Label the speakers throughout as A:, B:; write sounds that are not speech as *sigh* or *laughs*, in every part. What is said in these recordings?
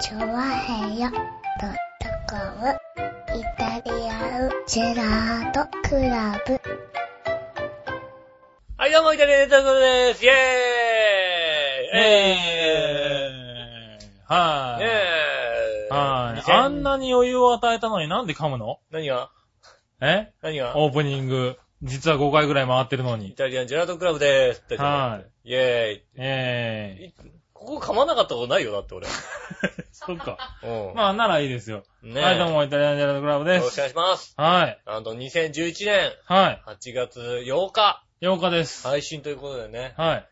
A: チョワヘヨドットコムイタリアンジェラートクラブ。
B: はい、どうも、イタリアンジェラートです。イェーイ
C: えー、は
B: イェーイ
C: い。はい。
B: 2000
C: あんなに余裕を与えたのになんで噛むの
B: 何が
C: え
B: 何が
C: オープニング。実は5回ぐらい回ってるの
B: イ
C: に。
B: タリアンジェラートクラブですって。。
C: はい
B: イェーイ。
C: い。え
B: ここ噛まなかったことないよ、だって
C: *laughs*
B: 俺。
C: ー。そっか。
B: うん。
C: まあ、ならいいですよ。
B: ねえ
C: はい、どうも、イタリアンジェラートクラブで
B: よろしくお
C: す。
B: 願いします。
C: はい。
B: あと、2011年
C: は
B: 8月8日、
C: い。8日です。
B: 配信ということでね。
C: はい。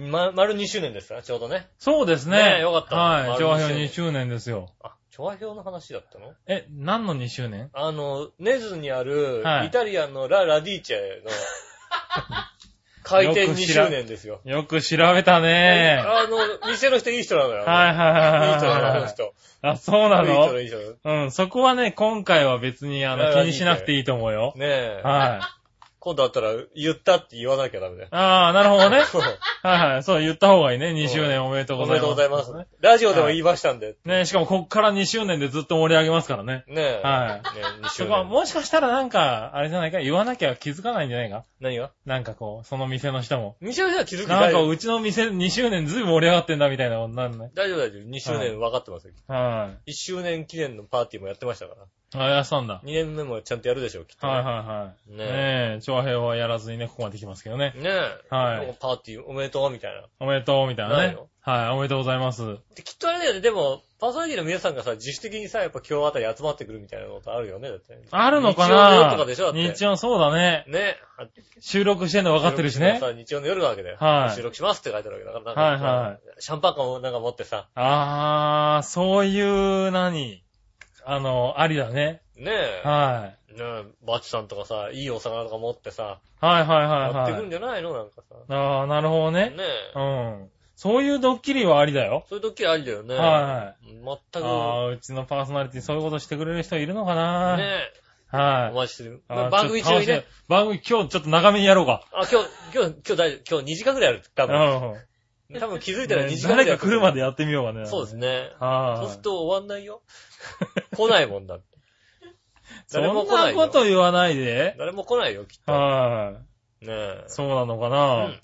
B: ま、丸2周年ですから、ちょうどね。
C: そうです
B: ねえ
C: ね。
B: よかった
C: はい。
B: 丸
C: 上
B: 二周
C: 表
B: 年
C: 2周年ですよ。
B: あ、調和表の話だったの
C: え、何の2周年
B: あの、ネズにある
C: は、い
B: イタリアンのラ・ラディーチェ
C: *laughs*
B: の、開店2周年ですよ。
C: よく調べたね。
B: あの、店の人いい人なのよ。
C: はいはいはいはい
B: い
C: はい
B: 人なの、あの人。
C: あ、そうない
B: い人
C: の
B: だ、いい人だ。ね
C: うん、そこはね、今回は別に、あの、
B: あ
C: 気にしなくていいと思うよ。
B: え。
C: はい。
B: 今度会ったら、言ったって言わなきゃダメだよ。
C: ああ、なるほどね。
B: そう
C: はいはい。そう言った方がいいね。2周年おめでとうご
B: お
C: ざ
B: め
C: います。
B: でとうございます。ラジオでも言いましたんで。
C: ね、しかもこっから2周年でずっと盛り上げますからね。
B: ねえ。。
C: はい
B: ねえ、2周
C: そこは
B: 年。
C: もしかしたらなんか、あれじゃないか、言わなきゃ気づかないんじゃないか
B: 何が
C: なんかこう、その店の人も。
B: ?2 周年は気づき
C: な
B: 大
C: んか
B: 丈夫。
C: うちの店2周年ずいぶん盛り上がってんだみたいな女にね。
B: 大丈夫大丈夫。2周年分かってますよ。
C: は
B: 1周年記念のパーティーもやってましたから。
C: い。あ、やしたんだ。
B: 2年目もちゃんとやるでしょ、きっと。
C: はいはいはい。
B: ねえ
C: ねえ、長平はやらずにね、ここまで来ますけどね。
B: ねえ。
C: はい
B: なんかパーティーおめでとうみたいな。
C: おめでとう、みたいな
B: ない
C: ね
B: よ。
C: はい、おめでとうございます。
B: できっとあれだよね。でも、パーソナリティの皆さんがさ、自主的にさ、やっぱ今日あたり集まってくるみたいなことあるよね、だって。
C: あるのか
B: 日曜の
C: な
B: 夜とかでしょだって
C: 日曜、そうだね。
B: ね。あ
C: 収録してんの分かってるしね
B: 収録。がさ日曜の夜なわけで。
C: はい
B: 収録しますって書いてあるわけだから。。
C: はいはい
B: シャンパンかもなんか持ってさ。
C: あー、そういう、何あの、ありだね。
B: ねえ。
C: は
B: ねえ、バチさんとかさ、いいお魚とか持ってさ、
C: い。はいはいはい
B: やって
C: は
B: くん
C: い。
B: じゃないのなんかさ。
C: あー、なるほど
B: ね
C: ね。
B: え
C: う。ん。そういうドッキリはありだよ。
B: そういう時ありだよね。。
C: はい
B: 全く、
C: あー、うちのパーソナリティそういうことしてくれる人いるのか
B: ね
C: な
B: え、お
C: はい。
B: 待ちしてる。
C: あー
B: 番組中に
C: ちょっ
B: ね
C: と楽し。み番組今日ちょっと長めにやろうか。
B: あ、今日、今日、今日大丈夫。今日2時間ぐらいある。多
C: う
B: 分。
C: ん。
B: 多分気づいたら2
C: ね
B: 時間ぐら
C: 誰
B: い
C: か来るま
B: で。
C: でやってみようかね。
B: そうですね。そう
C: は
B: する
C: い。
B: と終わんないよ。来ないもんだって。
C: *laughs* そ
B: 誰も
C: ん
B: 来な
C: ない
B: よ
C: こと言わないで。
B: 誰も来ないよ、きっと。ね
C: はい。
B: え。
C: そうなのかな、
B: うん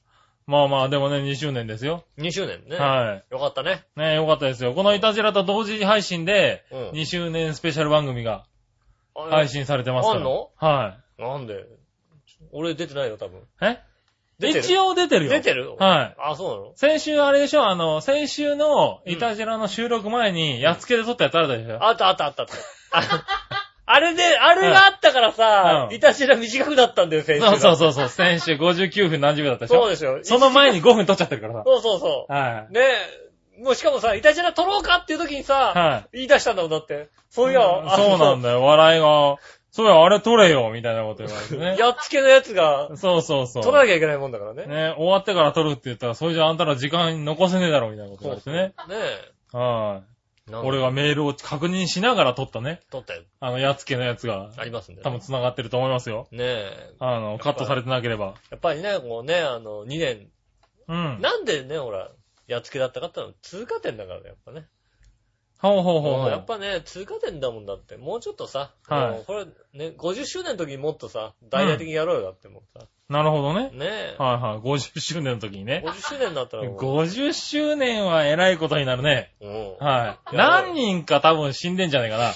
C: まあまあ、でもね、2周年ですよ。
B: 2周年ね。
C: は
B: よかったね。
C: い。ねよかったですよ。このイタジラと同時配信で、
B: うん。
C: 2周年スペシャル番組が
B: あ
C: 配信されてますから。
B: あんの
C: は
B: なんで俺出てないよ、多分。
C: い。え
B: 出てる
C: 一応出てるよ。
B: 出てる
C: はい。
B: あ、そうなの
C: 先週、あれでしょあの、先週のイタジラの収録前に、やっつけで撮ったやつあるでしょ、
B: あったあったあったあった。
C: *laughs*
B: ああれで、あれがあったからさ、
C: うん
B: いたしら短くなったんだよ、先週が。
C: そうそうそうそう。先週59分何十分だったでしょ
B: そうですよ。
C: その前に5分撮っちゃってるからさ。
B: そうそうそ
C: は
B: う。ねえ、もうしかもさ、いたしら取ろうかっていう時に
C: い。
B: さ、
C: はい。
B: 言い出したんだもんだって。そういや、
C: うんそうなん
B: だ。
C: だよ。笑いが、そうや、あれ撮れよ、みたいなこと言われてね。
B: やっつけのやつが、
C: そうそうそう。
B: 取らなきゃいけないもんだから *laughs* ね。
C: ね、終わってから撮るって言ったら、それじゃあんたら時間残せねえだろ、みたいなこと言われてね。
B: ねえ。
C: はい。俺
B: が
C: がメールを確認しながら撮ったね。
B: 取ったよ。
C: あの、やっつけのやつが、
B: ありますんでね。
C: 多分繋がってると思いますよ。
B: ねえ。
C: あの、カットされてなければ。
B: やっぱりね、もうね、あの、2年。
C: うん。
B: なんでね、ほら、やっつけだったかってのは通過点だからね、やっぱね。
C: ほうほうほうほ
B: やっ
C: う。
B: ぱね、通過点だもんだって。もうちょっとさ、
C: はい
B: もうこれね、50周年の時にもっとさ、大々的にやろうよ、だってもうさ。
C: なるほどね。
B: ねえ。
C: はいはい。50周年の時にね。
B: 50周年になったらもう、
C: 50周年は偉いことになるね。
B: うん
C: は
B: やろ
C: い。
B: う
C: 何人か多分死んでんじゃないか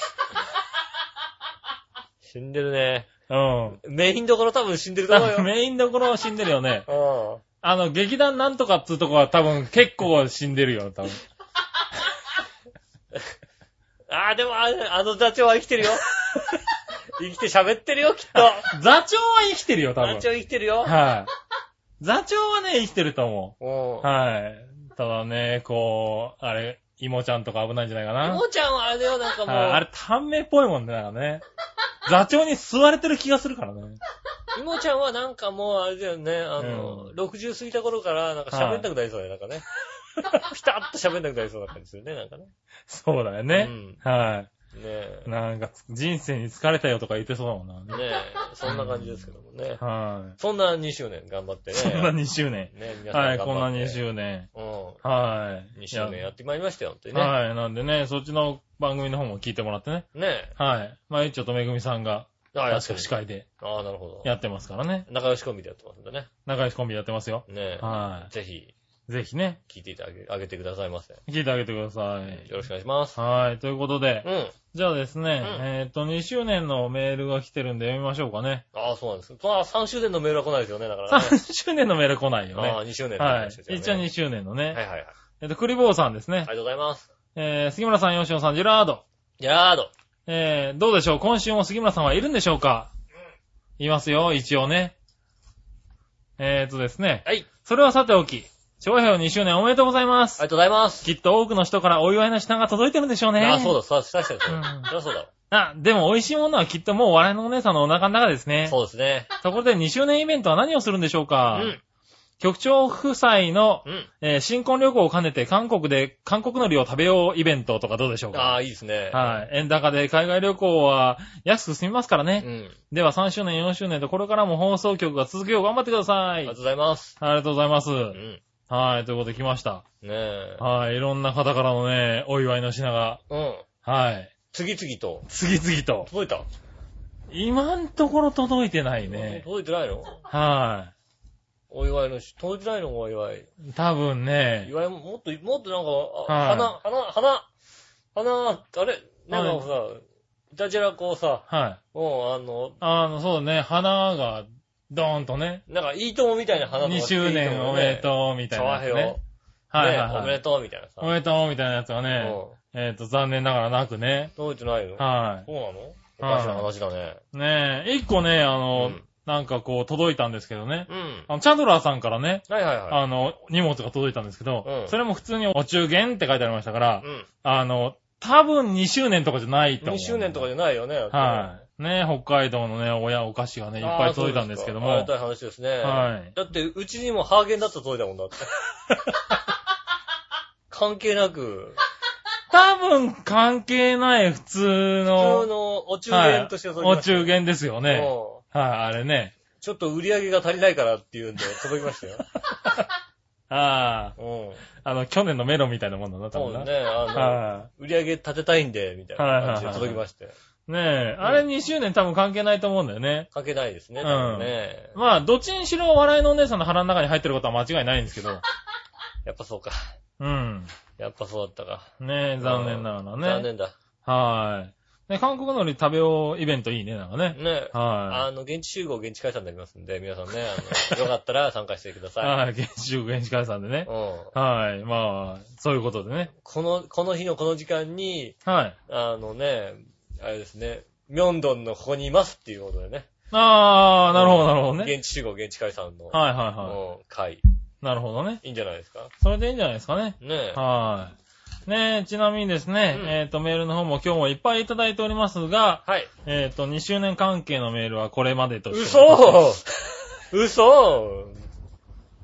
B: 死んでるね。
C: な。うん。
B: メインどころ多分死んでると
C: 多
B: 思うよ。
C: 分メインどころ死んでるよね。
B: うん
C: あの、劇団なんとかっつうとこは多分結構死んでるよ、多分。
B: ああ、でもあれあの座長は生きて
C: *laughs*
B: るよ。生きて喋ってるよ、きっと。
C: 座長は生きてるよ、多分。
B: 座長生きてるよ。
C: はい。座長はね、生きてると思
B: うん。
C: う。はい。ただね、こう、あれ、イモちゃんとか危ないんじゃないかな。
B: いもちゃんはあれだよ、なんかもう、
C: はいあれ、短命っぽいもんね、なんかね。座長に吸われてる気がするからね。
B: いもちゃんはなんかもう、あれだよね、あの、
C: う
B: 60過ぎた頃から、なんか喋んなくなりそうだよ、なんか
C: *laughs*
B: ね。ピタッと喋んなくなりそうな感じするね、なんかね。
C: そうだよね。
B: うん
C: はい。
B: ねえ。
C: なんか、人生に疲れたよとか言ってそうだもんな。
B: ねえ、そんな感じですけどもね。
C: は
B: そんな2周年頑張って
C: い。
B: ね。
C: そんな2周年。
B: ね、皆さん
C: はい、
B: 頑張って。
C: こんな2周年。
B: う
C: はい。
B: ん。2周年やってまいりましたよ、って
C: い
B: ね。
C: やはい、なんでね、そっちの番組の方も聞いてもらってね。
B: ねえ。
C: はい。まあ、一応とめぐみさんが、
B: ああ、
C: 確
B: やっ
C: か
B: て
C: 司会で
B: ああ、なるほ
C: やってますからね。
B: ど。仲良しコンビでやってますんでね。
C: 仲良しコンビやってますよ。
B: ねえ。
C: は
B: ぜひ、
C: い。ぜひね、
B: 聞いていただけ、あげてくださいませ。
C: 聞いてあげてください。
B: よろしくお願いします。
C: はい、ということで、
B: うん。
C: じゃあですね、
B: うん
C: えっと、2周年のメールが来てるんで読みましょうかね。
B: ああ、そうなんです。まあ、3周年のメールは来ないですよね、だから
C: *laughs*
B: ね。
C: 3周年のメール来ないよ
B: あ
C: ね。
B: あ、2周年のメー
C: は
B: ル
C: い
B: でし。たよね
C: 一応2周年のね。
B: はいはいはい。
C: えっと、クリボーさんですね。
B: ありがとうございます。
C: えー、杉村さん、吉野さん、ジェラード。
B: やーど。
C: えー、どうでしょう今週も杉村さんはいるんでしょうかいますよ、一応ね。えーとですね。
B: はい。あり
C: それはさておき、長平2周年おめでとうございます。
B: がとうございます。
C: きっと多くの人からお祝いの品が届いてるんでしょうね。
B: ああ、そうだ、そうだ、確かに
C: うん
B: そうだ。そりゃそうだわ。
C: あ、でも美味しいものはきっともう笑いのお姉さんのお腹の中ですね。
B: そうですね。
C: ところで2周年イベントは何をするんでしょう
B: う
C: か、
B: ん。
C: 局長夫妻の、
B: うん。
C: えー新婚旅行を兼ねて韓国で韓国海苔を食べようイベントとかどうでしょう
B: あ
C: か
B: あ、いいですね。
C: はい。円高で海外旅行は安く済みますからね。
B: うん。
C: では3周年、4周年とこれからも放送局が続くよう頑張ってくださ
B: あり
C: い。
B: が
C: あ
B: とうございます。
C: りがとうございます。
B: うん。
C: はい。ということで来ました。
B: ねえ。
C: はい。いろんな方からのね、お祝いの品が、
B: うん。
C: はい。
B: 次々と。
C: 次々と。
B: 届いた
C: 今んところ届いてないね。
B: 届いてないの
C: は
B: お祝いのし、届いてないのお祝い。
C: い。多分ね、
B: 祝いも、もっと、もっとなんか、
C: はい
B: あ花、花、花、花、あれなんかさ、いたじらこうさ、
C: はい。
B: もうあの、
C: あの、そうね、花が、ドーンとね、
B: なんか、いいともみたいな花とか
C: 2周年おめで
B: う。
C: とう、みたい
B: チャ
C: な
B: ワ
C: や
B: ヘ
C: つね。
B: は
C: はい
B: い
C: はい
B: おめ
C: は
B: で
C: い。
B: とうみたいなさ。
C: おめでとう、みたいなやつがね、
B: うん
C: えっと、残念ながらなくね。
B: 届いてないの
C: は
B: そうなのおかしな話だね。
C: い。ねえ、一個ね、あ
B: う
C: の
B: ん、
C: なんかこう、届いたんですけどね。
B: うん。
C: あの、チャドラーさんからね、
B: はいはいはい。
C: あの、荷物が届いたんですけど
B: う、ん
C: それも普通にお中元って書いてありましたから
B: う、ん。
C: あの、多分2周年とかじゃないと思う。
B: 2周年とかじ
C: ゃ
B: ゃないよね。
C: はい。ね北海道のね、親お菓子がね、いっぱい届いたんですけど
B: あーそうです
C: も
B: かありがたい話ですね。
C: はい
B: だって、うちにもハーゲンダッツ届いたもん
C: *laughs*
B: だって。関係なく、
C: 多分関係ない普通
B: 普通
C: の、
B: のお中
C: はい
B: 元として届き
C: お
B: ましたよ
C: 中元ですよね。
B: うん
C: はい、あれね。
B: ちょっと売り上げが足りないからっていうんで届きました
C: *laughs*
B: よ。
C: あ
B: うん。
C: あ、あの、去年のメロンみたいなもんだな、多
B: そう
C: 分な。
B: ね、あ
C: は
B: の、売り上げ立てたいんで、みたいな感じで届きまして。
C: い。ねえ、あれ2周年多分関係ないと思うんだよね。
B: 関係ないですね、
C: うん
B: 多分ね。
C: まあ、どっちにしろ笑いのお姉さんの腹の中に入ってることは間違いないんですけ
B: *laughs*
C: ど。
B: やっぱそうか。
C: うん。
B: やっぱそうだったか。
C: ねえ、残念ながらね。
B: 残念だ。
C: はい。ね、韓国のり食べようイベントいいね、なんかね。
B: ね。
C: は
B: あの、現地集合、現地解散になりますんで、皆さんね、あの、よかったら参加してくだ
C: い。
B: さい。
C: はい。現地中現地解散でね
B: う。ん。
C: はい。まあ、そういうことでね。
B: この、この日のこの時間に、
C: はい。
B: あのね、あれですね、ミョンドンのここにいますっていうことでね。
C: ああ、なるほど、なるほどね。
B: 現地集合、現地解散の、
C: はいはいは
B: うん会。
C: い。なるほどね。
B: いいんじゃないですか。
C: それでいいんじゃないですかね。
B: ねえ。
C: はい。ねえ、ちなみにですね、
B: うん
C: えっ、と、メールの方も今日もいっぱいいただいておりますが、
B: はい。
C: えっ、と、2周年関係のメールはこれまでとして
B: 嘘嘘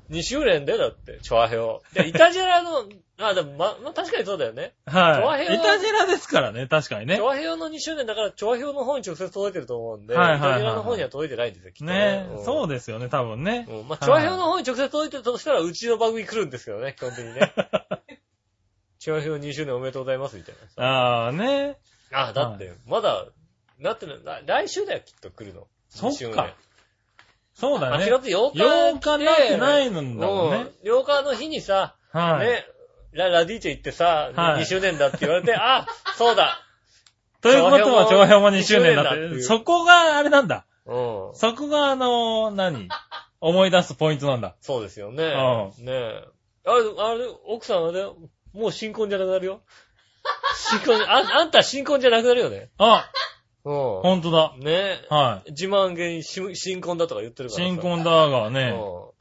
B: !2 周年でだって、チョアヘオ。で、イタジェラの、 *laughs* あ、でも、ま、まあ、確かにそうだよね。長
C: は
B: 編
C: い。いたじらですからね、確か
B: チ
C: にね
B: ョ。アヘオの2周年だから、チョアヘオの方に直接届いてると思うんで、
C: はいはいはい
B: イタジェラの方には届いてないんですよ、きっと
C: ねえ、
B: うん
C: そうですよね、多分ね。
B: うんまあ、チョアヘオの方に直接届いてたとしたら、うちの番組来るんですけどね、基本的に
C: *laughs*
B: ね。チョアヘオ2周年おめでとうございます、みたい
C: ああね。
B: な。あ、だって、まだ、なってないな来週だよ、きっと来るの。
C: そっか
B: 2周年。
C: そうだ
B: あ、
C: ね。
B: 4月8日。
C: 8日になってない
B: う
C: の
B: ん
C: だもんね。
B: 8日の日にさ、
C: はい。
B: ね、ララディーチェ行ってさ、
C: はい
B: 2周年だって言われ
C: *laughs*
B: て、あ、そうだ。
C: ということは、長編も2
B: 2
C: 周年
B: 周年だ
C: だっ
B: ってい
C: て。
B: う
C: そこがあれなんだ。
B: うん。
C: そこがあのー、何思い出すポイントなんだ。
B: そうですよね。
C: う
B: ねえ。あれ、あれ、奥さんあれ、もう新婚じゃなくなるよ。新婚、あ、あんた新婚じゃなくなるよね。
C: あ、
B: う
C: ほんとだ。
B: ん。ねえ。
C: は
B: 自慢げにし新婚だとか言ってる
C: い。
B: からさ。
C: 新婚だがね、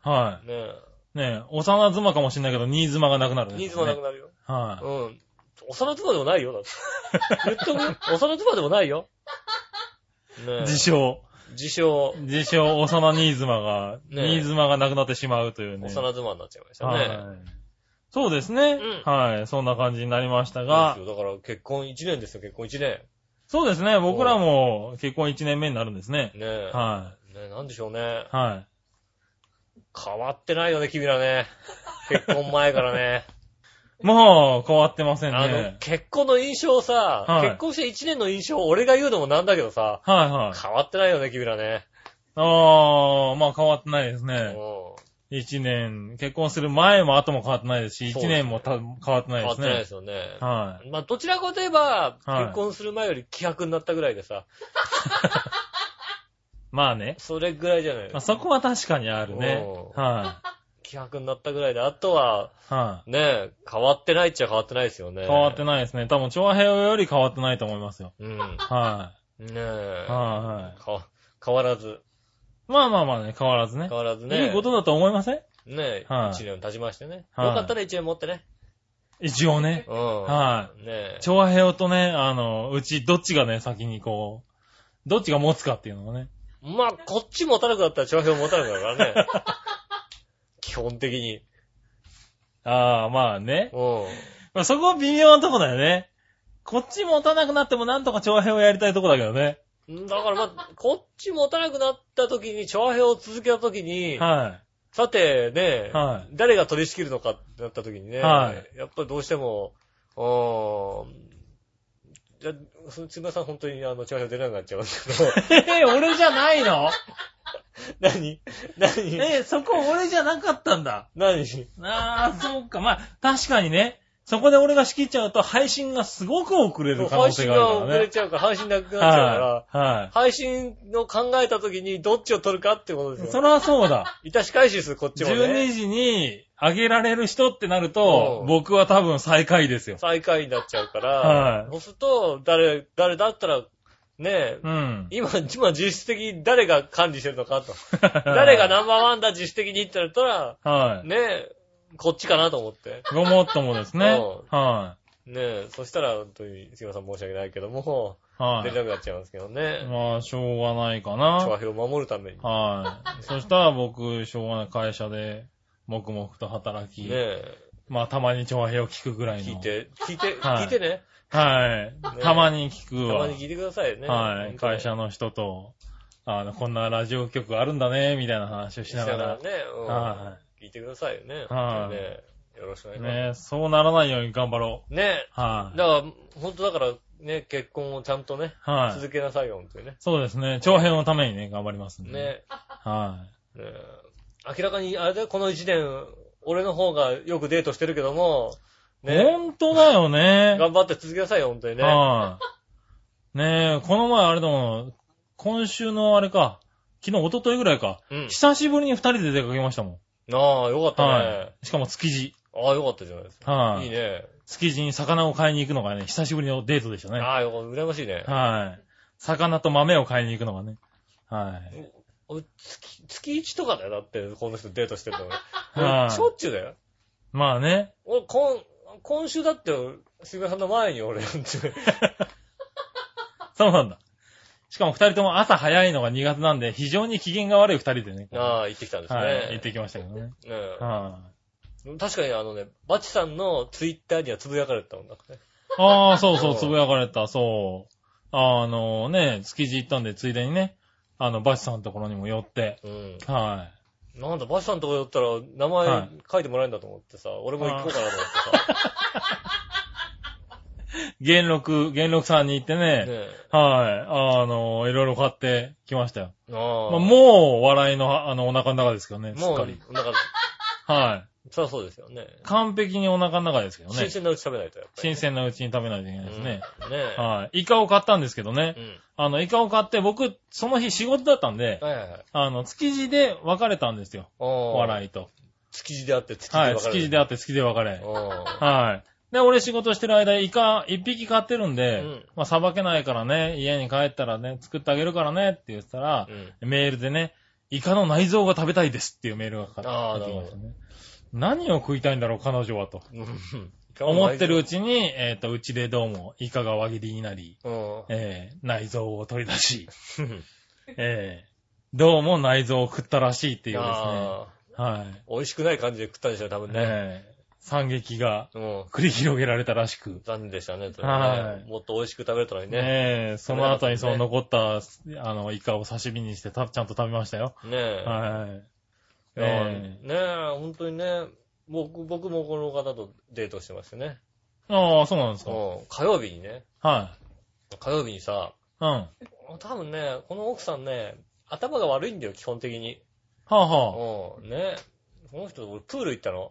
C: は
B: うん。ねえ。
C: い。ね幼妻かもしんないけど、新妻がなくなるね。
B: ニーズもなくなるよ。
C: は
B: うん。幼妻でもないよ、だって。 *laughs* 言っとくよ。幼妻でもないよ。ねえ
C: い。。自称。
B: 自称、
C: 自称、幼新妻が、
B: ね
C: 新妻がなくなってしまうというね。
B: 幼妻になっちゃいましたね。
C: はい。そうですね。
B: うん
C: はい。そんな感じになりました
B: そうで
C: が
B: す、よだから結婚1年ですよ、結婚1年。
C: そうですね。僕らも結婚1年目になるんですね。
B: ねえ。
C: は
B: ねなんでしょうね。
C: い。はい。
B: 変わってないよね、君らね。結婚前から
C: *laughs*
B: ね。
C: もう変わってません
B: あの
C: ね、。
B: 結婚の印象さ、
C: はい
B: 結婚して1年の印象を俺が言うのもなんだけどさ、
C: はいはい。
B: 変わってないよね、君らね。
C: ああ、まあ変わってないです
B: うん
C: ね。1年、結婚する前も後も変わってないですし、
B: そう
C: 1
B: ですね
C: 年もた変わってな
B: 変わ
C: いで
B: って
C: す
B: ないで
C: ね。
B: すよね。
C: は
B: まあ、どちらかといえば、
C: はい
B: 結婚する前より気迫になったぐらいでさ、
C: い。まあね。
B: それぐらいじゃない
C: まあそこは確かにあるね
B: お。ー
C: は
B: 気迫になったぐらいで、あとは、
C: い。は
B: ねえ、変わってないっちゃ変わってないですよね。
C: い。変わって
B: ない。
C: ないですね。多分、長平より変わってないと思いますよ。
B: うん。
C: は
B: ね
C: い。
B: え。
C: は
B: 変わ変わらず、
C: い。まあまあまあね、変わらずね
B: 変。わらずね。
C: いいことだと思いません
B: ねえ、
C: はい
B: 1年経ちましてね。
C: はい
B: よかったら1年持ってね。
C: 一応ね。
B: うん。。
C: は
B: ね
C: い
B: え。
C: 調和平とね、あの、うちどっちがね、先にこう、どっちが持つかっていうのがね。
B: まあ、こっち持たなくなったら長編持たなくなるからね。 *laughs* 基本的に。
C: ああ、まあね。
B: うん。
C: まあ、そこは微妙なとこだよね。こっち持たなくなってもなんとか調和平をやりたいとこだけどね。
B: だからまあ、こっち持たなくなった時に、長編を続けた時に、
C: は
B: さてね、
C: はい
B: 誰が取り仕切るのかってなった時にね、
C: は
B: やっぱりどうしても、うーん、じゃ、すすみません、本当にあの、長編出なくなっちゃうんですけど、
C: い。 *laughs* え、俺じゃない
B: *laughs*
C: の *laughs*
B: 何何
C: え、そこ俺じゃなかったんだ。
B: 何
C: ああ、そうか。まあ、確かにね。そこで俺が仕切っちゃうと配信がすごく遅れる可能
B: 配
C: 性
B: 信
C: がある
B: が
C: か
B: 遅
C: ら
B: れ
C: ね。
B: ちゃうから、配信なくなっちゃうから、
C: は
B: 配信の考えた時にどっちを取るかってこと
C: い。はい。
B: です
C: そ
B: よ。
C: れはそうだ。
B: *laughs* いたし返しですよ、こっちもね。
C: 12時に上げられる人ってなると
B: う、ん
C: 僕は多分最下位ですよ。
B: 最下位になっちゃうから、
C: はい
B: そうすると、誰、誰だったら、ねえ、
C: うん。
B: 今、今実質的に誰が管理してるのかと。誰がナンバーワンだ、自主的にってなったら、
C: *laughs* はい。
B: ねえ、こっちかなと思って。
C: ごもっともですね。
B: う
C: は
B: ねえ、そしたら、本当に、すいません、申し訳ないけども、
C: い。は
B: 出れなくなっちゃいますけどね
C: い。。まあ、しょうがないか
B: 調和
C: な。
B: 票を守るために。ね *laughs*
C: はい。そしたら僕、しょうがない会社で、黙々と働き、
B: え、
C: まあ、たまに調和兵を聞くぐらいの。
B: 聞い。て、聞いて、
C: はい
B: 聞いてね。
C: はい。たまに聞く
B: た
C: わ
B: まに。聞いてくださいね。
C: は
B: 本
C: い。
B: 当に
C: 会社の人と、あの、こんなラジオ局あるんだね、みたいな話をし
B: し
C: な
B: な
C: が
B: が
C: ら
B: ら。ね、うん
C: は
B: 聞いてくださいよね。
C: はい
B: ねえよろしくお願いします。
C: ねそうならないように頑張ろう。
B: ねえ、
C: は
B: だ
C: い。
B: から、本当だから、ね、結婚をちゃんとね、
C: はい。
B: 続けなさいよ、本当にね。
C: そうですね。長編のためにね、頑張りますんで。
B: ねえ。
C: は
B: ねえ明らかに、あれだよ、この一年、俺の方がよくデートしてるけども、
C: い。
B: ね、
C: 本当だよね。
B: 頑張って続けなさいよ、本当にね。
C: はい。ねえ、この前あれだもん、今週のあれか、昨日、一昨日ぐらいか、
B: うん。
C: 久しぶりに二人で出かけましたも
B: ああ、よかっ
C: ん。
B: たね。
C: はい。しかも築地。
B: ああ、よかったじゃないですか。
C: はい
B: い
C: い。
B: ね。
C: 築地に魚を買いに行くのがね、久しぶりのデートでしたね。
B: ああ、よかった。羨ましいね。
C: はい。魚と豆を買いに行くのがね。はい。
B: 俺月、月一とかだよ、だって、この人デートしてるの
C: *laughs*
B: 俺。
C: はい
B: しょっちゅうだよ。
C: まあね。
B: 俺、今、今週だって、杉村さんの前に
C: *laughs*
B: 俺、なんて
C: そうなんだ。しかも二人とも朝早いのが苦手なんで、非常に機嫌が悪い二人でね。
B: ああ、行ってきたんですね。
C: はい。行ってきましたけどね。
B: ねえ
C: は
B: 確かにあのね、バチさんのツイッターにはつぶやかれてたもんだね。
C: い。ああ、そうそう
B: ん
C: う、つぶやかれた、そう。あのね、築地行ったんで、ついでにね、あの、バチさんのところにも寄って、
B: うん。
C: は
B: なんだ、バシさんとこ寄ったら名
C: は
B: 前
C: い
B: 書いてもらえるんだと思ってさ、俺も行こうかなと思ってさ。
C: い。元禄、元禄さんに行ってね、
B: ねえ。
C: はい、あの、いろいろ買ってきましたよ。
B: ああ。
C: まあ、もう、笑いの、あの、お腹の中ですけどね、す
B: も
C: っ
B: う
C: かり。、
B: だから、
C: は
B: そりゃそうですよね。
C: い。完璧にお腹の中ですけどね
B: 新。鮮なうち食べないと、やっぱり。
C: 新鮮なうちに食べないといけないですね。
B: うん。ねえ。
C: はい。イカを買ったんですけどね
B: う。ん。
C: あの、イカを買って、僕、その日仕事だったんで、
B: はいはいはい。
C: あの、築地で別れたんですよ。
B: お
C: 笑
B: い。
C: いと。
B: 築地であって、築地で
C: はい、
B: 別れる
C: 築地であって築地で別れ。
B: おー
C: はい。で、俺仕事してる間、イカ一匹買ってるんで、
B: うん
C: まあ、さばけないからね、家に帰ったらね、作ってあげるからねって言ってたら
B: う、ん。
C: メールでね、イカの内臓が食べたいですっていうメールがかかって
B: あー
C: きましたね。何を食いたいんだろう、彼女はと。
B: うん
C: *laughs* 思ってるう。ちに、えっ、と、うちでどうも、イカが輪切りになり、
B: うん。
C: えー、内臓を取り
B: *laughs*
C: 出し、ええどうも内臓を食ったらしいっていうですね。
B: ああ
C: はい。
B: 美味しくない感じで食ったんでしょ、多分ね。
C: ええ惨劇が
B: うん。
C: 繰り広げられたらしく。
B: 残念でしたね、それ
C: は
B: はいね。もっと美味しく食べれたのにね。
C: ねえ、その後にその残った、あの、イカを刺身にしてた、ちゃんと食べましたよ。
B: ねえ。
C: はいい。
B: や
C: ねえ。
B: ねえ、本当にね、僕、僕もこの方とデートしてましてね。
C: ああ、そうなんですか。
B: うん火曜日にね、
C: は
B: 火曜日にさ、
C: い。うん。は
B: 多分ね、この奥さんね、頭が悪いんだよ、基本的に。
C: あ
B: う
C: は
B: ん、ねこの人、俺プール行ったの。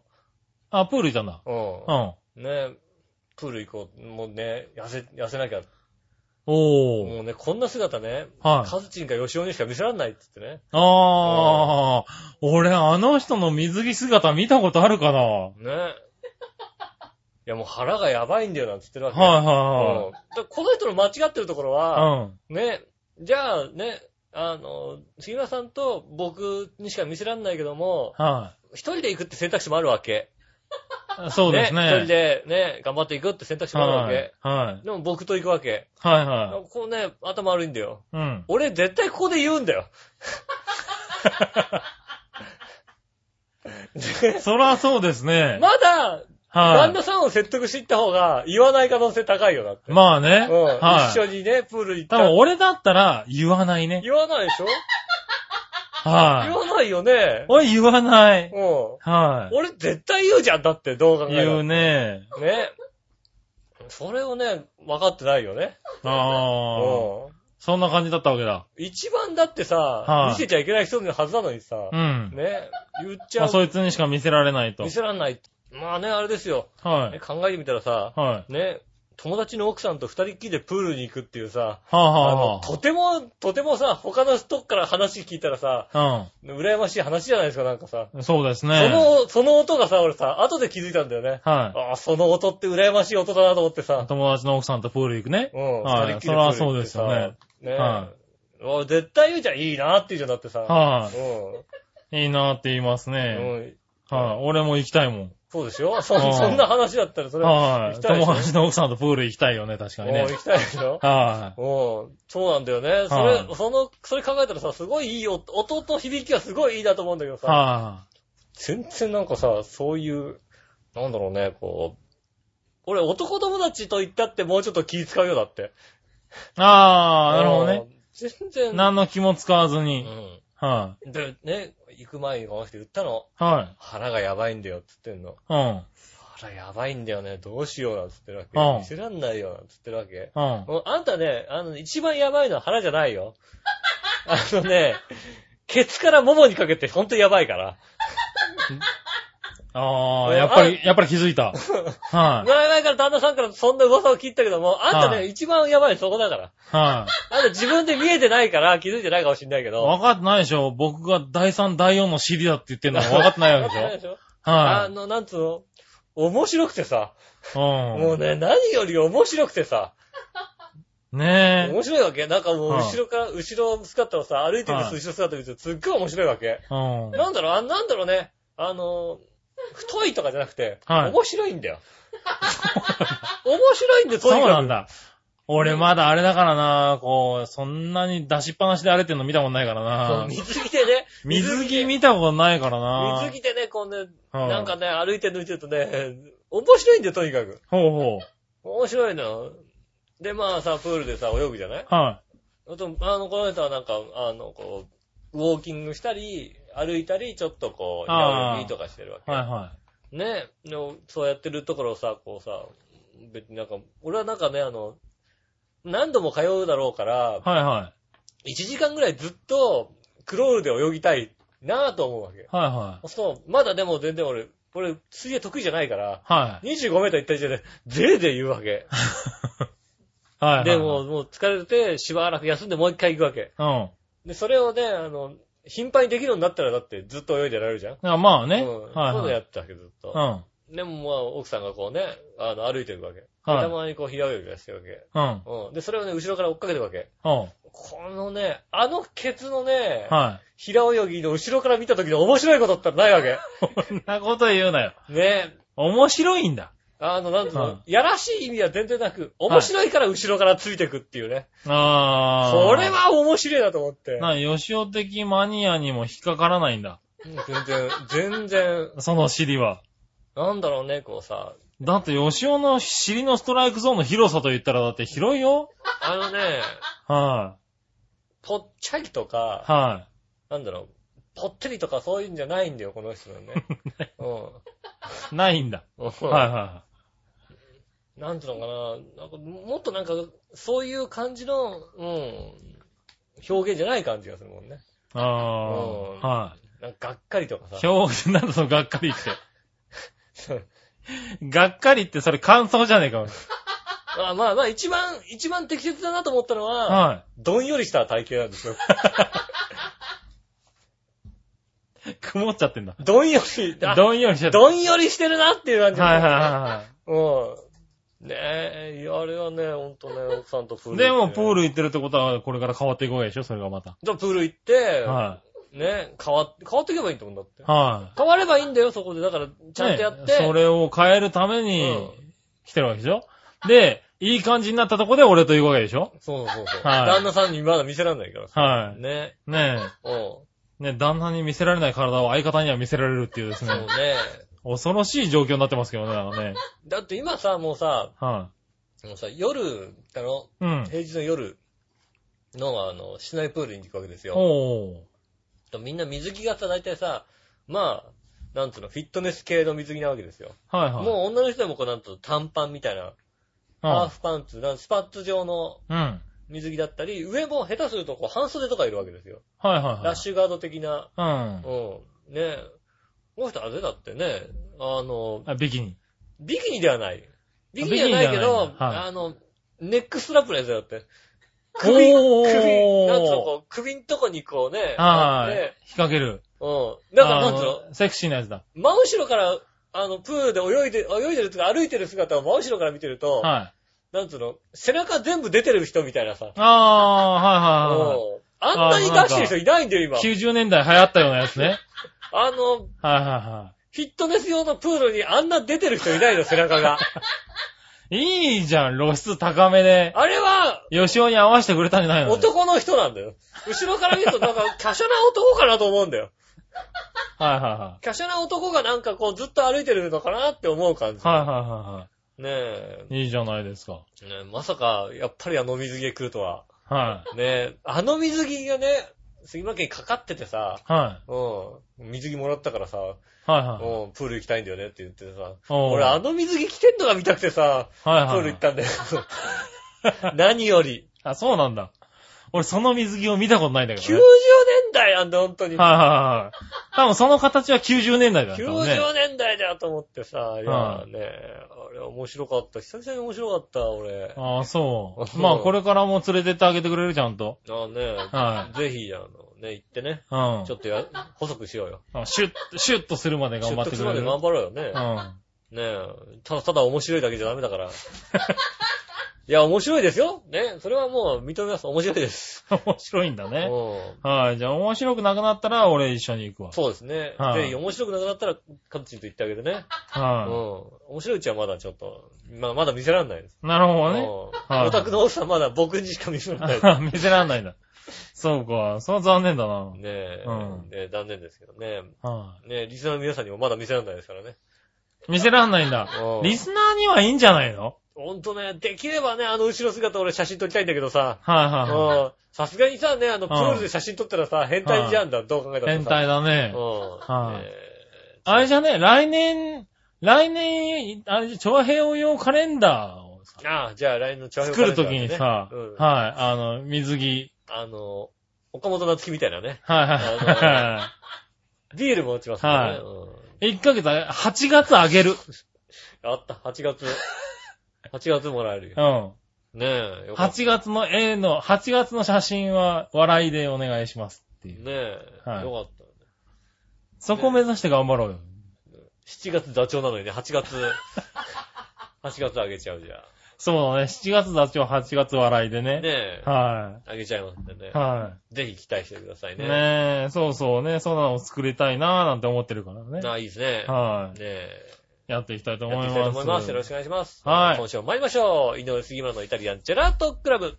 C: あ。あ、プール行ったんだ。う。
B: うんん。ねプール行こう。もうね、痩せ、痩せなきゃ。
C: おー。
B: もうね、こんな姿ね、
C: はい。
B: カズチンかヨシオにしか見せられないって言ってね。
C: ああ、俺あの人の水着姿見たことあるかなは
B: ね
C: *laughs*
B: いや、もう腹がやばいんだよ、なんて言ってるわ
C: い
B: け。
C: は
B: うんだからこの人の間違ってるところ
C: い
B: は、
C: はい。
B: ね、じゃあね、あの、杉村さんと僕にしか見せらんないけども、
C: うん。は
B: 一人で行くって選択肢もあるわけ。
C: い。そうですね。
B: 一人でね、頑張っていくって選択肢もあるわ
C: はい。
B: け。
C: はい。
B: でも僕と行くわけ。
C: はいは
B: こうね、頭悪いんだよ。
C: い。うん。
B: 俺絶対ここで言うんだ
C: *laughs*
B: よ。で
C: そらそうですね。
B: まだ、
C: は
B: 旦
C: い。
B: 那さんを説得していった方が言わない可能性高いよ、だって。
C: まあね。
B: うん一緒
C: はい。
B: にね、プール行っ
C: 多
B: た
C: 分
B: ら。
C: 俺だったら言わないね。
B: 言わないでしょ言
C: は
B: わないよね
C: い。。俺言わない。
B: うん。
C: はい。
B: 俺絶対言うじゃん、だって、どう考えた
C: 言
B: ら
C: う。ね。
B: ね。それをね、分かってないよね。う
C: ああ。
B: ん。
C: そんな感じだったわけだ。
B: 一番だってさ、
C: はい
B: 見せちゃいけない人のはずなのにさ、
C: うん。
B: ね、言っち
C: ま
B: ゃ
C: あ
B: う。
C: そいつにしか見せられないと
B: 見。せらんない。まあね、あれですよ。
C: はい
B: ね。考えてみたらさ、
C: はい。
B: ね、友達の奥さんと二人っきりでプールに行くっていうさ、
C: はあ
B: あ
C: は
B: の、とても、とてもさ、他の人から話聞いたらさ、
C: あはあ。
B: 羨ましい話じゃないですか、なんかさ。
C: うん。そうです
B: そ
C: ね。
B: の、その音がさ、俺さ、後で気づいたんだよね。
C: はい。
B: ああ、その音って羨ましい音だなと思ってさ。
C: 友達の奥さんとプール行くね。
B: うん、
C: はい
B: 二人っきりプール行ってさ
C: それはそうですよね。
B: ね
C: は
B: え。おい絶対言うじゃん、いいなって言うじゃん、だってさ。
C: は
B: う
C: い。いいなって言います
B: ん。
C: ね。
B: うん。
C: はい。俺も行きたいも
B: そうでしょ
C: は
B: そ、 *laughs*
C: い
B: そんな話だったら、そ
C: ん。
B: れ。
C: はい。
B: 行きたいでしょ
C: 友達の奥さんとプール行きたいよね、確かに
B: もう
C: ね
B: 行。きたいでしょ
C: は
B: うん。そうなんだよね。そ
C: は
B: れ、
C: い
B: その、それ考えたらさ、すごいいい音、音と響きがすごいいいなと思うんだけど
C: い。
B: さ。
C: は
B: 全然なんかさ、そういう、なんだろうね、こう。俺、男友達と言ったってもうちょっと気使うよ、だって。
C: い。ああ、なるほどね。
B: うん。全然。
C: 何の気も使わず
B: う
C: に。
B: ん。
C: は
B: で、ね、行く前にこの人言ったの。
C: い。は
B: 腹がやばいんだよ、つってんの。
C: い。うん。
B: 腹やばいんだよね、どうしようなんつってるわ
C: う
B: け。
C: ん
B: 見せらんないよ、なんつってるわけ。
C: うん。
B: もうあんたね、あの、一番やばいのは腹じゃない
C: *laughs*
B: よ。あのね、ケツからももにかけてほんとやばいから。
C: ああ、やっぱり、やっぱり気
B: *laughs*
C: づいた。はい。
B: 前々から旦那さんからそんな噂を聞いたけども、あんた
C: は
B: ね、
C: い
B: 一番やばいのそこだから。
C: は
B: あんた自分で見えてないから気づいてないかもしんないけ
C: い。
B: ど。
C: 分かってないでしょ僕が第3、第4の尻だって言ってんのは分かってないわけ
B: わかって
C: でし
B: でしょ
C: ょ
B: *laughs* あ
C: は
B: の、なんつうの面白くてさ、
C: い。
B: も
C: う
B: うね、何より面白くてさ、
C: ん。ねえ。
B: 面白いわけなんかもう
C: はい
B: 後ろから、後ろ姿をさ、歩いてる
C: はい
B: 後ろ姿見てすっごい面白いわけ。
C: うん。
B: なんだろう、あなんだろうね、あの、太いとかじゃなくて、
C: はい
B: 面白いんだよ。 *laughs* 面白いんで、と
C: そ
B: に
C: う
B: か
C: なん
B: く。
C: だ。俺まだあれだからな、こう、そんなに出しっぱなしで荒れてんの見たことないから
B: そう
C: な。
B: 水着でね、
C: 水着
B: 水
C: 見たことないからな。
B: 着でね、こうね、
C: はい
B: なんかね、歩いてるの見てるとね、面白いんだよ、とにかく。
C: ほうほ。
B: 面白いの。で、まあさ、プールでさ、泳ぐじゃないう
C: は
B: あと、あの、この人はなんか、あの、こう、ウォーキングしたり、歩いたり、ちょっとこう、いろいろ
C: あー
B: 見とかしてるわ
C: い。
B: け。
C: はいは
B: ねえ、でもそうやってるところをさ、こうさ、別になんか、俺はなんかね、あの、何度も通うだろうから
C: い。、はいは
B: 1時間ぐらいずっとクロールで泳ぎたいなぁと思うわけ。
C: い。はいは
B: そう、まだでも全然俺、俺、水泳得意じゃないから、
C: い。はい。
B: 25メートル行った時点で、ぜーぜー言うわ
C: *laughs*
B: け。
C: はいはい。
B: で、もう、もう疲れて、しばらく休んでもう一回行くわけ。
C: うん。
B: で、それをね、あの、頻繁にできるようになったらだってずっと泳いでられるじゃん。
C: いやまあね。
B: うん。
C: はい
B: そういうの
C: は
B: や
C: い。
B: ってたわけ、ずっと。
C: うん。
B: でもまあ、奥さんがこうね、あの、歩いてるわけ。
C: はい
B: たまにこう、平泳ぎがしてるわけ。
C: うん。
B: うん。で、それをね、後ろから追っかけてるわけ。
C: うん。
B: このね、あのケツのね、
C: は
B: 平泳ぎの後ろから見た時の面白いことってないわ
C: *laughs*
B: け。
C: い。こんなこと言うなよ。
B: ねえ。
C: 面白いんだ。
B: あの、なんつう
C: は
B: の、やらしい意味は全然なく、面白いから後ろからついてくっていうね。
C: あー。
B: これは面白いなと思って。
C: な、吉尾的マニアにも引っかからないんだ。
B: うん全然、全然、
C: その尻は。
B: なんだろうね、こうさ、
C: だって、吉尾の尻のストライクゾーンの広さと言ったらだって広いよ
B: あのね、
C: は
B: ぽっちゃりと
C: い、
B: か、
C: は
B: なんだろう、ぽってりとかそういうんじゃないんだよ、この人は
C: *laughs*
B: ね。う
C: い、ないんだ。
B: ん。
C: はいはいは
B: なんていうのかな、なんかもっとなんか、そういう感じの、うん、表現じゃない感じがするもんね。
C: い。ああ、はい。
B: なんかがっかりとかさ。
C: 表現なんだそのがっかりって。がっかりってそれ感想じゃねえか。
B: まあまあまあ、一番、一番適切だなと思ったのは、
C: は
B: どんよりした体型なんですよ。 *laughs*
C: い。曇っちゃってんだ。
B: どんより、あ
C: *laughs* どんよりしちゃった。
B: どんよりしてるなっていう感じ。
C: はいはいは
B: うん。ねえ、いやあれはね、ほんとね、奥さんとプ
C: い
B: ー
C: はい。
B: ル。
C: でも、プー。ル行ってるってことは、これから変わっていくわけでしょそれがまた。
B: じゃあプール行って、
C: は
B: ね、変わっ、変わっていけばいいんだもんだって
C: い。。は
B: 変わればいいんだよ、そこで。だから、
C: い。
B: ちゃんとやって。
C: ねそれを変えるために、来てるわけでしょで、いい感じになったとこで俺と行くわけでしょ
B: そうそうそう。
C: はい
B: 旦那さんにまだ見せられないからさ。
C: は
B: ね。
C: い。ね
B: うん。
C: え。ねえ、旦那に見せられない体を相方には見せられるっていうです
B: そう
C: ね、
B: ね。
C: 恐ろしい状況になってますけどね、あのね。
B: だって今さ、もうさ、
C: は
B: もうさ、夜、あの、
C: い。うん。
B: 平日の夜の、あの、室内プールに行くわけですよ。
C: おー。
B: とみんな水着がさ、大体さ、まあ、なんつうの、フィットネス系の水着なわけですよ。
C: はいはい。
B: もう女の人でもこう、なんつうの、短パンみたいな、
C: う
B: ハーフパンツ、なんスパッツ状の
C: ん。うん。
B: 水着だったり、上も下手するとこう、半袖とかいるわけですよ。
C: はいはいは
B: ラッ
C: い。
B: シュガード的な、
C: う。
B: うんん。ねえ。この人あれだってね、あの、
C: あ、ビキニ。
B: ビキニではない。ビキニではないけ
C: ビキ
B: ど
C: ニ、ではないんだはい
B: あの、ネックストラップのやつだって。首、首、
C: おー
B: なんつうの、こう、首んとこにこうね、あ
C: は
B: っ
C: い。引って掛ける。
B: うん。だからなんつうの、
C: あのセクシーなやつだ。
B: 真後ろから、あの、プールで泳いで、泳いでるとか歩いてる姿を真後ろから見てると、
C: はい。
B: なんつうの、背中全部出てる人みたいなさ。
C: あー、はいはいはいは
B: うんあんなに出してる人いないんだよ、今
C: い。。90年代流行ったようなや
B: *laughs*
C: つね。
B: あの、
C: はいは
B: フィットネス用のプールにあんな出てる人いないの、背中が。
C: いはい。いいじゃん、露出高めで。
B: あれは、
C: 吉尾に合わせてくれたんじゃないの
B: 男の人なんだよ。後ろから見ると、
C: *laughs*
B: なんか、華奢な男かなと思うんだよ。
C: はいは
B: 華奢な男がなんかこう、ずっと歩いてるのかなって思う感じ。
C: いはい。はいはいは
B: ねえ。
C: いはい。いいじゃないですか。
B: ねえまさか、やっぱりあの水着で来るとは。
C: は
B: ねえ、あの水着がね、杉村家にかかっててさ、
C: い。は
B: うん、水着もらったからさ、
C: い。はいうはい。
B: ん、プール行きたいんだよねって言ってさ、
C: おー
B: 俺あの水着着てんのが見たくてさ、プ
C: はい
B: ー
C: はい
B: ル行
C: は
B: っ
C: い。
B: たんだ
C: *laughs*
B: よ。何より。
C: あ、そうなんだ。俺その水着を見たことないんだけ
B: 90
C: ど
B: 年
C: ね。
B: 代なんだ、本当に。
C: はいはいはい。多分その形は90年代だったもんね。
B: 90年代だと思ってさ、いや
C: う
B: ね、あれ面白かった。久々に面白かった、俺。あ
C: ああ、そ。
B: そうう
C: まあ、これからも連れてってあげてくれる、ちゃんと。
B: あ
C: は
B: ね、ぜひ、あの、ね、行ってね、
C: うん。
B: ちょっとや、細くしようよ。
C: あシュッ、シュッとするまで頑張って
B: 出
C: く
B: ま
C: れ
B: で
C: る。
B: 頑張ろうよね
C: う。ん。
B: ねえ、ただただ面白いだけじゃダメだから。い *laughs* や、面白いですよ。ね、それはもう認めます。面白いです。
C: 面白いん *laughs* だね。
B: うん
C: はい。じゃあ、面白くなくなったら、俺一緒に行くわ。
B: そうですね。
C: はい
B: ぜひ面白くなくなったら、カプチンと言ってあげてね。うん。
C: は
B: 面白いうちはまだちょっと、まあまだ見せられないです。
C: い。なる
B: う
C: ほ
B: ん
C: どね。はい
B: オタクの奥さんまだ僕にしか見せられないです。
C: *laughs* 見せらんないんだ。そうか。それは残念だな。
B: ねえ、
C: うん
B: ねえ残念ですけどね。
C: は
B: ねえ、リスナーの皆さんにもまだ見せられないですからね。
C: い。見せらんないんだ。
B: うん
C: リスナーにはいいんじゃないの
B: ほんとね、できればね、あの後ろ姿俺写真撮りたいんだけどさ、
C: はい
B: うん
C: は
B: さすがにさ、ね、あの、プールで写真撮ったらさ、変態じゃんだ、どう考え
C: い
B: た
C: は
B: ら
C: い。
B: さ。
C: 変態だね
B: う。ん。
C: は
B: ね
C: い
B: え
C: あれじゃね、来年、来年、あれじゃ、長平応用カレンダーをさ
B: ああ、じゃあ、LINE の調
C: 作るときにさ、
B: うん
C: はい、あの、水着、
B: あの、岡本夏樹みたいなね。
C: はい
B: あ
C: *laughs* は
B: ビールも落ちますからね。
C: は
B: うん
C: い。1ヶ月あ、8月あげる。
B: あった、8月。8月もらえるよ
C: う。ん。
B: ねえ、よかった。
C: 8月の A の、8月の写真は笑いでお願いしますっていう。
B: ねえ、
C: はい
B: よかった。
C: そこを目指して頑張ろうよ。
B: 7月座長なのにね、8月。8月あげちゃうじゃん。
C: そうだね。7月座長、8月笑いでね。
B: ねえ。
C: は
B: あげちゃいますんでね
C: い。。は
B: ぜひ期待してください
C: い。
B: ね。
C: ねえ、そうそうね。そんなのを作りたいなぁなんて思ってるからね。
B: ああ、いいですね。
C: は
B: ねえ。
C: い。やっていきたいと
B: やっ
C: 思
B: て
C: い
B: いきたいと思
C: ま
B: い
C: す。
B: ます。よろしくお願いします。
C: はい
B: 今週も参りましょう。井上杉村のイタリアンジェラートクラブ。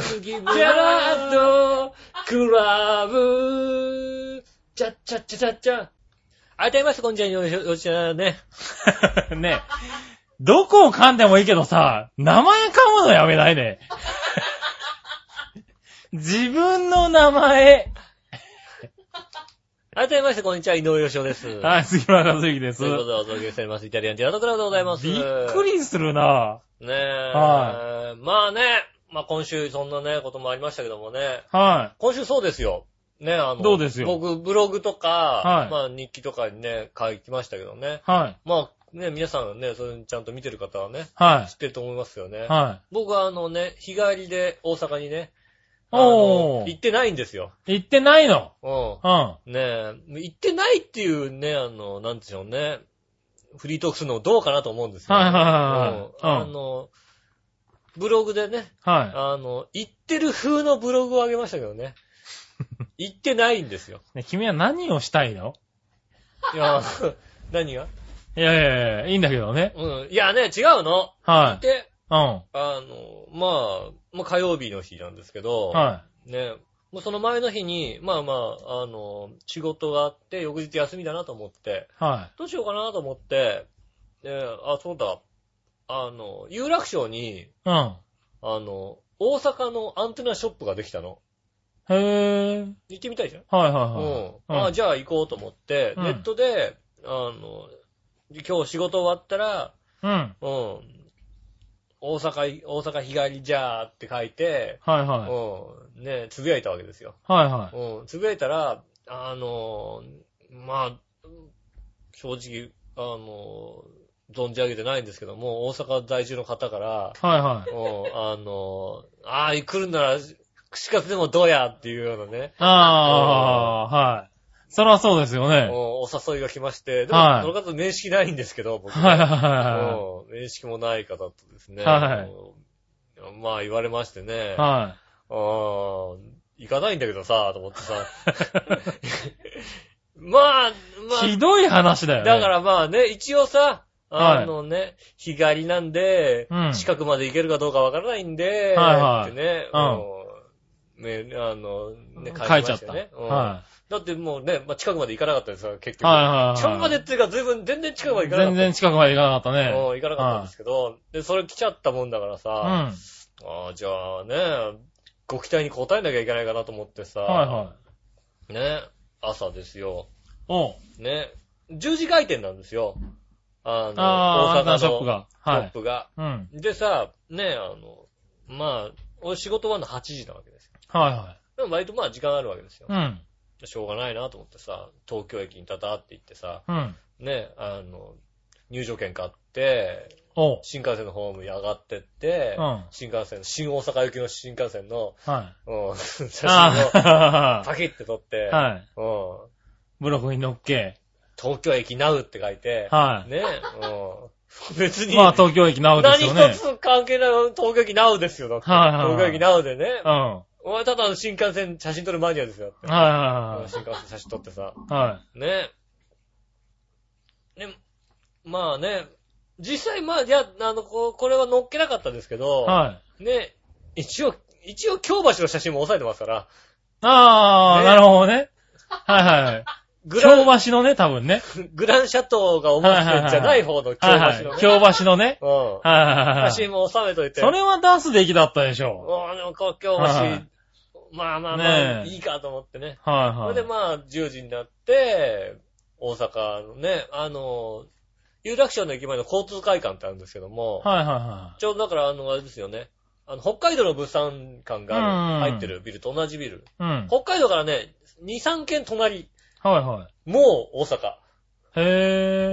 B: ートクラブチャッチャッチャチャッチャあいたいます、こんにちは、よちらね。
C: *laughs* ねどこを噛んでもいいけどさ、名前噛むのやめないね。 *laughs* 自分の名前。
B: あいたいまして、こんにちは、井上芳雄です。。
C: はいい、杉村和
B: *laughs*
C: 之です。
B: ということで、お届けしております、イタリアンティラトクラブでございます。
C: びっくりするな
B: ねえ。
C: は
B: まあね、まあ今週そんなね、こともありましたけどもね。
C: は
B: 今週そうですよ。ね、あの、
C: どうですよ
B: 僕、ブログとか、
C: はい
B: まあ日記とかにね、書きましたけどね。
C: い。はい。
B: まあね、皆さんね、それちゃんと見てる方はね、
C: は
B: 知ってると思いますよね。
C: い。は
B: 僕はあのね、日帰りで大阪にね、あ
C: おー
B: の行ってないんですよ。
C: い。言ってないの。
B: うん。
C: うん。
B: ねえ、行ってないっていうね、あの、なんでしょうね、フリートークするのどうかなと思うんですよ。
C: はいはい
B: うん
C: はいはい
B: あの、ブログでね、
C: は
B: あの、行ってる風のブログを上げましたけど
C: *laughs*
B: ね。行ってないんですよ。
C: い。ね君は何をしたいの
B: いや、 *laughs* 何が
C: いやいやいや、いいんだけどね。
B: うん。いやね、違うの。
C: は
B: で、
C: い。うん。
B: あの、まあ、まあ火曜日の日なんですけど、
C: は
B: ね、もうその前の日に、まあまあ、あの、仕事があって、翌日休みだなと思って、
C: い。は
B: どうしようかなと思って、ね、あ、そうだ、あの、有楽町に、
C: い。うん。
B: あの、大阪のアンテナショップができたの。
C: へぇー。
B: 行ってみたいじゃん。
C: はいはい
B: うん。
C: はい。
B: あ、じゃあ行こうと思って、
C: うん
B: ネットで、あの、今日仕事終わったら、
C: うん。うん。
B: うん、大阪、大阪日帰りじゃーって書いて、
C: はいは
B: うん、ね、つぶやいたわけですよ。
C: い。はいはい。
B: うん、つぶやいたら、あの、まあ、正直、あの、存じ上げてないんですけども、大阪在住の方から、
C: はいはい。
B: うん、あの、ああ、来るなら、串カツでもどうやっていうようなね、
C: ああ、はい。そらそうですよね。
B: おお誘いが来まして、で
C: は
B: も、
C: い
B: その方面識ないんですけど、僕。
C: はいはいは
B: うん面識もない方とですね。
C: はい
B: うんまあ言われましてね
C: い。。は
B: あー行かないんだけどさ、と思って
C: *laughs*
B: さ。まあ、ま
C: い。ひどい話だよ
B: あ、
C: ね。
B: だからまあね、一応さ、
C: はい
B: あのね、日帰りなんで
C: う、ん
B: 近くまで行けるかどうかわからないんで、
C: はいはい
B: ってね、
C: うん
B: うんね、あの、ね、
C: 書いちゃ
B: ま
C: っ
B: して
C: た。
B: ね。うん
C: は
B: だってもうね、まあ、近くまで行かなかったですよ、結
C: い。
B: 局。
C: はいはいはい。
B: 近くまでっていうか、随分、全然近くまで行かなか
C: 全
B: った。
C: 然近くまで行かなかったね。
B: うん行かなかったんですけど、で、それ来ちゃったもんだからさ、
C: うん。
B: あ
C: は
B: あじゃあね、ご期待に応えなきゃいけないかなと思ってさ、
C: いはい。
B: ね、朝ですよ、
C: おう。
B: ね、10時開店なんですよ。あの、
C: ああ、ア
B: 大
C: ン
B: 阪
C: ダ
B: の
C: ーショップが。は
B: ショッ
C: い。
B: プが
C: うん。
B: でさ、ね、あの、まあ、俺仕事終わるの8時なわけですよ。
C: は
B: でも割とまあ時間あるわけですよ
C: いはい。う。ん。
B: しょうがないなと思ってさ、東京駅にタタって行ってさ、
C: うん。
B: ね、あの、入場券買って、
C: おう。
B: 新幹線のホームに上がってって、
C: うん
B: 新幹線、新大阪行きの新幹線の、
C: はい。
B: うん、写真を
C: あ
B: パキって撮って、
C: あ、 *laughs* はい。
B: うん、
C: ブログに乗っけ。
B: 東京駅ナウって書いて、
C: はい。
B: ね、うん、 *laughs* 別に、
C: まあ、東京駅なおで
B: 何
C: すよね。
B: 一つ関係ない東京駅ナウですよ、だって。
C: はいはいはい
B: 東京駅ナウでね、
C: うん。は
B: お前ただの新幹線写真撮るマニアですよ、
C: い
B: だって。
C: は
B: 新幹線写真撮ってさ、
C: いはい。は
B: ね。ね、まあね、実際まあ、いや、あの、ここれは乗っけなかったですけど、
C: い。はい。
B: ね、一応、一応京橋の写真も押さえてますから、
C: ああ、
B: ね
C: なるほどね。はいはい。
B: グラン、
C: 京橋のね、多分ね。
B: グランシャトーが思ってんじゃない方の京
C: はい
B: 橋の
C: はい。
B: ね。
C: 京橋のね。
B: うん。
C: はいはいはいは
B: 写
C: い。
B: 真も収めといて。
C: それは出すべきだったでし
B: うん、
C: ょ
B: でもこう京橋
C: はい、
B: まあまあまあ、
C: ねえ
B: いいかと思ってね。
C: う。はい
B: そ
C: は
B: れ
C: い。
B: でまあ、10時になって、大阪のね、あの、有楽町の駅前の交通会館ってあるんですけども、
C: はいは
B: ちょうどだから、あの、あれですよね。あの、北海道の物産館がある入ってるビルと同じビル。
C: いはい。うん。
B: 北海道からね、2、3軒隣、
C: はいは
B: もう大阪。
C: い。へぇ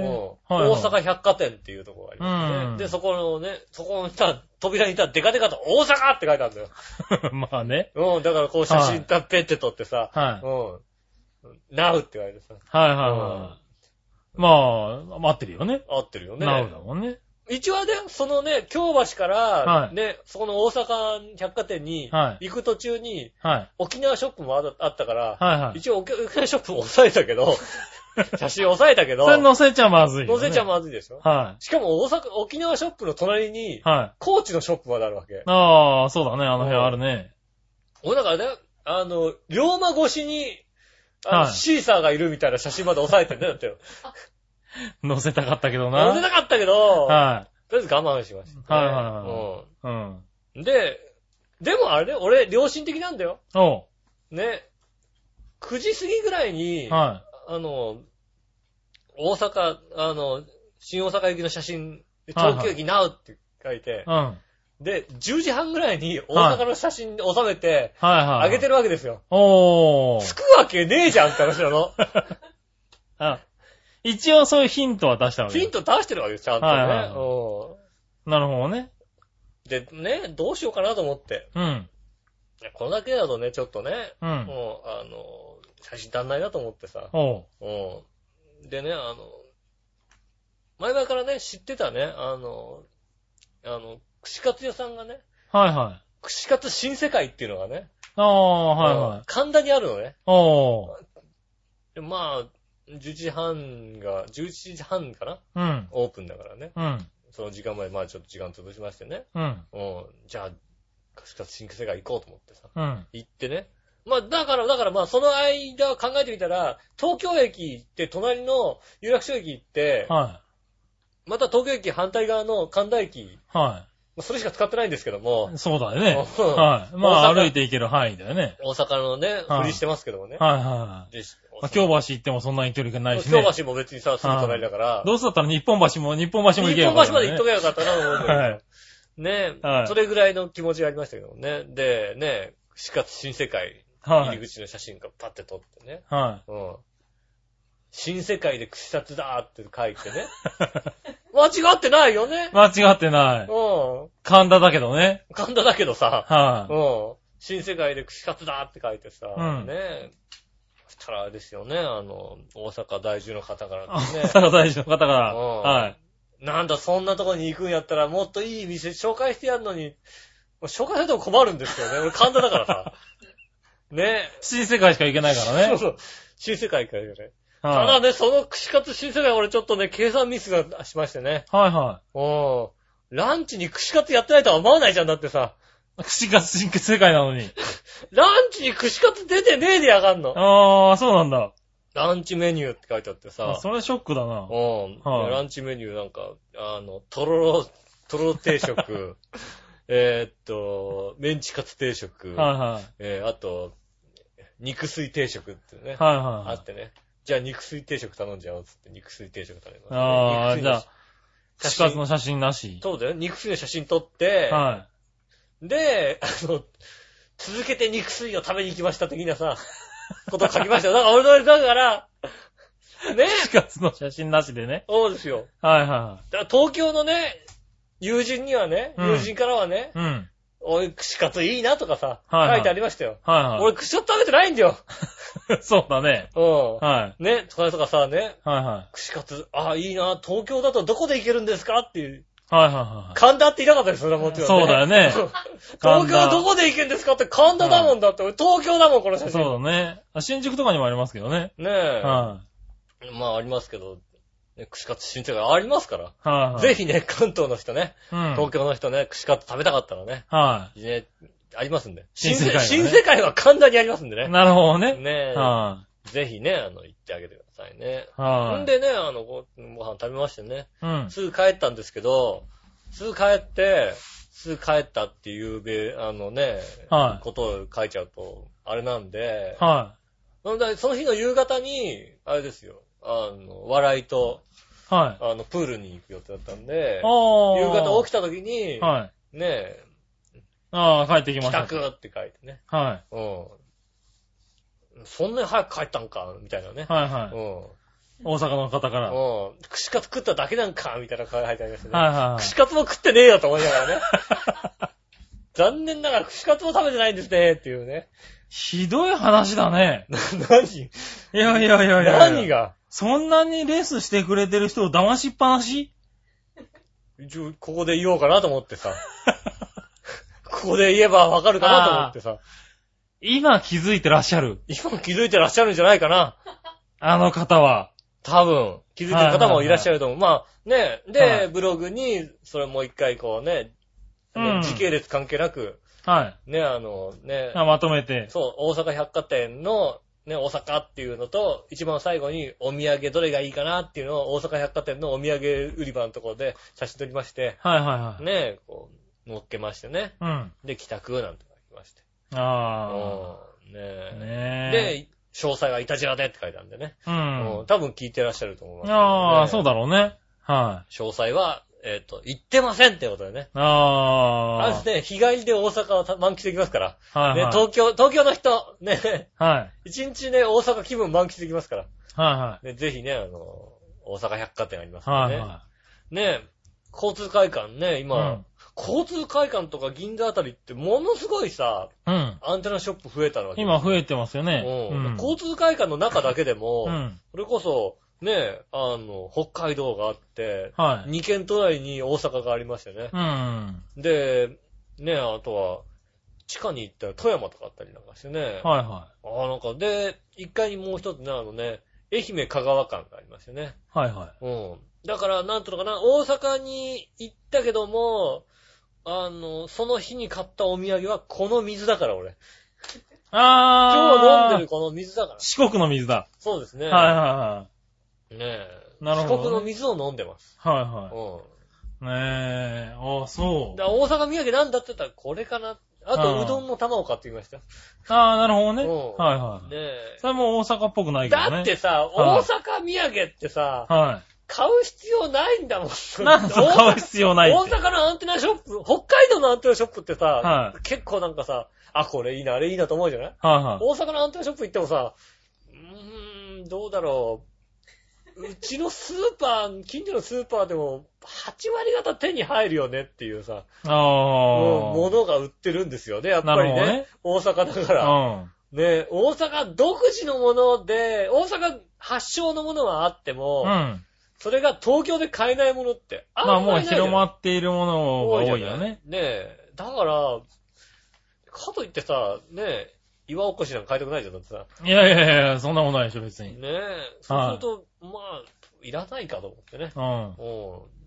B: う
C: ー。
B: ん
C: はいはい
B: 大阪百貨店っていうところがあります
C: うん
B: ね。で、そこのね、そこのさ、扉にさ、デカデカと大阪って書いてあるんだよ。
C: *laughs* まあね。
B: うん、だからこう写真たっぺって撮ってさ、
C: はい。
B: うん。なうって言われてさ、
C: はいはいはい。まあ、待ってるよね。
B: 合ってるよね。
C: なるほどもんね。
B: 一応ね、そのね、京橋か
C: は
B: ら、
C: い
B: ね、そこの大阪百貨店に
C: は
B: 行く途中に、
C: はい。
B: 沖縄ショップもああったから、
C: はいはい。 *laughs*
B: 一応沖沖縄ショップも押さえたけど、写真押さえたけど、
C: それ乗せちゃまずいよ
B: 載
C: ね。
B: せちゃまずいでしょ
C: は
B: しかも大阪、沖縄ショップの隣に
C: い。、はい。
B: 高知のショップまであるわけ。
C: ああ、そうだね。あの部屋あるね。
B: 俺だからね、あの、龍馬越しに、あの
C: はい
B: シーサーがいるみたいな写真まで押さえてんだよ、だ
C: *laughs*
B: って。
C: 乗せたかったけど
B: 載せ
C: な。
B: なかったけど、
C: は
B: とりあえず我慢しました、
C: はいはいはいは
B: う
C: い。うん。
B: んで、でもあれね、俺、良心的なんだよ。
C: お
B: ね。9時過ぎぐらいに、
C: う。は
B: あの、大阪、あの、新大阪行きの写真、東京駅 NOW って書いて
C: い。う、ん。はい
B: で、10時半ぐらいに大阪の写真収めて、
C: はい。
B: あげてるわけですよ。
C: お
B: つ
C: ー。
B: くわけねえじゃんって話なの。
C: あ、一応そういうヒントは出したわけ。
B: ヒント出してるわけです、ちゃんと
C: はいはい
B: ね
C: は
B: う
C: い
B: ん。
C: なるほどね。
B: で、ね、どうしようかなと思って。
C: うん。
B: いやこれだけだとね、ちょっとね、
C: うん。
B: もう、あの、写真足んないなと思ってさ。
C: おう。
B: うん。でね、あの、前々からね、知ってたね、あの、あの、串カツ屋さんがね、
C: はいはい。
B: 串カツ新世界っていうのがね、
C: ああ、はいは
B: うん
C: い。
B: 神田にあるのね。
C: おう。
B: でまあ、11時半が、11時半かな
C: うん。
B: オープンだからね。
C: うん。
B: その時間まで、まあちょっと時間潰しましてね。
C: うん。
B: うん。じゃあ、串カツ新世界行こうと思ってさ。
C: うん。
B: 行ってね。まあ、だから、だから、まあ、その間考えてみたら、東京駅行って、隣の有楽町駅行って、
C: は
B: また東京駅反対側の神田駅、
C: い。は
B: まあそれしか使ってないんですけども
C: い。、そうだよね。
B: うん
C: はい。ま
B: 大阪
C: あ、歩いていける範囲だよね。
B: 大阪のね、
C: はい
B: ふりしてますけどもね。
C: はいはいはい。
B: で
C: まあ、京橋行ってもそんなに距離がないしね。
B: 京橋も別にさ、すぐ隣だから、
C: どうせだったら日本橋も、日本橋も
B: 日
C: 行けば
B: 本
C: よかっ
B: 橋
C: た
B: ま
C: ね
B: で行っとけばよかったなと思うんだけど。
C: はい
B: ねえ、
C: はい
B: それぐらいの気持ちがありましたけどもね。で、ねえ、死活新世界、
C: は
B: 入り
C: い。
B: 口の写真がパッて撮ってね。
C: は
B: うん。新世界で串殺だーって書いて
C: *laughs*
B: ね。間違ってないよね
C: い。。間違って
B: う
C: ない。
B: ん。
C: 神田だけどね。
B: 神田だけどさ。
C: は *laughs*
B: う
C: い。
B: ん。新世界で串カツだーって書いてさ、
C: うん
B: ねえ。そしたらあれですよね、あの、大阪在住の方から
C: 大
B: ですね。
C: 阪大臣の方から。
B: うん
C: はい。
B: なんだ、そんなとこに行くんやったら、もっといい店紹介してやるのに、紹介されても困るんですよね。俺神田だから
C: *laughs*
B: さ。ね
C: 新世界しか行けないか
B: え。
C: ら
B: そう
C: ね。
B: そう。新世界からよね。ただ
C: はい。
B: ね、その串カツ新世界俺ちょっとね、計算ミスがしましてね。
C: はいは
B: うん。ランチに串カツやってないとは思わないじゃんだってさ。
C: い。串が新世界なのに。
B: ランチに串カツ出てねえでやがんの。
C: ああ、そうなんだ。
B: ランチメニューって書いてあってさ。
C: それショックだな。
B: うん。
C: はい
B: ランチメニューなんか、あの、とろろ、とろろ定
C: *laughs*
B: 食、えーっと、メンチカツ定食、
C: はいはい。
B: えーあと、肉水定食っていうね、
C: はい
B: あ
C: は
B: ってね。じゃあ肉水定食頼んじゃおうっつって肉水定食頼みます、ね。
C: あー
B: 肉水
C: じゃあい。
B: 写
C: 串カツ
B: 真
C: の写真なし。
B: そうだよ。肉水の写真撮って、
C: は
B: で、あの、続けて肉水を食べに行きました的な
C: *laughs*
B: さ、ことを書きましたよ。だから俺の、だから、ね
C: い。串カツの写真なしでね。
B: そうですよ。
C: はいは
B: だから東京のね、友人にはね、
C: うん
B: 友人からはね、
C: い。うん。
B: おい、串カツいいなとかさ、
C: はいはい
B: 書いてありましたよ。
C: はい
B: 俺、串カツ食べてないんだよ。
C: はい。そうだね。
B: う
C: は
B: ん。ね、とかとかさ、ね、
C: い。はいは
B: 串カツ、あ、いいな、東京だとどこで行けるんですかっていう、
C: い。はいは
B: 神田っていなかったですよ、それはもち
C: いはい。
B: ろん、
C: そうだよ
B: ね。 *laughs*
C: ね。
B: 東京どこで行けるんですかって神田だもんだって、俺東京だもん、この写真。
C: そうだね。あ新宿とかにもありますけどね。
B: ねえ。
C: は
B: まあ、ありますけど、ね串カツ新茶がありますから。
C: い。はいはい。
B: ぜひね、関東の人ね、
C: うん。
B: 東京の人ね、串カツ食べたかったらね、
C: は
B: ね、ありますんで。
C: 新世界はね
B: 新世界は神田にありますんで
C: い。
B: ね。
C: なるほどね。
B: ねえ。
C: は
B: ぜひね、あの、行ってあげてくださいね。
C: い。は
B: ん
C: い。
B: でね、あの、ごご飯食べましてね、
C: うん。
B: すぐ帰ったんですけど、すぐ帰って、すぐ帰ったっていうべ、あのね、
C: はい
B: ことを書いちゃうと、あれなんで、
C: は
B: なのでその日の夕方に、あれですよ、あの、笑いと、
C: い。はい。
B: あの、プールに行く予定だったんで、
C: おー。
B: 夕方起きた時に、
C: はい。
B: ねえ、
C: ああ、帰ってきま
B: 帰
C: した。
B: 宅って書いてね、
C: はい。
B: うん。そんなに早く帰ったんか、みたいなね。
C: はいは
B: う
C: い。
B: ん。
C: 大阪の方から。はい
B: うん。串カツ食っただけなんか、みたいな顔が入ってありましたね。
C: は
B: 串カツも食ってねえよと思いながらね。
C: *laughs*
B: 残念ながら串カツも食べてないんですね、っていうね。
C: い。ひどい話だね。
B: 何
C: いやいやいやいや。
B: 何が
C: そんなにレースしてくれてる人を騙しっぱなし
B: 一応ここで言おうかなと思ってさ。ここで言えばわかるかなと思ってさ。
C: 今気づいてらっしゃる。
B: 今気づいてらっしゃるんじゃないかな。
C: あの方は。
B: 多分、気づいてる方もいらっしゃると思う。まあ、ね、で、
C: はい
B: ブログに、それもう一回こうね、
C: うん
B: 時系列関係なく、
C: はい。
B: ね、あの、ね、
C: あまとめて。
B: そう、大阪百貨店の、ね、大阪っていうのと、一番最後にお土産どれがいいかなっていうのを、大阪百貨店のお土産売り場のところで写真撮りまして、
C: はいはいはい。
B: ね、こう、乗っけましてね。
C: うん。
B: で、帰宅なんて書きまして。
C: あ
B: うんね
C: あ。ねえ。
B: で、詳細はいたじらでって書いてあるんでね。
C: う
B: うん
C: ん。
B: 多分聞いてらっしゃると思います、
C: ああ、そう
B: だ。
C: だろうね。はい。
B: 詳細は、えっ、と、言ってませんってことでね。あれで
C: あ
B: すね、日帰りで大阪をた満喫できますから。
C: あ。はい
B: ね、
C: はい。
B: 東京、東京の人、ね、 *laughs*
C: はい。
B: 一日ね、大阪気分満喫できますから。
C: は
B: ね、ぜひね、あの、大阪百貨店あります
C: い
B: か
C: は
B: ら
C: い。はい
B: ね。
C: は
B: ね、交通会館ね、
C: い。
B: 今、交通会館とか銀座あたりってものすごいさ、
C: うん。うん。
B: アンテナショップ増えたの
C: 今増えてますよね。
B: うん
C: うん。
B: 交通会館の中だけでも、
C: うん。
B: それこそ、ね、あの、北海道があって、
C: はい。
B: 2県隣に大阪がありましたよね。
C: うん。
B: で、ね、あとは、地下に行ったら富山とかあったりなんかしてね。
C: はいは
B: ああ、なんか、で、1階にもう一つね、あのね、愛媛香川間がありましたよね。
C: い。はいは
B: うん。だから、なんとのかな、大阪に行ったけども、あの、その日に買ったお土産はこの水だから、俺。
C: い。
B: 今日
C: ああ。
B: 飲んでるこの水だから。
C: 四国の水だ。
B: そうですね。
C: はいは
B: ねえ。
C: なるほど
B: 四
C: ね
B: 国の水を飲んでます。
C: いはい。は
B: うん
C: い。はい。ねえ。ああ、そう。
B: だから大阪土産なんだって言ったらこれかな。あ
C: う
B: と、
C: ん
B: うどんの玉を買ってきました。ね
C: ああ、なるほどね。
B: うん
C: はいはい。
B: え。
C: それも大阪っぽくないけどね。
B: だって、さ、
C: は
B: 大
C: い
B: 阪土産ってさ、
C: は
B: 買う必要ないんだもん。
C: い。なんと買う必要ない
B: 大
C: って。
B: 阪のアンテナショップ、北海道のアンテナショップってさ、
C: は
B: 結構なんかさ、あ、これいいな、あれいいなと思うじゃない
C: はいはい。
B: 大阪のアンテナショップ行ってもさ、うーん、どうだろう。うちのスーパー、近所のスーパーでも、8割方手に入るよねっていうさ、
C: ああ。
B: もうも
C: も
B: のが売ってるんですよね、やっぱ
C: なる
B: り
C: ほ
B: ね。
C: どね。
B: 大阪だか
C: う
B: ら。
C: ん。
B: ね、大阪独自のもので、大阪発祥のものはあっても、
C: うん。
B: それが東京で買えないものって、あん
C: まあ
B: り
C: もう
B: ないじゃない
C: 広まっているものが多い
B: じ
C: よ
B: ゃない
C: ね。。
B: ねえ。だから、かといってさ、ねえ、岩おこしなんか買いたくないじゃん、だってさ。
C: いやいやいや、そんなもんないでしょ、別に。
B: ねえ。そうすると、まあ、いらないかと思ってね。
C: うん。あ
B: うん。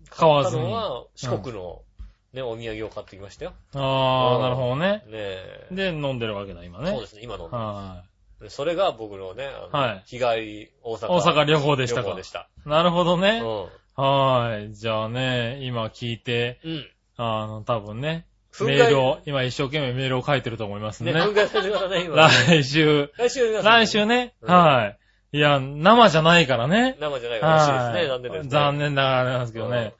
C: 買わずに
B: 買ったのは、四国の、ね、お土産を買ってきましたよ。
C: あ
B: う
C: ー、
B: ん
C: なるほどね。
B: ねえ。
C: で、飲んでるわけだ、今ね。
B: そうですね、今の。
C: は
B: それが僕のね、あの
C: はい
B: 日帰り大
C: い。
B: 阪。
C: 大阪旅行でした
B: 旅行
C: か
B: で。した。
C: なるほど
B: う
C: ね。
B: ん。
C: はーい。じゃあね、今聞いて、
B: うん。
C: あの、多分ね、
B: 憤慨
C: メールを、今一生懸命メールを書いてると思います
B: ね、
C: ね。
B: 考えされてくださいね、今。
C: *laughs* 来週、
B: 来週皆さん
C: 来週ね、
B: うん
C: はい。いや、生じゃないからね。
B: 生じゃないから
C: は
B: 嬉しいですね、残念ですね。
C: 残念ながらなんですけどね。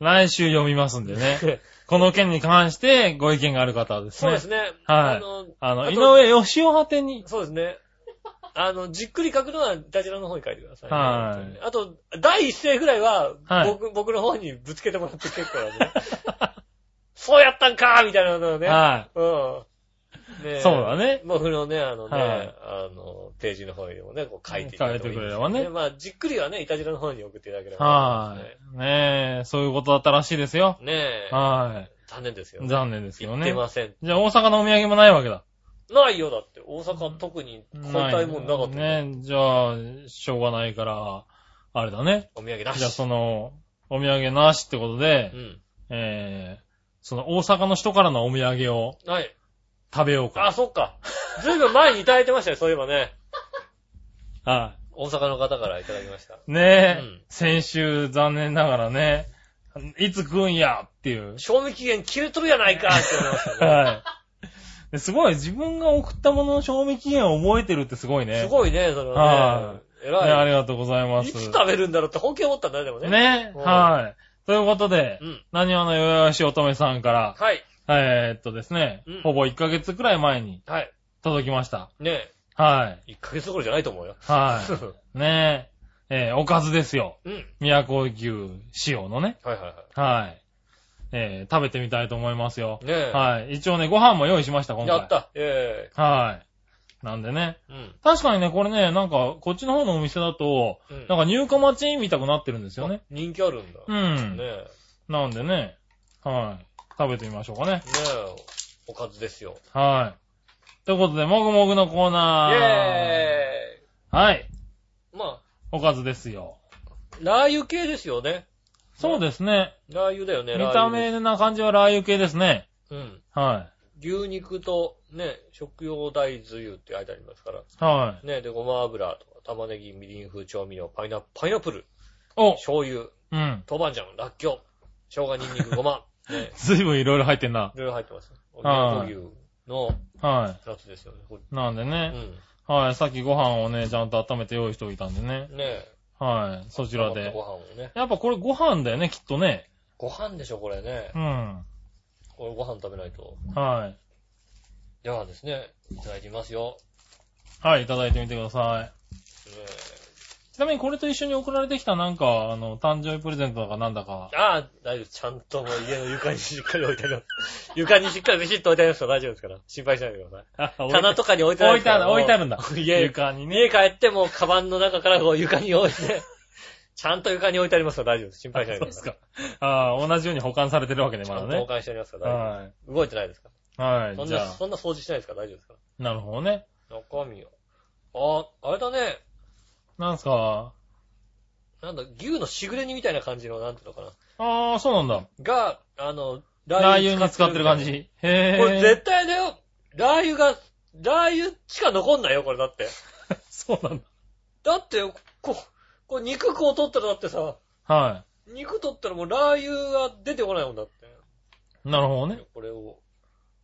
C: 来週読みますん
B: *laughs*
C: でね。この件に関してご意見がある方はです
B: そう
C: ね。
B: ですね。
C: はい
B: あの、
C: あの、
B: あと
C: 井上義雄宛てに。
B: そうですね。 *laughs* あの、じっくり書くのは、ダジラの方に書いてください、
C: はい
B: 本当にあと、第一声ぐらいは、
C: はい
B: 僕、僕の方にぶつけてもらって結構だね。
C: *laughs*
B: そうやったんかーみたいなのをね。
C: は
B: うん。ねえ
C: そうだね。
B: 僕のね、あのね、
C: はい
B: あの、ページの方にもね、こう書いて
C: 書いてくれればね
B: まあ、じっくりはね、イタジラの方に送っていただけれ
C: い。
B: ば。
C: は
B: ね
C: い。ねえ、そういうことだったらしいですよ。
B: ねえ、
C: は
B: 残念ですよ。
C: い。残念ですけど
B: 言って
C: ね。
B: ません。
C: じゃあ大阪のお土産もないわけだ。
B: ないよ、だって。大阪特に交代もんなかった。
C: ね。じゃあ、しょうがないから、あれだね。
B: お土産なし。
C: じゃあその、お土産なしってことで、
B: うん。
C: えー、その大阪の人からのお土産を
B: はい。
C: 食べよう
B: あ、
C: か。
B: そっか。 *laughs* ずいぶん前にいただいてましたよ、そういえばね。
C: は
B: 大阪の方からいただきました。
C: い。ね
B: う
C: え、
B: ん
C: 先週残念ながらね、いつ食うんやっていう。
B: 賞味期限切れとるやないかって言われま
C: *laughs*
B: したね。
C: はい。ですごい、自分が送ったものの賞味期限を覚えてるってすごいね。
B: すごいね、それはね
C: は。ねあ
B: 偉
C: り
B: い。
C: がとうございます。
B: いつ食べるんだろうって本気で思ったんだね、でもね。
C: ね
B: うん
C: はい。ということで
B: う、ん。
C: 何話のよよしおとめさんから、
B: はい。
C: えー、っとですね、
B: うん
C: ほぼ1ヶ月くらい前に
B: はい。
C: 届きました。
B: ね
C: は
B: え、
C: い。
B: 1ヶ月どころじゃないと思うよ。 *laughs*
C: はい。ねえ、えーおかずですよ。
B: うん。
C: 宮古牛仕様のね。
B: はいはいは
C: はい。えー食べてみたいと思いますよ
B: い。。ねえ。
C: はい。一応ね、ご飯も用意しました、今回。
B: やった。え
C: はい。なんでね。
B: え。うん。
C: 確かにね、これね、なんか、こっちの方のお店だと、
B: うん
C: なんか入荷待ちみたくなってるんですよね。
B: あ人気あるんだ。
C: う
B: ねえ。
C: ん。
B: ね
C: なんでね、はい。食べてみましょうかね。
B: え、おかずですよ。
C: はい。ということで、もぐもぐのコー
B: イェー
C: ナー。
B: イ
C: はい。
B: まあ、
C: おかずですよ。
B: ラー油系ですよね。
C: そうですね。
B: ラー油だよね、
C: 見
B: ラー
C: た
B: 油
C: 目な感じはラー油系ですね。
B: うん。
C: は
B: 牛肉と、ね、食用大豆油って書いてありますから。
C: い。はい。
B: ね、で、ごま油とか、玉ねぎ、みりん風調味料、パイナパイナップル、
C: お、
B: 醤油、
C: うん。
B: 豆板醤、らっきょう、生姜、ニンニク、ご
C: *laughs*
B: ま。ね、
C: ずいぶんいろいろ入ってんな。
B: いろいろ入ってます。
C: は
B: お
C: い
B: 牛の
C: は
B: やつですよね。これ
C: い。なんで
B: う
C: ね。
B: ん。
C: はい。さっきご飯をね、ちゃんと温めて用意しておいたんでね。
B: ねえ。
C: はい。そちらで
B: ご。飯をね。
C: やっぱこれご飯だよね、きっとね。
B: ご飯でしょ、これね
C: う。ん。
B: これご飯食べないと。
C: はい。
B: ではですね、いただいてみますよ。
C: はい、いただいてみてくださ
B: ね
C: い。ちなみにこれと一緒に送られてきたなんか、あの、誕生日プレゼントだかなんだ *laughs* か
B: え。ああ、大丈夫。ちゃんともう家の床にしっかり置いてあります。床にしっかりビシッと置いてありますから大丈夫ですから。心配しないでください。棚とかに置いてありますから
C: 置いてある置いて
B: も
C: あ
B: う
C: るんだ。
B: *laughs* 家、
C: 床にね。
B: 家帰ってもうカバンの中からこう床に置い
C: *laughs*
B: て、ちゃんと床に置いてありますから大丈夫です。心
C: あ
B: 配しないうでく
C: そで
B: だ
C: す
B: さい。
C: か。ああ、同じように保管されてるわけね、
B: ち
C: ま
B: ゃん
C: だ
B: と
C: ね
B: 交。換してありますから大丈夫
C: は
B: です。動いてないですか
C: い。は
B: ら。そ
C: い。
B: ん
C: じゃ
B: な、そんな掃除しないですから大丈夫ですか
C: あ、なるほどね。
B: ら。中身を。ああ、あれだね。
C: なんすか
B: なんだ、牛のしぐれ煮みたいな感じの、なんていうのかな。
C: ああ、そうなんだ。
B: が、あの、
C: ラー油に使ってる感
B: み
C: じ。
B: た
C: へえ。
B: いな。これ絶対だよ。ラー油が、ラー油しか残んないよ、これだって。
C: そうなんだ。
B: だって、こ、これ肉こう取ったらだってさ、
C: は
B: 肉取ったらもうラー油が出てこないもんだって。
C: い。なるほどね。
B: これを。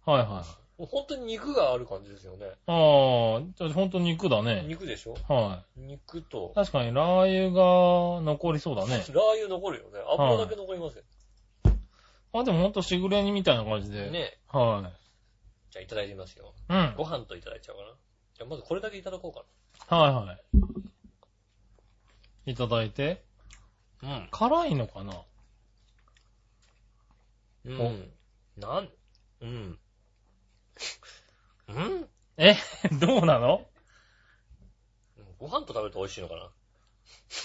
C: はいはい。
B: もう本当に肉がある感じですよね。
C: ああ、じゃあ本当肉だね。
B: 肉でしょ
C: は
B: 肉と
C: い。、確かにラー油が残りそうだね
B: ラ。ー油残るよね。油だけ残りますよ。
C: あ、でもほんとしぐれ煮みたいな感じで。
B: ね
C: は
B: じゃあいただいてみますよ。
C: い。うん。はい
B: ご飯といただいちゃおうかな。じゃあまずこれだけいただこう
C: はい。いただいて。
B: かな。うん。
C: 辛いのかな *laughs*
B: うん。なん、うん。うん
C: えどうなの
B: ご飯と食べると美味しいのかな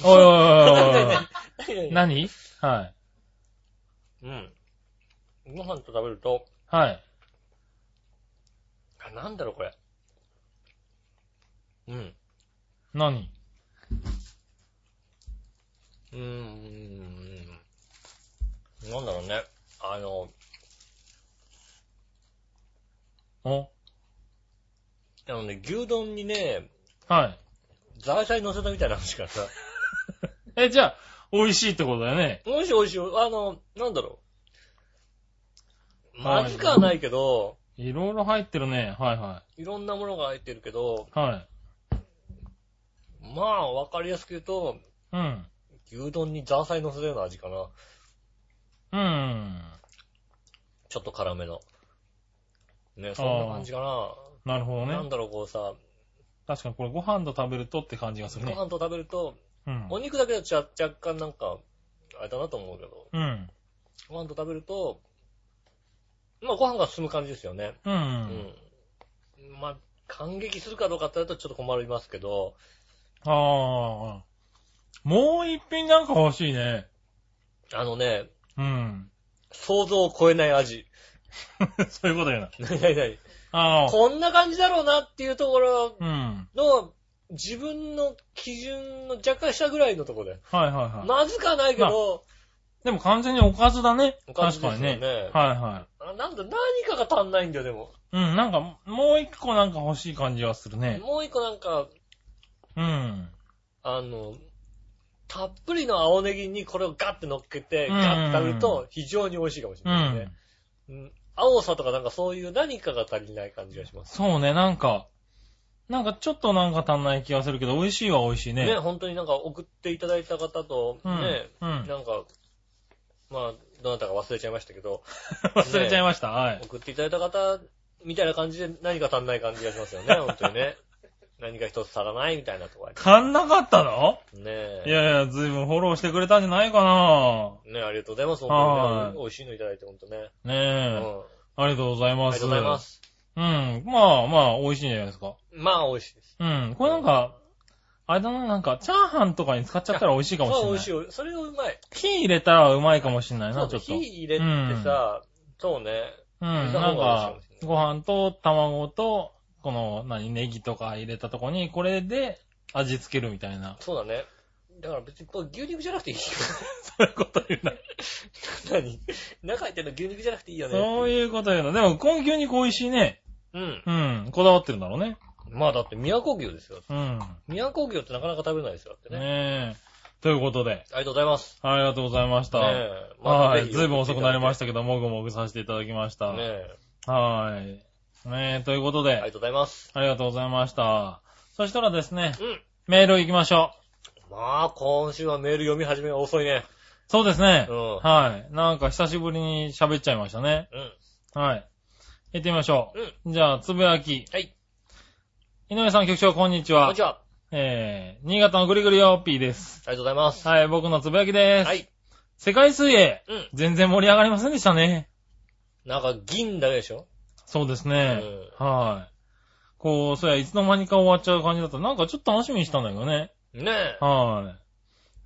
C: おいおいおい *laughs*
B: 何
C: おい。何はい。
B: うん。ご飯と食べると、
C: はい。
B: あなんだろうこれ。うん。
C: 何
B: うーん。なんだろうね。あの、
C: お
B: あのね、牛丼にね、
C: はい。
B: ザーサイ乗せたみたいな話から
C: *laughs*
B: さ。
C: え、じゃあ、美味しいってことだよね。
B: 美味しい美味しい。あの、なんだろう。まずくはないけど、
C: いろいろ入ってるね。はいはい
B: ろんなものが入ってるけど、
C: い。はい。
B: まあ、わかりやすく言うと、
C: うん。
B: 牛丼にザーサイ乗せたような味かな。
C: うん。
B: ちょっと辛めの。ね、そんな感じかな。
C: なるほど
B: なん
C: ね。
B: だろう、こうさ、
C: 確かにこれご飯と食べるとって感じがす
B: ご
C: るね。
B: 飯と食べると、
C: うん。
B: お肉だけだとちゃ若干なんか、あれだなと思うけど、
C: うん。
B: ご飯と食べると、まあご飯が進む感じですよね。
C: う。
B: うんん。まあ、感激するかどうかって言うとちょっと困りますけど、
C: ああ。もう一品なんか欲しいね。
B: あのね、
C: うん。 *laughs*
B: 想像を超えない味。 *laughs*
C: そういうことやな。
B: ないないない
C: ああ。
B: こんな感じだろうなっていうところ
C: うん。
B: の、自分の基準の若干下ぐらいのところで。
C: はいはいはい。
B: まずくはないけど、
C: でも完全におかずだね。
B: おかずですよ
C: 確か
B: ね
C: にね。はいは
B: あなんだ、何かが足んないんだよ、でも。
C: い。うん、なんか、もう一個なんか欲しい感じがするね。
B: もう一個なんか、
C: うん。
B: あの、たっぷりの青ネギにこれをガッて乗っけて、
C: うん
B: ガッて食べると非常に美味しいかもし
C: う
B: れない
C: ん
B: で。すね。うん青さとかなんかそういう何かが足りない感じがします。
C: そうね、なんか、なんかちょっとなんか足んない気がするけど、美味しいは美味しいね。
B: ね、本当になんか送っていただいた方と、
C: うん
B: ね、
C: うん
B: なんか、まあ、どなたか忘れちゃいましたけど、
C: 忘れちゃいました。はい。
B: 送っていただいた方みたいな感じで何か足んない感じがしますよ
C: *laughs*
B: ね、本当にね。何か一つ足らないみたいなところ
C: 足んなかったの
B: ね
C: いやいや、ずいぶんフォローしてくれたんじゃないかな
B: ねありがとうございます。本当
C: は
B: に
C: い
B: ね美味しいのいただいて、本当ね。うん。
C: ね
B: あ
C: え。ありがとうござい
B: り
C: ま
B: が
C: す。
B: とうございま。す。
C: うん。まあまあ、美味しいんじゃないですか。
B: まあ、美味しいです。
C: うん。これなんか、あれだな、なんか、チャーハンとかに使っちゃったら美味しいかもしれ
B: そ
C: な
B: う、
C: い。
B: 美味しい。それがうまい。
C: 火入れたらうまいかもしれない
B: そ
C: な、
B: う
C: ちょ
B: ね、
C: っと。
B: 火入れてさ、そうね。
C: うん、
B: 入れた
C: なん
B: 方が
C: か
B: 美味しい、か
C: ご飯と卵と、この、何、ネギとか入れたとこに、これで味付けるみたいな。
B: そうだね。だから別にこれ牛肉じゃなくていいよ。
C: *laughs* そういうこと言うな。
B: 何中入ってるの牛肉じゃなくていいよね。
C: そういうこと言うな。でも、根牛肉美味しいね。
B: うん。
C: うん。こだわってるんだろうね。
B: まあだって宮古牛ですよ。
C: うん。
B: 宮古牛ってなかなか食べないですよ。だってね。
C: ねえ。ということで、
B: ありがとうございます。
C: ありがとうございました。
B: ねえま
C: は
B: た
C: い。ずいぶん遅くなりま
B: し
C: したけど、もぐもぐさせていただきました。
B: ねえ。
C: はい。ねえ、ということ
B: あ
C: で、
B: りがとうございます。
C: ありがとうございました。そしたらですね、
B: うん。
C: メール行きましょう。
B: まあ、今週はメール読み始めが遅いね。
C: そうですね
B: う。ん。
C: はい。なんか久しぶりに喋っちゃいましたね。
B: うん。
C: はい。行ってみましょ
B: うん。
C: う。じゃあ、つぶやき。
B: はい。
C: 井上さん局長、こんにち
B: こん
C: は
B: にち。は。
C: えー、新潟のぐりぐりよっぴーです。
B: ありがとうございます。
C: はい、僕のつぶやきです。
B: はい。
C: 世界水泳、
B: うん。
C: 全然盛り上がりませんでしたね。
B: なんか銀だけでしょ
C: そうです
B: う
C: ね。
B: ん。
C: はい。こう、そりゃいつの間にか終わっちゃう感じだった。なんかちょっと楽しみにしたんだけどね。
B: ね
C: は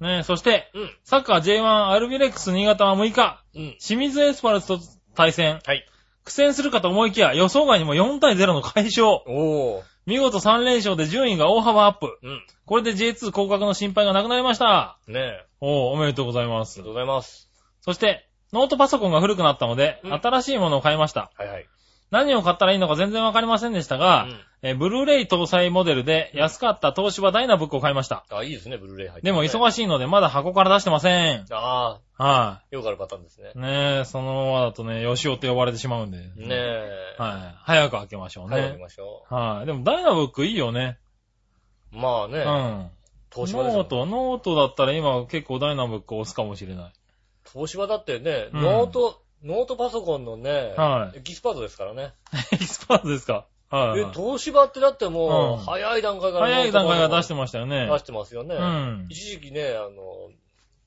C: い。ねえ、そして、
B: え。うん。
C: サッカー J1 アルビレックス新潟は6日、
B: うん。
C: 清水エスパルスと対戦。
B: はい。
C: 苦戦するかと思いきや、予想外にも4対0の快勝。
B: おー。
C: 見事3連勝で順位が大幅アップ。
B: うん。
C: これで J2 降格の心配がなくなりました。
B: ねえ。あ
C: おー、おめでとうございま
B: り
C: す
B: がとう。ございます。
C: そして、ノートパソコンが古くなったので、
B: うん
C: 新しいものを買いました。
B: はいはい。
C: 何を買ったらいいのか全然わかりませんでした
B: う
C: が、
B: ん。
C: えーブルーレイ搭載モデルで安かった東芝ダイナブックを買いました。
B: あ、いいですね、ブルーレイ入って、
C: でも
B: い。
C: 忙しいのでまだ箱から出してません。
B: あ
C: は
B: あ、よくあるパターンですね
C: い。。ねえ、そのままだとね、吉尾って呼ばれてしまうんで。
B: ねえ。
C: はい。早く開けましょう
B: はい。帰り
C: ね。
B: ましょ
C: はい。でもダイナブックいいよね。
B: う。まあ
C: う
B: ね
C: ん。。ノ
B: 東芝ですよ
C: ート、ノートだったら今結構ダイナブック押すかもしれない。 *laughs*
B: 東芝だってね、
C: うん
B: ノート、ノートパソコンのね、
C: はい
B: エキスパートですからね。
C: エキスパートですかはい
B: え
C: は、い。
B: 東芝ってだっても
C: うん
B: う、早い段階から
C: 早い段階から出して
B: ま
C: ましたよね。
B: 出してますよね。
C: うん。
B: 一時期ね、あの、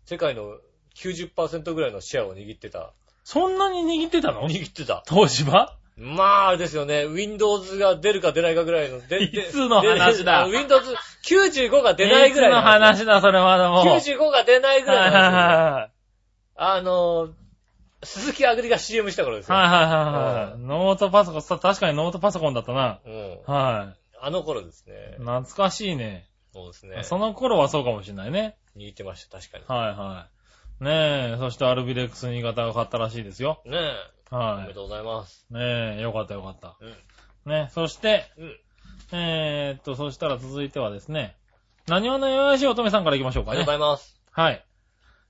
B: 世界の90%ぐらいのシェアを握ってた。
C: そんなに握ってたの *laughs*
B: 握ってた。
C: 東芝
B: まあ、あれですよね。Windows が出るか出ないかぐらいの。で
C: いつの話だ
B: でで Windows95 が出ないぐらい
C: いつの話だ、それまだもう。
B: 95が出ないぐら
C: はいいはい
B: の。
C: はいはい。
B: あの、鈴木あぐりが CM した頃ですよ。
C: はいはいはいはい。ノートパソコン、さ確かにノートパソコンだったな。
B: うん。
C: は
B: あの頃です
C: い。
B: ね。
C: 懐かしいね。
B: そうですね。
C: その頃はそうかもしれないね。
B: 握ってました、確かに。
C: はいはい。ねえ、そしてアルビレックス新潟が買ったらしいですよ。
B: ねえ。おめ
C: は
B: でとうございます。
C: い。ねえ、よかったよかった。
B: うん。
C: ねそして、
B: うん。
C: えー、っと、そしたら続いてはですね、何話のよやしい乙女さんから行きましょう
B: あ
C: か
B: りがとうご
C: ね。
B: ざいます。
C: はい。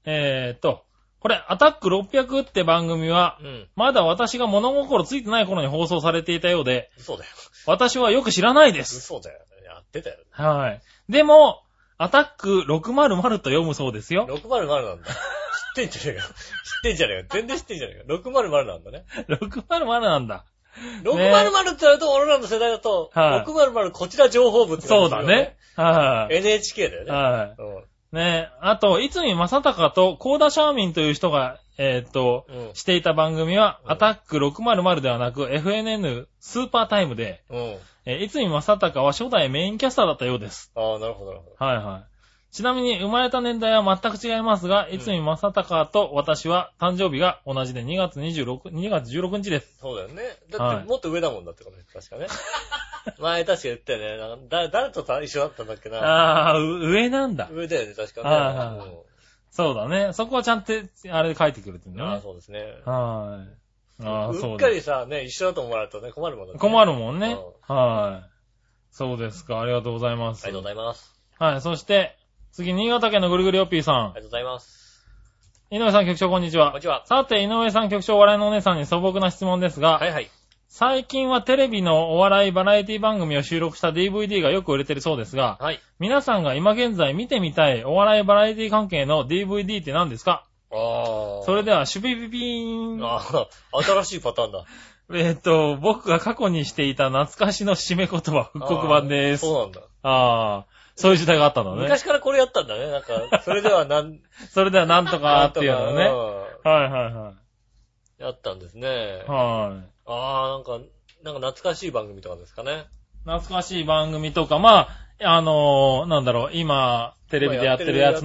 C: えー、っと、これ、アタック600って番組は
B: う、ん。
C: まだ私が物心ついてない頃に放送されていたようで、
B: 嘘だよ。
C: 私はよく知らないです。
B: 嘘だよ。やってたよ。
C: はい。でも、アタック600と読むそうですよ。
B: 600なんだ。知ってんじゃねえか。知ってんじゃねえか。全然知ってんじゃねえか。600なんだね。
C: 600なんだ。
B: 600ってなると、俺らの世代だと、
C: はい
B: 600こちら情報部って
C: そ
B: 感
C: う
B: じ
C: だ
B: るよ
C: ね。。はい。
B: NHK だよね。
C: は
B: うん
C: い。ねあと、いつみまさたかと、コーダシャーミンという人が、えーっと、
B: うん。
C: していた番組は、
B: うん
C: アタック600ではなく、FNN スーパータイムで、
B: うん。
C: えー、いつみまさたかは初代メインキャスターだったようです。
B: ああ、なるほど、なるほど。
C: はいはい。ちなみに、生まれた年代は全く違いますが、いつみまさたかと私は誕生日が同じで2月26、2月16日です。
B: そうだよね。だっ
C: はい
B: て、もっと上だもんだってことね、確か
C: *laughs*
B: ね。前、確か言ったよね。なんかだ誰とさ一緒だったんだっけな。
C: あー、う上なんだ。
B: 上だよね、確
C: はい
B: か
C: は
B: ね
C: い
B: うん。
C: そうだね。そこはちゃんと、あれで書いてくれてるんだ
B: ああ、
C: ね。
B: そうですね。
C: はい。ああ、
B: う
C: そ
B: っ
C: う
B: か
C: だ。
B: りさ、ね、一緒だと思われるとね、困るもんだね
C: 困
B: る。
C: るもんね。はい。そうですか。ありがとうございま
B: あ
C: す
B: りがとう。ございます。
C: はい。そして、次、新潟県のぐるぐるよっぴーさん
B: あり。がとうございます。
C: 井上さん局長、こんにち
B: こん
C: は
B: に。ちは。
C: さて、井上さん局長、お笑いのお姉さんに素朴な質問ですが、
B: はいはい。
C: 最近はテレビのお笑いバラエティ番組を収録した DVD がよく売れてるそうですが、
B: はい。
C: 皆さんが今現在見てみたいお笑いバラエティ関係の DVD って何ですか
B: ああ。
C: それでは、シュピピピーン。
B: ああ、新しいパターンだ。
C: えーっと、僕が過去にしていた懐かしの締め言葉、復刻版です
B: あー。そうなんだ。
C: ああ、そういう時代があったのね。
B: 昔からこれやったんだね。なん
C: *laughs*
B: か、それではなん、
C: それではなんとかっていうのね。は
B: のね。
C: いはいは
B: やったんですね
C: い。。はい。
B: ああ、なんか、なんか懐かしい番組とかですかね。
C: 懐かしい番組とか、まあ、あのーなんだろう、今、テレビでやってるやつ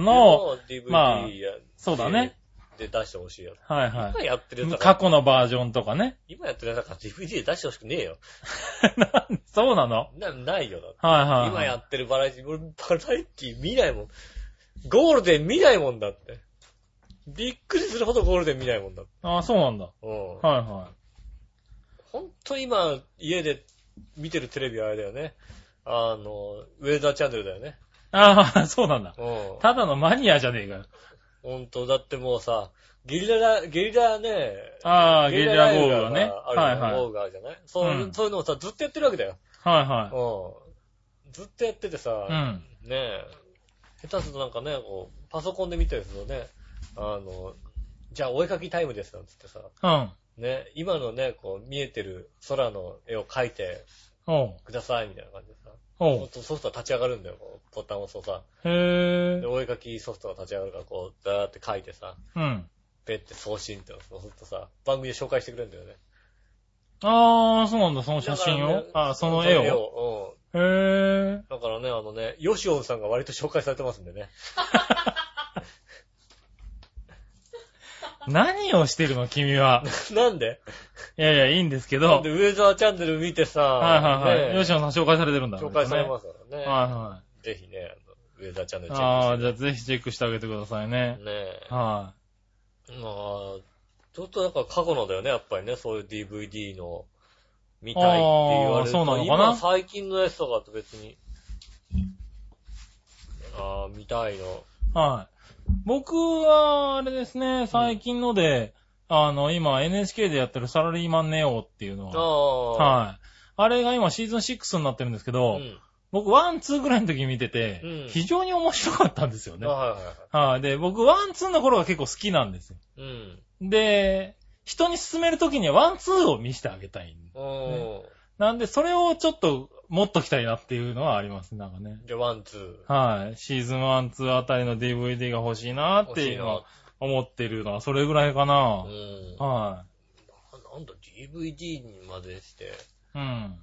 B: や
C: の、
B: ってるやつの、
C: まあ
B: DVD や、
C: そうだね。
B: で出してほしいやつ。
C: はいは
B: 今
C: い。
B: やってるやつ
C: 過
B: は、
C: 去のバージョンとかね。 *laughs*
B: 今やってるやつは DVD で出してほしくねえよ。
C: なんそうなの
B: な、ないよだって。
C: はいはい。
B: 今やってるバラエティ、俺バラエティ見ないもん。ゴールデン見ないもんだって。びっくりするほどゴールデン見ないもんだって。
C: ああ、そうなんだ。
B: うん。
C: はいは
B: ほんと今、家で見てるテレビはあれだよね。あの、ウェザーチャンネルだよね。
C: い。ああ、 *laughs* そうなんだ。
B: うん。
C: ただのマニアじゃねえかよ。
B: ほんと、だってもうさ、ゲリララ、ゲリラね、
C: ああ、ゲリラ豪雨はね。
B: ゲリラライブがあ
C: はい
B: るよ
C: はい。
B: 豪雨があるじゃないそういううんそういうのをさ、ずっとやってるわけだよ。
C: はいは
B: うん。ずっとやっててさ
C: い。う、ん。
B: ねえ、下手するとなんかね、こう、パソコンで見たりするとね、あの、じゃあお絵描きタイムですなんつってさ、
C: うん。
B: ね、今のね、こう、見えてる空の絵を描いて
C: おう。
B: ください、みたいな感じでさ、
C: お
B: そうう。するとソフトが立ち上がるんだよ、こうボタンを押すとさ。
C: へ
B: で、
C: え。
B: お絵描きソフトが立ち上がるから、こう、ザーって描いてさ、
C: うん。
B: ペッて送信って、そうするとさ、番組で紹介してくれるんだよね。
C: ああ、そうなんだ、その写真
B: だから
C: を
B: ね。
C: あその絵を。
B: を。うん。
C: へえ。
B: だからね、あのね、ヨシオンさんが割と紹介されてますんでね。 *laughs*
C: 何をしてるの、君は。 *laughs*
B: なんで
C: いやいや、いいんですけ
B: なん
C: ど
B: で。ウェザーチャンネル見てさ、
C: はいはいはい。
B: ね
C: 吉野さん紹介されてるんだ。
B: 紹介され
C: ま
B: ますからね。
C: すはいは
B: ぜひね、あのウェザーチャンネ
C: い。
B: ルチェッ
C: ああ、じゃあぜひチェックしてあげてください
B: クし
C: ね
B: て。ねえ。
C: は
B: まあ、ちょっとだから過去のだよね、やっぱりね、そういう DVD の、見たい
C: あ
B: って
C: ー
B: 言われると。
C: そうなのかな
B: 今最近のやつとかと別に、ああ、見たいの。
C: い。はい。僕は、あれですね、最近ので、あの、今 NHK でやってるサラリーマンネオっていうの
B: ああ。
C: は、はい。あれが今シーズン6になってるんですけど、
B: うん。
C: 僕1、2ぐらいの時に見てて、
B: うん
C: 非常に面白かったんですよね。
B: あ
C: はい、
B: はいはいはい。
C: で、僕1、2の頃が結構好きなんですよ。
B: うん。
C: で、人に勧める時には1、2を見せてあげたい。
B: うん。
C: なんで、それをちょっと持っときたいなっていうのはありますね、なんかね。
B: じゃあ、ワン、ツー。
C: はい。シーズン1、2あたりの DVD が欲しいなっていうのは思ってるのはそれぐらいかな
B: 欲。しいな。
C: は
B: うん。なんだ、DVD にまでして。
C: い。うん。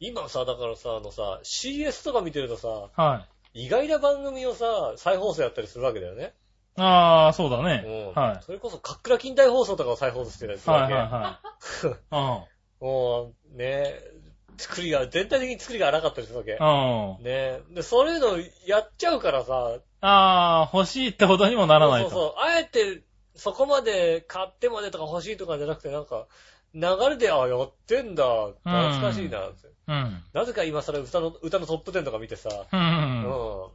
B: 今さ、だからさ、あのさ、CS とか見てるとさ、
C: はい。
B: 意外な番組をさ、再放送やったりするわけだよね。
C: ああ、そうだ
B: う
C: ね
B: ん。。
C: は
B: それこそ、かっくら近代放送とかを再放送してたりす
C: い。
B: る
C: は
B: わ
C: い
B: け。
C: はい
B: *laughs*
C: はい。
B: もう、ね、作りが、全体的に作りが荒かったりするわけ。
C: うん。うん。
B: ねで、そういうのやっちゃうからさ、
C: ああ、欲しいってほどにもならない
B: そ
C: と。
B: うそうそう、あえて、そこまで買ってまでとか欲しいとかじゃなくて、なんか、流れで、あ、やってんだ、懐かしいな、って。
C: うん。
B: なぜか今更歌の、歌のトップ10とか見てさ、
C: う。
B: うんん。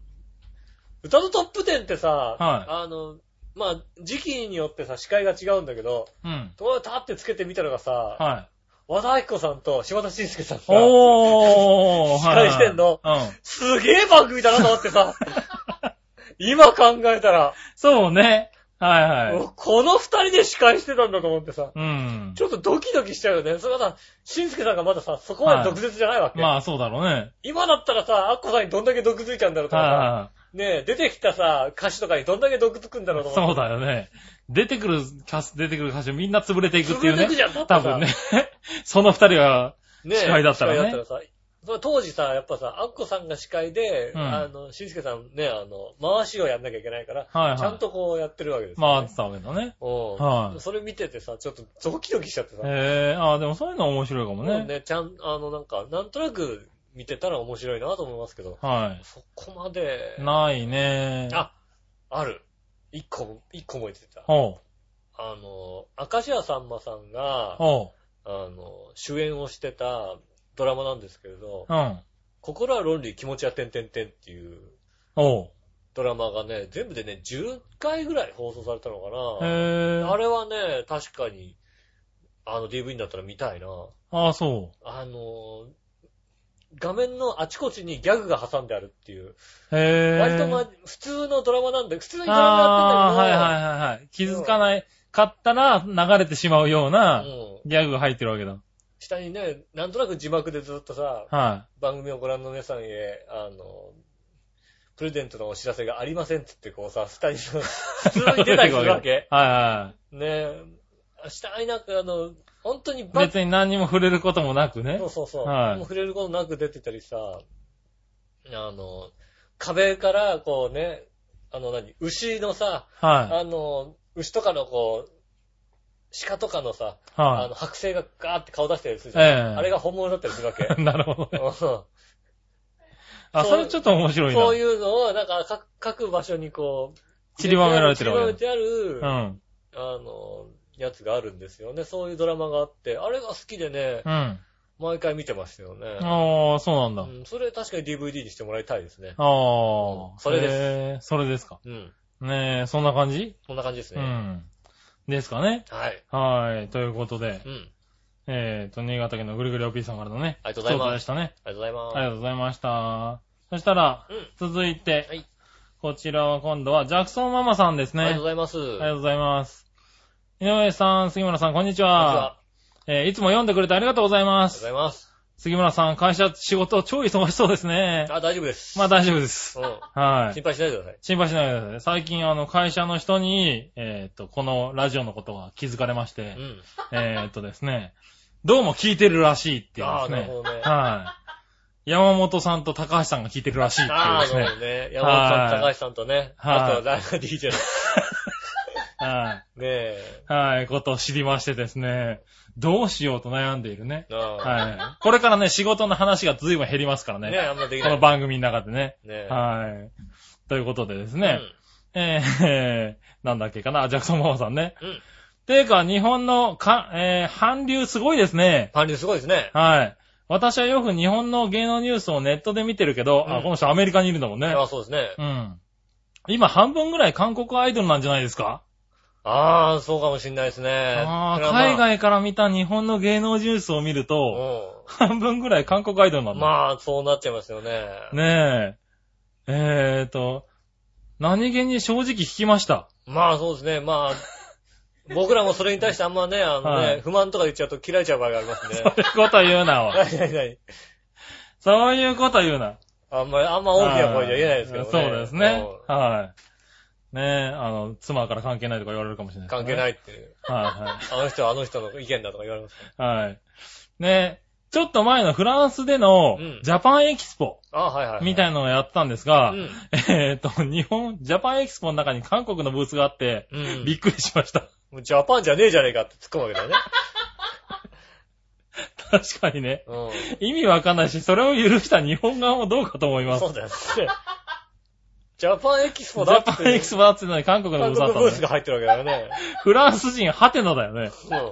B: 歌のトップ10ってさ、
C: はい
B: あの、まあ、時期によってさ、司会が違うんだけど、
C: うん。
B: と立ってつけてみたのがさ、
C: はい。
B: 和田明子さんと島田紳介さんが、
C: おー、
B: 期待してんの
C: はいはいうん。
B: すげえ番組だなと思って
C: *laughs*
B: さ、今考えたら、
C: そうね。はいはい。
B: この二人で司会してたんだと思ってさ、
C: うん
B: ち。ょっとドキドキしちゃうよね。それはさ、紳介さんがまださ、そこまで毒舌じゃないわけ。
C: まあそうだろうね。
B: 今だったらさ、アッコさんにどんだけ毒づいちゃうんだろうとか
C: はい
B: さ、
C: は
B: ねえ、出てきたさ、歌手とかにどんだけ毒づくんだろう
C: い
B: と
C: はい。
B: 思
C: そ
B: っ
C: うだよね。出てくる歌手、出てくる歌手みんな潰れてい
B: て。
C: くっ
B: 潰
C: てい
B: れ
C: う
B: てく
C: ね。
B: じゃん、だって
C: 多
B: さ
C: 分ね。。 *laughs* その二人は、
B: ねえ
C: 司会だったらね
B: 司会だったらさそれ当時さ、やっぱさ、アッコさんが司会で、
C: うん
B: あの、しんすけさんね、あの、回しをやんなきゃいけないから、
C: はいはい。
B: ちゃんとこうやってるわけです
C: 回
B: よ、
C: っ
B: ね。
C: てたわけだね。
B: ま
C: は
B: あ、
C: い
B: それ見ててさ、ちょっとドキドキしちゃってさ、
C: へえ、ああ、でもそういうのは面白いか
B: も
C: も
B: う
C: ね。
B: ね、ちゃん、あの、なんか、なんとなく見てたら面白いなと思いますけど、
C: は
B: そこまで
C: い。、ないね。
B: あ、ある。一個、一個覚えてた。
C: おう。
B: あの、明石家さんまさんが、
C: おう。
B: あの、主演をしてたドラマなんですけれど、
C: うん。
B: 心は論理、気持ちは点々点っていう
C: おう。
B: ドラマがね、全部でね、10回ぐらい放送されたのかな。
C: へえ。
B: あれはね、確かに、あの DV だったら見たいな。
C: ああ、そ
B: あの、画面のあちこちにギャグが挟んであるっていう。
C: う。へえ。
B: 割と、ま、普通のドラマなんで、普通にドラ
C: ああ、
B: マ
C: はい
B: や
C: はいはいはい。気づかないかったら流れてしまう
B: っ
C: よう
B: てんだ
C: な
B: けど、うん
C: ギャグが入ってるわけだ。
B: 下にね、なんとなく字幕でずっとさ、
C: は
B: 番組をご覧の皆さんへ、あの、プレゼントのお知らせがありませんっつってこうさ、下に、
C: *laughs*
B: 普通
C: い。
B: に出たりするわけ。
C: *laughs* はいは
B: ねえ、下になんかあの、本当に
C: い。
B: バッ
C: 別に何にも触れることもなくね
B: そう。そうそう。
C: はい
B: もう触れることなく出てたりさ、あの、壁からこうね、あの何、牛のさ、
C: は
B: あの、牛とかのこう、鹿とかのさ、
C: い。
B: あ
C: は
B: の、剥製がガーって顔出したりする
C: い。
B: じゃん。
C: ええ。 *laughs*
B: あれが本物だったりするわけ。
C: なるほどね。
B: うん
C: あ、
B: そう
C: それちょっと面白いな。
B: そういうのを、なんか各、各場所にこう、
C: 散りばめられてるわ
B: 散りば
C: け
B: めてある、
C: うん。
B: あの、やつがあるんですよね。そういうドラマがあって、あれが好きでね、
C: うん。
B: 毎回見てましたよね。
C: ああ、そうなんだ。
B: うん、それ確かに DVD にしてもらいたいですね。
C: あ
B: う
C: あ。
B: んそれです
C: す。それですか。
B: うん。
C: ねえ、そんな感じ
B: そんな感じです
C: う
B: ね。
C: ん。ですかね。
B: はい。
C: はい。ということで、
B: うん。
C: えっと、新潟県のぐるぐるおぴーさんからのね、
B: ありがとうございます
C: 相談でしたね。
B: ありがとうございます。
C: ありがとうございました。そしたら、
B: うん。
C: 続いて、
B: はい
C: こちらは今度はジャクソンママさんです
B: ありが
C: ね
B: とう。ございます。
C: ありがとうございます。井上さん、杉村さん、こんにちは。
B: あ
C: えーいつも読んでくれてありがとうございま
B: りがとうご
C: す
B: ざ。います。
C: 杉村さん、会社、仕事、超忙しそうですね。
B: あ、大丈夫です。
C: まあ大丈夫です。
B: うん。
C: は
B: 心
C: い。
B: 配しないでください。
C: 心配しないでください。最近、あの、会社の人に、えーっと、このラジオのことが気づかれまして、
B: うん。
C: えーっとですね、どうも聞いてるらしいっていう
B: あ
C: で
B: あ、
C: す
B: なる
C: ね。
B: ほどね。
C: はい。山本さんと高橋さんが聞いてるらしいっていう
B: あ
C: で
B: あ、
C: す
B: そう
C: ね。
B: だね。山本さん、高
C: は
B: 橋さんとね。
C: はい
B: あとは誰が DJ の。
C: はい。
B: ねえ。
C: はい、ことを知りましてですね、どうしようと悩んでいるね。
B: は
C: はい。これからね、仕事の話が随分減りますから
B: ね
C: ね。
B: え、あんまでき
C: こ
B: ない。
C: の番組の中でね。
B: ねえ。
C: はい。ということでです
B: い
C: ね、えーえー、なんだっけかな、ジャクソンママさんね。
B: うん。
C: ていうか、日本のか、えー、韓流すごいですね。
B: パンリすごいですね。
C: はい。私はよく日本の芸能ニュースをネットで見てるけど、
B: う
C: あ、
B: ん
C: この人アメリカにいるんだもんね。
B: ああ、そうですね。
C: うん。今半分ぐらい韓国アイドルなんじゃないですか
B: ああ、そうかもしんないですね。
C: ああ、
B: それはま
C: 海外から見た日本の芸能ニュースを見ると、半分ぐらい韓国アイドルな
B: うんん。
C: だ。
B: まあ、そうなっちゃいますよね。
C: ねえ。えーと、何気に正直聞きました。 *laughs*
B: まあ、そうですね。まあ、僕らもそれに対してあんまね、あの
C: は
B: ね
C: い、
B: 不満とか言っちゃうと嫌いちゃう場合がありますね
C: そう。いうこと言うな、おい。
B: はいはいはい。
C: そういうこと言うな。
B: あんまり、あんま大きな声じゃ言えないですけどね。
C: そうですね。はい。ねえ、あの、妻から関係ないとか言われるかもしれ
B: う。
C: なんいです
B: 関係
C: ね、
B: ないっていう。
C: は
B: あの人はあの人の意見だとか言われますね。
C: いはい。はい。ねえ、ちょっと前のフランスでの
B: うん
C: ジャパンエキスポ
B: ああはいはいはい。
C: みたいなのをやったんですが、
B: うん
C: えーと、日本、ジャパンエキスポの中に韓国のブースがあって、
B: うん
C: びっくりしました。
B: もうジャパンじゃねえじゃねえかって突っ込むわけだよね。
C: 確かにね。
B: う
C: 意味わかんないし、それを許した日本側もどうかと思いま
B: ん。
C: す。
B: そうだよね。ジャパンエキス
C: ジ
B: ポだ
C: ャ
B: って。
C: パンエキスポだってのに韓国の
B: 韓
C: ブースだ
B: 国
C: っ
B: ブ
C: た
B: ー
C: のね
B: スが入ってるわけだよね。
C: フランス人ハテナだよね。
B: そう。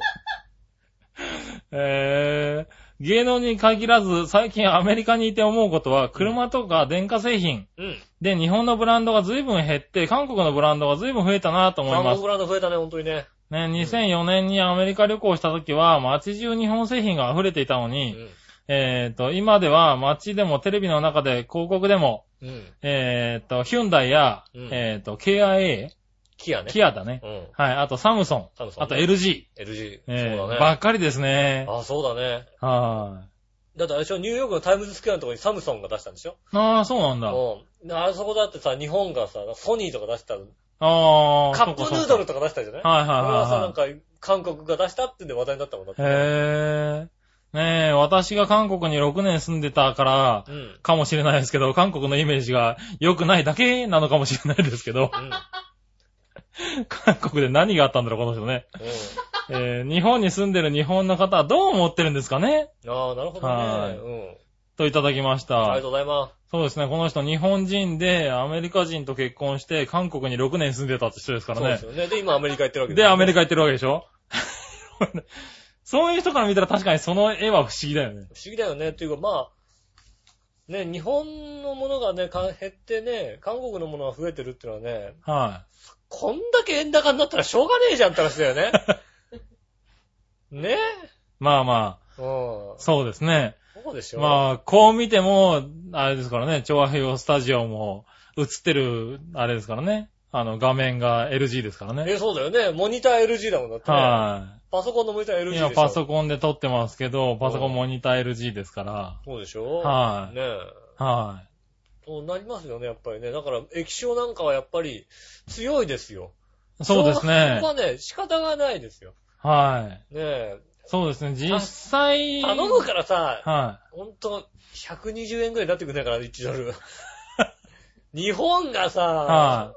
C: えー、芸能に限らず、最近アメリカにいて思うことは、車とか電化製品
B: うん。
C: で日本のブランドが随分減って、韓国のブランドが随分増えたなと思い
B: 韓
C: ま
B: 国
C: す
B: ブ。ランド増えたね、ほんとにね。
C: ね、2004年にアメリカ旅行した時は、街中日本製品が溢れていたの
B: う
C: に、
B: ん。
C: えーと、今では街でもテレビの中で広告でも、
B: うん。
C: えーと、ヒュンダイや、
B: うん
C: えーと、KIA、
B: キアね。
C: キアだね。
B: うん。
C: はい、あとサムソン、
B: サムソンね
C: あと LG、
B: LG。
C: え
B: そ
C: ー
B: うだ
C: ば
B: ね。
C: っかりですね。
B: あ、そうだね。
C: は
B: だってあれでしょ、ニューヨークのタイムズスクエアのところにサムソンが出したんでしょ
C: い。ああ、そうなんだ。
B: うん。あそこだってさ、日本がさ、ソニーとか出した、
C: ああ、
B: カップ
C: そうか
B: ヌ
C: そ
B: ー
C: う
B: ドルとか出したじゃない
C: かはいはい
B: これはさ、なん
C: は
B: か、韓国が出したってんで話題になったもんだっ
C: い
B: て。
C: はい。へえ。ねえ、私が韓国に6年住んでたから、
B: うん。うん。
C: かもしれないですけど、韓国のイメージが良くないだけなのかもしれないですけ
B: *laughs*
C: ど、韓国で何があったんだろう、この人ね。
B: う
C: えー日本に住んでる日本の方はどう思ってるんですかね
B: ん。ああ、なるほど
C: は
B: ね
C: い。
B: うん。
C: といただきまし
B: ありが
C: た
B: と。うございま
C: そうですね、この人日本人でアメリカ人と結婚して韓国に6年住んでたって人ですか
B: す。
C: ら
B: そうで
C: ね
B: す。よね。で、今アメリカ行ってるわけ
C: で、アメリ
B: カ。
C: カ行ってるわけでしょそういう人から見たら確かにその絵は不思議だよね。
B: 不思議だよね。っていうか、まあ、ね、日本のものがね、か減ってね、韓国のものが増えてるっていうのはね、
C: は
B: こんだけ円高になったらしょうがねえじゃんって話だよ
C: *laughs*
B: ね。ね
C: い。まあまあ、
B: うん。そ
C: そうですね。
B: うでしょ。
C: まあ、こう見ても、あれですからね、調和平和スタジオも映ってる、あれですからね。あの、画面が LG ですからね。
B: え、そうだよね。モニター LG だもんだってね。
C: は
B: パソコンのモニター LG
C: い。
B: でしょ。
C: 今パソコンで撮ってますけど、パソコンモニター LG ですから。
B: そうでしょ
C: はい
B: ねえ。
C: は
B: そうなりますよね、やっぱりね。だから、液晶なんかはやっぱり強いですよ。
C: い。そうですね
B: そこ。はね、仕方がないですよ。
C: はい。
B: ねえ。
C: そうですね。実際。
B: 頼むからさ、
C: は
B: ほんと、120円ぐらいになってくんないから、1ド
C: *laughs*
B: ル。日本がさ、
C: い。は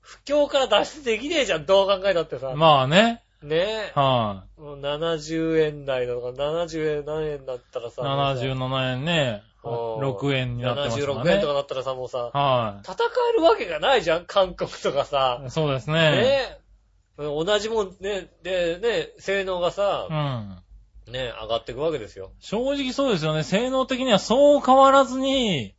B: 不況から脱出できねえじゃん、どう考えたってさ。
C: い。まあね。
B: ねえ。
C: は
B: もう70円台とか、70円何円だったら
C: い。
B: さ。もうさ
C: 77円ね。 6円になってました
B: 76
C: ね。
B: 円とかなったらさ、もうさ、
C: は
B: 戦えるわけがないじゃん韓国とかさ。
C: い。そうですね。
B: ね同じもんね、で、ね、性能が
C: う
B: さ、
C: ん。
B: ね、上がっていくわけですよ。
C: 正直そうですよね。性能的にはそう変わらずに、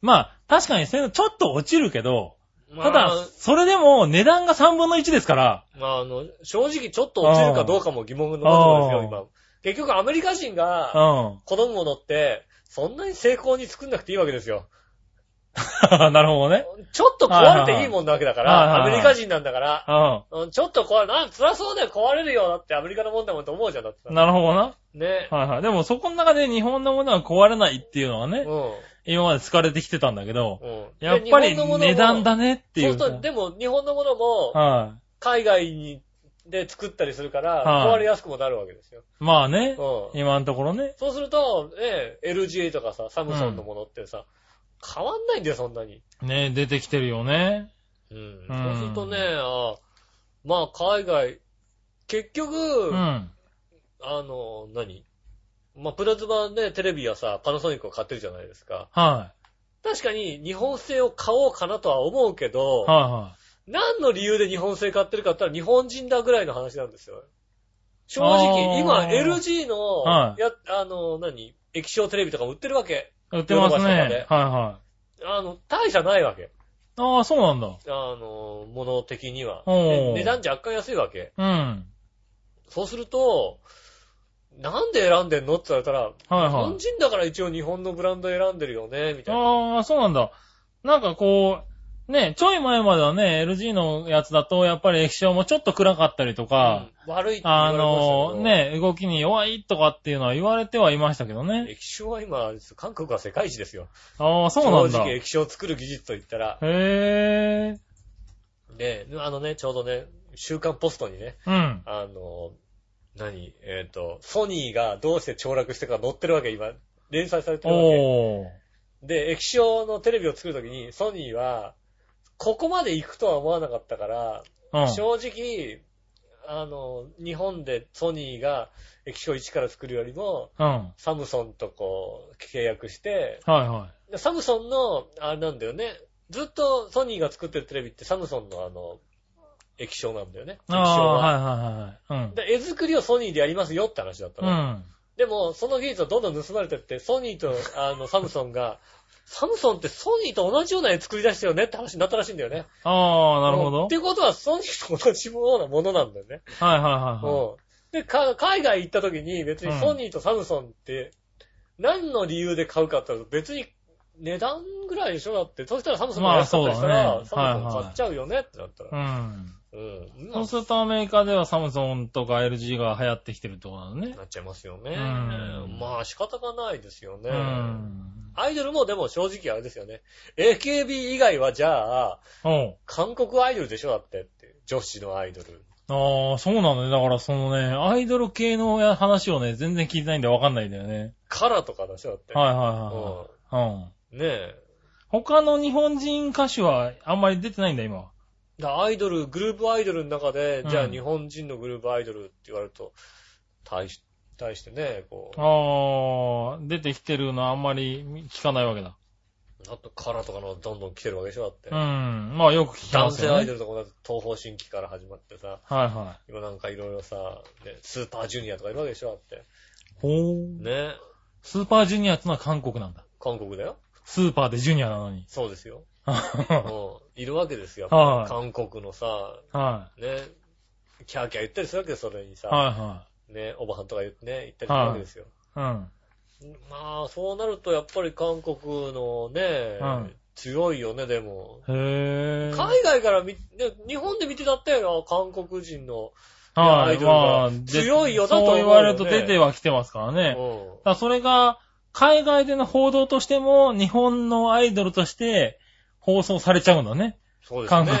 C: まあ、確かに性能ちょっと落ちるけど、
B: ま
C: ただ、それでも値段が3分の1ですから、
B: まあ、あの、正直ちょっと落ちるかどうかも疑問のところですよ、今。結局アメリカ人
C: う
B: が
C: ん。 *laughs*
B: 好むものって、そんなに成功に作んなくていいわけですよ。
C: なるほどね。
B: ちょっと壊れていいもんなわけだか
C: はいはい
B: ら、
C: は
B: ア
C: い
B: メリカ人なんだから、
C: う
B: うんちょっと壊れ、なん、辛そうだよ、壊れるよ、だってアメリカのもんだもんって思うじゃん、だってさ
C: ん。なるほどな。
B: ね。
C: はいはい。でもそこの中で日本のものは壊れないっていうのは
B: う
C: ね、
B: ん。
C: 今まで疲れてきてたんだけど、
B: うん。
C: やっぱ
B: で
C: り
B: 日本のものも
C: 値段だねってい
B: そうう。そう、でも日本のものも、
C: は
B: 海外に、で作ったりするから、
C: はい
B: 壊れやすくもなるわけですよ。
C: い。まあね、
B: うん。
C: 今のところね。
B: そうすると、ね、LG とかさ、サムソンのものってさ、変わんないんだよ、そんなに。
C: ね、出てきてるよね。
B: うん。
C: うん
B: そうするとね、あまあ、海外、結局、
C: うん。
B: あの、何まあ、プラズマね、テレビはさ、パナソニックを買ってるじゃないですか。
C: は
B: 確かに日本製を買おうかなとは思うけ
C: い。
B: ど、
C: は
B: 何の理由で日本製買ってるかって言ったら日本人だぐらいの話なんですよ。正直、
C: あ
B: 今
C: ー
B: LG の、
C: はい
B: や、あの、何液晶テレビとかも売ってるわけ。
C: いはい。売ってます
B: ヨドバシと
C: ね。
B: か
C: はい
B: で
C: はい。
B: あの、大差ないわけ。
C: ああ、そうなんだ。
B: あの、もの的には。
C: おー
B: で値段若干安いわけ。
C: うん。
B: そうすると、なんで選んでんのって言われたら、
C: はい
B: 日
C: は
B: 本人だから一応日本のブランド選んでるよね、み
C: い。
B: たいな。
C: ああ、そうなんだ。なんかこう、ね、ちょい前まではね、LG のやつだと、やっぱり液晶もちょっと暗かったりとか、
B: うん悪いって言わ
C: あ
B: れました
C: の
B: けど、
C: ね、動きに弱いとかっていうのは言われてはいましたけどね。
B: 液晶は今、韓国は世界一ですよ。
C: ああ、そうなん
B: 正
C: だ。
B: 直
C: へ
B: 液晶を作る技術と言ったら、
C: え。
B: ね、あのね、ちょうどね、週刊ポストにね、
C: うん。
B: あの、何えっ、と、ソニーがどうして凋落してか載ってるわけ、今、連載されてるわけ。
C: おー。
B: で、液晶のテレビを作るときに、ソニーは、ここまで行くとは思わなかったから、
C: うん。
B: 正直、あの、日本でソニーが液晶1から作るよりも、
C: うん。は
B: サムソンとこう、契約して、
C: いは
B: でサムソンの、あれなんだよね。ずっとソニーが作ってるテレビってサムソンのあの、液晶なんだよね。
C: い。
B: 液晶
C: ああ、
B: は。
C: はいはいはいはい。
B: で絵作りをソニーでやりますよって話だった
C: う
B: の。
C: ん。うん。
B: でも、その技術はどんどん盗まれてって、ソニーとあのサムソンが、サムソンってソニーと同じような絵作り出したよねって話になったらしいんだよね。
C: ああ、なる
B: うん
C: ほ
B: っ
C: ど
B: て。いうことは、ソニーと同じようなものなんだよね。
C: はいはいはいはい。
B: うん。で、か海外行った時に別にソニーとサムソンって何の理由で買うかって言ったら別に値段ぐらいでしょだって。そしたらサムソンが安かったりしたら、
C: まあそうだ
B: サ
C: ね
B: ムソン買っちゃうよねってなったら。
C: うん。
B: うん。
C: そうするとアメリカではサムソンとか LG が流行ってきてるってことなのね。
B: なっちゃいますよね。
C: うん
B: まあ仕方がないですよね。
C: うん。
B: アイドルもでも正直あれですよね。AKB 以外はじゃあ、
C: おう
B: 韓国アイドルでしょだってって。女子のアイドル。
C: ああ、そうなのね。だからそのね、アイドル系のや話をね、全然聞いてないんでわかんないんだよね。
B: カラとかでしょだって。
C: はいはいはいはい。う
B: うん。
C: ん。
B: ねえ。
C: 他の日本人歌手はあんまり出てないんだ、今は。
B: だアイドル、グループアイドルの中で、
C: うん
B: じゃあ日本人のグループアイドルって言われると、対し、対してね、こう、
C: ああ、出てきてるのはあんまり聞かないわけだ。
B: あとカラーとかのどんどん来てるわけでしょだって。
C: うん。まあよく聞きま
B: 男
C: す
B: 性
C: よ
B: ア
C: ね。
B: イドルとかだと東方神起から始まってさ、
C: はいはい。
B: 今なんかいろいろさ、ね、スーパージュニアとかいるわけでしょだって。
C: ほー。
B: ね。
C: スーパージュニアってのは韓国なんだ。
B: 韓国だよ。。
C: スーパーでジュニアなのに
B: そうですよ。
C: は
B: うん。いるわけですよ。
C: はい
B: 韓国のさ、
C: い。は
B: ね、キャーキャー言ったりするわけですよ、それに
C: い
B: さ、
C: は
B: ね、おばはんとか言ってね、言ったりするわけですよ。
C: い。うん。
B: まあ、そうなるとやっぱり韓国のね、
C: うん
B: 強いよね、でも。
C: へぇー。
B: 海外から見、ね日本で見てたったよな、韓国人の。ア
C: は
B: イ
C: い、
B: ドルが
C: まあ、で
B: 強いよだと思
C: そう
B: よね
C: う言われると出ては来てますから
B: う
C: ね。だか
B: ん。
C: らそれが、海外での報道としても、日本のアイドルとして放送されちゃうんだね。
B: そうです
C: 韓
B: ね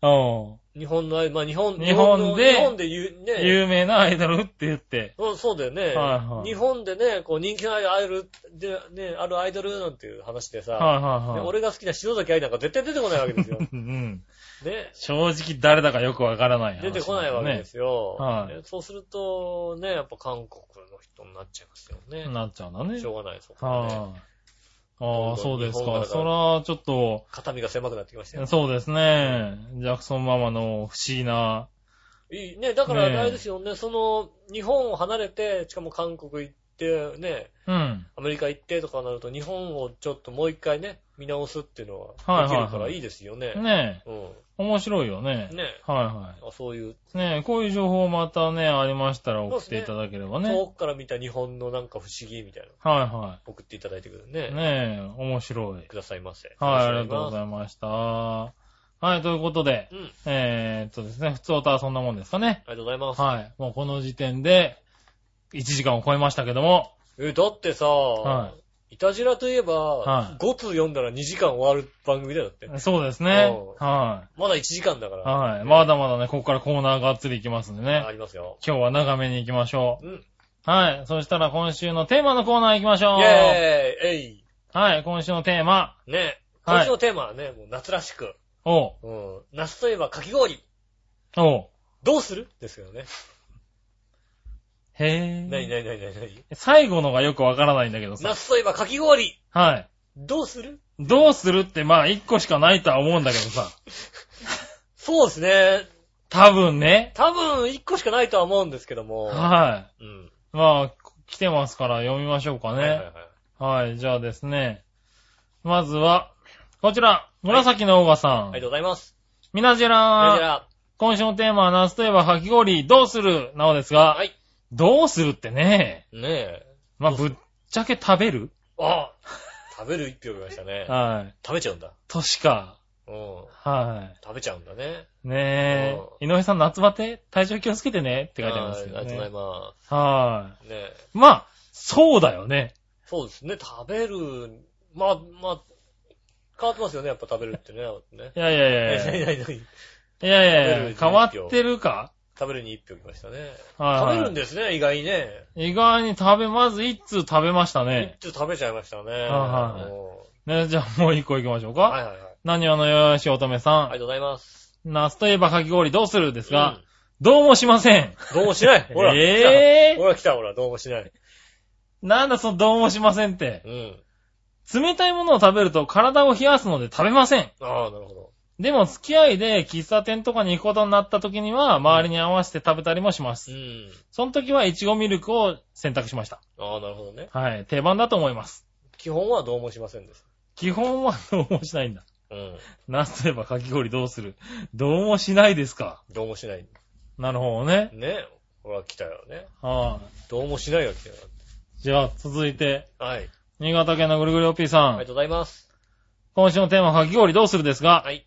C: 国。。うん。
B: 日本の、まあ日本、
C: *laughs* 日
B: 日
C: 本で
B: 本の日本で言う、ね。
C: 有名なアイドルって言って。
B: うんそうだよね、
C: はいはい
B: 日本でね、こう人気のあるアイドル、で、ね、あるアイドルなんていう話でさ、
C: はいはいは
B: で
C: い。
B: 俺が好きな篠崎愛なんか絶対出てこないわけです
C: *laughs*
B: よ。
C: うん。
B: ね。
C: 正直誰だかよくわからない話、。
B: 出てこないわけですすよ。
C: はい
B: ねそうすると、ね、やっぱ韓国人になっちゃいますよね。
C: なっちゃうんだね
B: し。ょうがないです、そこはね。
C: はい。ああ、そうです
B: どんどん日本がだ
C: か。
B: から
C: そら、ちょっと、
B: 肩身が狭くなってきましたよね。
C: そうですね。ジャクソンママの不思議な、
B: いいね、だからあれですよね、その、日本を離れて、しかも韓国行って、ね、
C: うん。
B: アメリカ行ってとかなると、日本をちょっともう一回ね、見直すっていうの
C: はい
B: はで
C: はい
B: き
C: はい
B: るからいいですよね。
C: ねえ、
B: うん。
C: 面白いよね。
B: ね
C: はいは
B: あそういう、
C: い。ねえ、こういう情報またね、ありましたら送っていただければね。
B: 遠くから見た日本のなんか不思議みたいなの
C: はいは
B: 送っていただいてくるね。
C: い。ねえ、面白い。
B: くださいませ。
C: はい、ありがとうご
B: い
C: ざいました。はい、ということで、
B: ます。うん。
C: えー、っとですね、普通歌はそんなもんですかね。
B: ありがとうございます。
C: はい。もうこの時点で、1時間を超えましたけども、
B: え、だってさ、。
C: はい
B: たじらといえば、
C: はい
B: 5通読んだら2時間終わる番組だよだって。
C: そうですね
B: おう。
C: は
B: まだ1時間だか
C: い。
B: ら。
C: はい。まだまだね、ここからコーナーがっつりいきますんでね
B: あ。りますよ。
C: 今日は長めに行きましょ
B: うん。
C: う。はい。そしたら今週のテーマのコーナー行きましょ
B: イェ
C: う。
B: ーイえい
C: はい。今週のテーマ。
B: ね。
C: は
B: 今
C: い
B: 週のテーマはね、もう夏らしく。
C: おう。
B: うん。夏といえばかき氷。
C: おう。
B: どうするですけどね。
C: へ
B: なに
C: え。
B: なになになになに
C: 最後のがよくわからないんだけどさ。
B: 夏といえばかき氷。
C: はい。
B: どうする
C: どうするってまあ一個しかないとは思うんだけどさ。
B: そうですね。
C: 多分ね。
B: 多分1個しかないとは思うんですけども。
C: は
B: うん。
C: い。まあ、来てますから読みましょうかね。
B: はいはいはい。
C: はい、じゃあですね。まずは、こちら、紫のオーガさん。
B: ありがとうございます。
C: みな
B: そ
C: じ
B: れじ
C: らー。
B: ゃ
C: 今週のテーマは夏といえばかき氷、どうするなのですが、
B: あ、はい。
C: どうするってね。
B: ねえ。
C: まあ、ぶっちゃけ食べる
B: あ食べる一票がいましたね。
C: はい。
B: 食べちゃうんだ。
C: としか。
B: うん。
C: は
B: 食べちゃうんだね。
C: い。ねえ。井上さん夏バテ体調気をつけてねって書いてありますけど
B: はいありがとう
C: ね。
B: ございま
C: は
B: す。ねえ。
C: い。まあ、そうだよね。
B: そうですね、食べる、まあ、まあ、変わってますよね、やっぱ食べるって
C: *laughs*
B: ね。ね
C: いやいや
B: *laughs*
C: い
B: え
C: やいや。い
B: 何々
C: やいやいや、
B: 食べる
C: 変わってるか
B: 食べるに一票きましたね。
C: はい
B: 食
C: はい
B: べるんですね、意外にね。
C: 意外に食べ、まず一通食べました
B: 一
C: ね。
B: 通食べちゃいましたね。
C: はいはい
B: も
C: ね、じゃあもう一個行きましょう
B: う
C: か。
B: はいはいはい。
C: 何話のよよし乙女
B: あり
C: さ
B: がとうございます。
C: ん。夏といえばかき氷どうするです
B: う
C: が
B: ん、
C: どうもしません。
B: どうもし
C: *laughs*
B: ないほら、
C: え
B: ほら来たほら、どうもしない。
C: ー、なんだそのどうもしませんって
B: う。ん。
C: 冷たいものを食べると体を冷やすので食べません。
B: ああ、なるほど。
C: でも付き合いで喫茶店とかに行くことになった時には、周りに合わせて食べたりもしま
B: う
C: す。
B: ん。
C: その時はイチゴミルクを選択しました。
B: ああ、なるほどね。
C: はい。定番だと思います。
B: 基本はどうもしませんです。
C: 基本はどうもしないんだ。
B: うん。
C: 夏といえばかき氷どうするどうもしないですか。
B: どうもしない。
C: なるほどね。
B: ね。ほら、来たよね。
C: はい。
B: どうもしないが来たよ。
C: じゃあ、続いて、
B: はい。
C: 新潟県のぐるぐるおっぴーさ
B: ありが
C: ん。
B: とうございます。
C: 今週のテーマはかき氷どうするですが、
B: はい。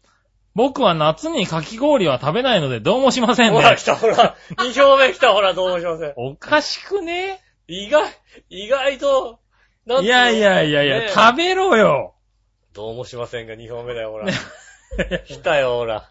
C: 僕は夏にかき氷は食べないのでどうもしません
B: ほら、
C: ね
B: 来。た、ほら。2票目来た、ほら、どうもしません。
C: おかしくね
B: 意外、意外と、なんての
C: いうやいやいやいや、
B: ねえ
C: 食べろよ
B: どうもしませんが、2票目だよ、ほ
C: *laughs*
B: ら。来たよ、ほら。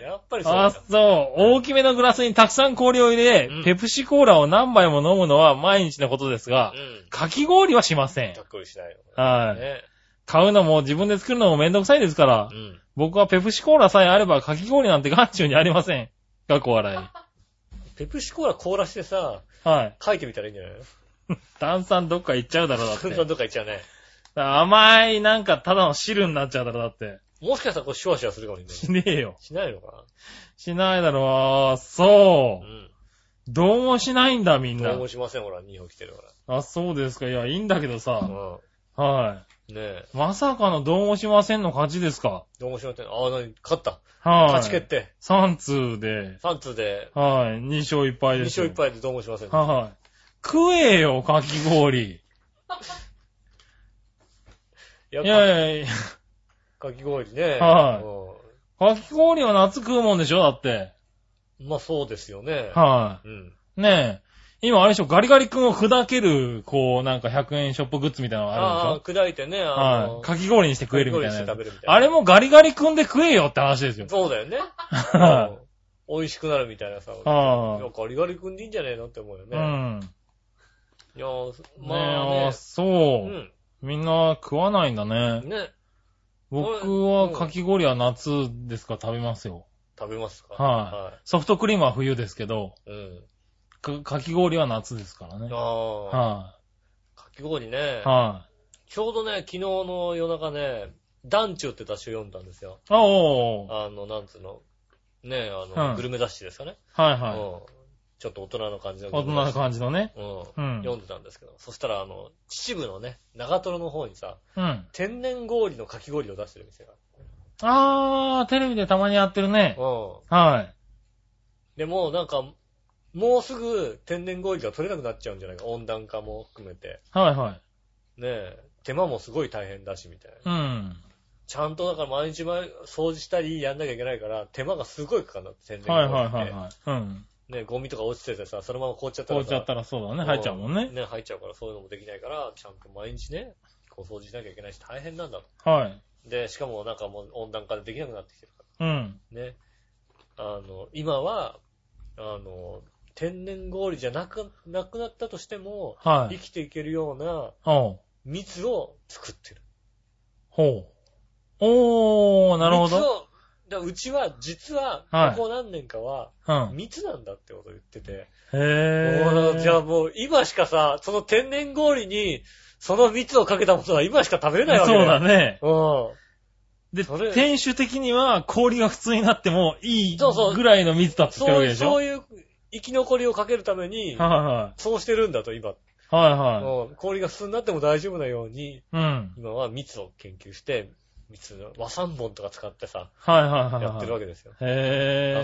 B: やっぱりそう
C: あ、
B: だ。
C: そう。大きめのグラスにたくさん氷を入れ、
B: うん
C: ペプシコーラを何杯も飲むのは毎日のことですが
B: う、ん。
C: かき氷はしません
B: か。っこいいしないよ。
C: はい。
B: ね。
C: 買うのも自分で作るのもめんどくさいですから
B: う、ん。
C: 僕はペプシコーラさえあればかき氷なんて眼中にありません。学校笑
B: *laughs*
C: い。
B: ペプシコーラ凍らしてさ、
C: はい。
B: 書いてみたらいいんじゃないの
C: 炭酸どっか行っちゃうだろう
B: *laughs*
C: だっ
B: ふん
C: て
B: だ。んとか言っちゃうね。
C: 甘い、なんか、ただの汁になっちゃうだろ、だって。
B: もしかしたらこう、シュワシュワするかもしれない。
C: しねえよ。
B: しないのか
C: しないだろ、あー
B: な
C: そうう。
B: ん。
C: どうもしないんだ、みん
B: どう
C: な。
B: もしません、ほら、2票来てるか
C: あ、そうですか。いや、いいんだけど
B: ら。
C: さ。
B: う
C: は
B: ん。ねえ。
C: い。まさかのどうもしませんの勝ちですか。
B: どうもしません。ああ、なに、勝った。
C: はい。
B: 勝ち決定。
C: 3通で、
B: 3通で、
C: はい。2勝1敗
B: 2
C: です。
B: 勝1敗でどうもしません。
C: 敗。はい。食えよ、かき氷。
B: いや
C: いやいやい
B: かき氷ね。
C: はい
B: い。
C: や、かき氷は夏食うもんでしょ、だって。
B: まあそうですよね。
C: は
B: うん。
C: い。ねえ。今、あれでしょ、ガリガリ君を砕ける、こう、なんか100円ショップグッズみたいなのある
B: あ
C: でしょ
B: あ、砕いてね、あ
C: はい。
B: の、
C: かき氷にして食えるみたいなやつ。
B: かき氷にして食べるみたいな
C: あれもガリガリ君で食えよって話ですよ。
B: そうだよね。
C: は
B: うん美味しくなるみたいなさ。
C: い。はい
B: やガリガリ君でいいんじゃねえのって思うよ
C: い。う
B: ね。
C: ん。ね
B: いやー、
C: え、
B: まあ
C: あ
B: ね。う
C: そう。
B: ん。
C: みんな食わないんだね。
B: ね。
C: 僕はかき氷は夏ですから食べますよ。
B: 食べますか
C: はい。ソフトクリームは冬ですけど、
B: い。うん。
C: かかき氷は夏ですからね。
B: あ
C: はい、
B: あ、かき氷ね、
C: はい、
B: ちょうどね、昨日の夜中ね、ダンチューって雑誌を読んだんですよ。
C: あ。おー。
B: あの、なんつうの、ねえ、あ
C: う
B: の、
C: ん
B: グルメ雑誌ですかね。
C: はいうは
B: んちょっと大人の感じの
C: い。
B: グ
C: 大
B: ル
C: 人
B: メ
C: な
B: 雑誌。
C: 感じのね。
B: う
C: うん
B: ん。読んでたんですけど。そしたら、あの、秩父のね、長瀞の方にさ、
C: うん。
B: 天然氷のかき氷を出してる店がある。
C: あー、テレビでたまにやってるね。
B: う
C: は
B: ん。
C: い。
B: でも、なんか、もうすぐ天然氷が取れなくなっちゃうんじゃないか。温暖化も含めて。
C: はいはい。
B: ねえ。手間もすごい大変だし、みたいな。
C: うん。
B: ちゃんとだから毎日毎掃除したりやんなきゃいけないから、手間がすごいかかるんだって、天然
C: は
B: 氷
C: い
B: って。
C: はいはいはい。うん。
B: ね、ゴミとか落ちててさ、そのまま凍っちゃったら
C: 凍っ
B: さ
C: ちゃったらそうだね。入っちゃうもんね。
B: ね、入っちゃうからそういうのもできないから、ちゃんと毎日ね、こう掃除しなきゃいけないし大変なんだと。
C: はい。
B: で、しかもなんかもう温暖化でできなくなってきてるか
C: うん。
B: らね。あの、今は、あの、天然氷じゃなく、なくなったとしても、
C: は
B: 生
C: い。
B: きていけるような
C: おう。
B: 蜜を作ってる。
C: ほう。おー、なるほ
B: 蜜
C: ど。
B: をだからうちは、実は、
C: はい
B: ここ何年かは、
C: うん。
B: 蜜なんだってことを言ってて。
C: へ
B: も
C: ー。
B: うじゃあもう今しかさ、その天然氷に、その蜜をかけたものは今しか食べれないわけ
C: そうだ
B: ね。
C: ね。
B: う
C: で、
B: それ
C: 店主的には氷が普通になってもいい
B: そうそう
C: ぐらいの水だっ
B: ん。
C: て言ってるわ
B: そう
C: け
B: い
C: で
B: う、
C: しょ
B: そういう生き残りをかけるために、
C: は
B: そうしてるんだと今。
C: いはい。はいは
B: うん氷が普通になっても大丈夫なように、
C: い。うん。
B: 今は蜜を研究して、蜜の和三本とか使ってさ、
C: はいはいはい。
B: やってるわ
C: け。
B: けですよ。や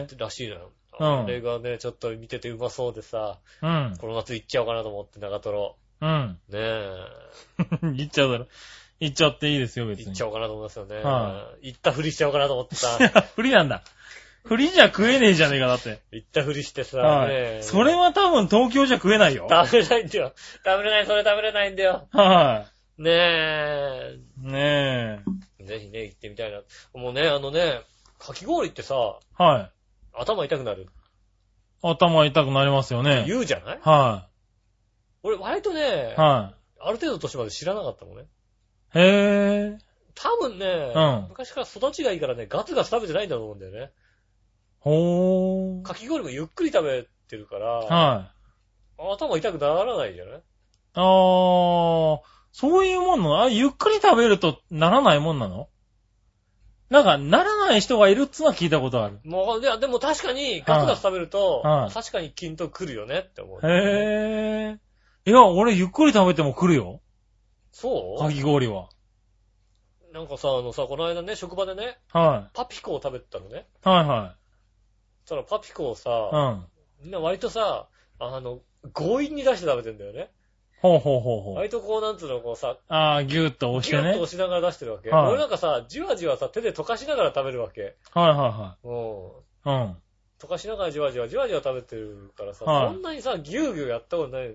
B: っ
C: へ
B: てるらしいのよ。
C: うん
B: あれがね、ちょっと見ててうまそうでさ、
C: ぇー。
B: この夏行っちゃおうかなと思って長瀞。
C: うん。
B: ねえ、
C: うん。行っちゃうだろ。行っちゃっていいですよ、別に。
B: 行っちゃおうかなと思いますよね。
C: は
B: 行ったふりしちゃおうかなと思って
C: *laughs*
B: さ。
C: 不利なんだ。不利じゃ食えねえじゃねえか、だって。
B: 行ったふりしてさ、
C: は
B: ね
C: い。それは多分東京じゃ食えないよ。
B: 食べれないんだよ。食べれない、それ食べれないんだよ。
C: は
B: ねえ。
C: い。ね
B: ぜひね、行ってみたいな。もうね、あのね、かき氷ってさ、
C: え。はい。
B: 頭痛くなる。
C: 頭痛くなりますよね。
B: 言うじゃない
C: は
B: 俺、割とね
C: い。、は
B: ある程度の年まで知らなかったもんね。
C: い。へぇー。
B: 多分ね、
C: うん
B: 昔から育ちがいいからね、ガツガツ食べてないんだと思うんだよね。
C: ほー。
B: かき氷もゆっくり食べてるから、
C: はい。
B: 頭痛くならないじゃない
C: あー、そういうもんなのあ、ゆっくり食べるとならないもんなのなんか、ならない人がいるっつうのは聞いたことある。
B: もう、いや、でも確かに、ガツガツ食べると、
C: はい
B: 確かに均等来るよねって思う。
C: へー。いや、俺ゆっくり食べても来るよ。
B: そう
C: かき氷は。
B: なんかさ、あのさ、この間ね、職場でね、
C: は
B: パピコを食べてたのね。
C: い。はいは
B: そしたらパピコを
C: い。
B: さ、
C: うん。
B: みんな割とさ、あの、強引に出して食べてんだよね。
C: ほうほうほうほう。
B: 割とこう、なんつうの、こうさ、
C: あー、ぎゅーっと押し
B: ギュ
C: て
B: ッと
C: ね。
B: 押しながら出してるわけ。
C: はい
B: 俺なんかさ、じわじわさ、手で溶かしながら食べるわけ。
C: はいは
B: うん。
C: いはい。うん。
B: 溶かしながらじわじわじわじわ食べてるからさ、
C: はい
B: そんなにさ、ギュうギュうやったことない。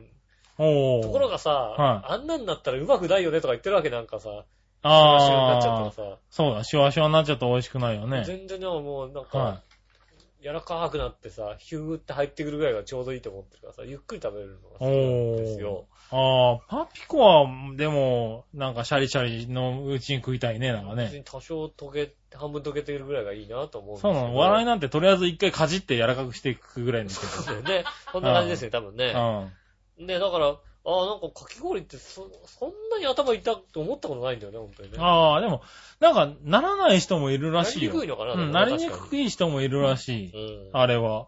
C: おー。
B: ところがさ、
C: は
B: あんなんなったらうまくないよねとか言ってるわけなんかさ、話になっちゃ
C: あ
B: っ
C: ー、
B: たら
C: そうだ、シュワシュワになっちゃって美味しくないよ
B: さ、
C: ね。
B: 全然でももうなんか、
C: は
B: 柔らかくなってさ、ヒューって入ってくるぐらいがちょうどいいと思ってるからさ、ゆっくり食べるのが好
C: い。
B: きなん
C: お
B: ですよ
C: ー。。あー、パピコは、でも、なんかシャリシャリのうちに食いたいね、なんかね。
B: 別に多少溶け、半分溶けてるぐらいがいいなと思うんです
C: そ
B: け
C: う
B: ど。
C: なの。笑い
B: な
C: なんてとりあえず一回かじって柔らかくしていくぐらいのけ
B: いですよ *laughs* ね。そんな感じですね、多分
C: *laughs* ど。う
B: ね。
C: ん。
B: ね、だから、ああ、なんかかき氷ってそ、そんなに頭痛くと思ったことないんだよね、本当にね。
C: ああ、でも、なんか、ならない人もいるらしいよ。
B: なりにくいのかな
C: うん、
B: な
C: なん
B: か
C: り
B: 確かに
C: にくい人もいるらしい。
B: うん。
C: あれは。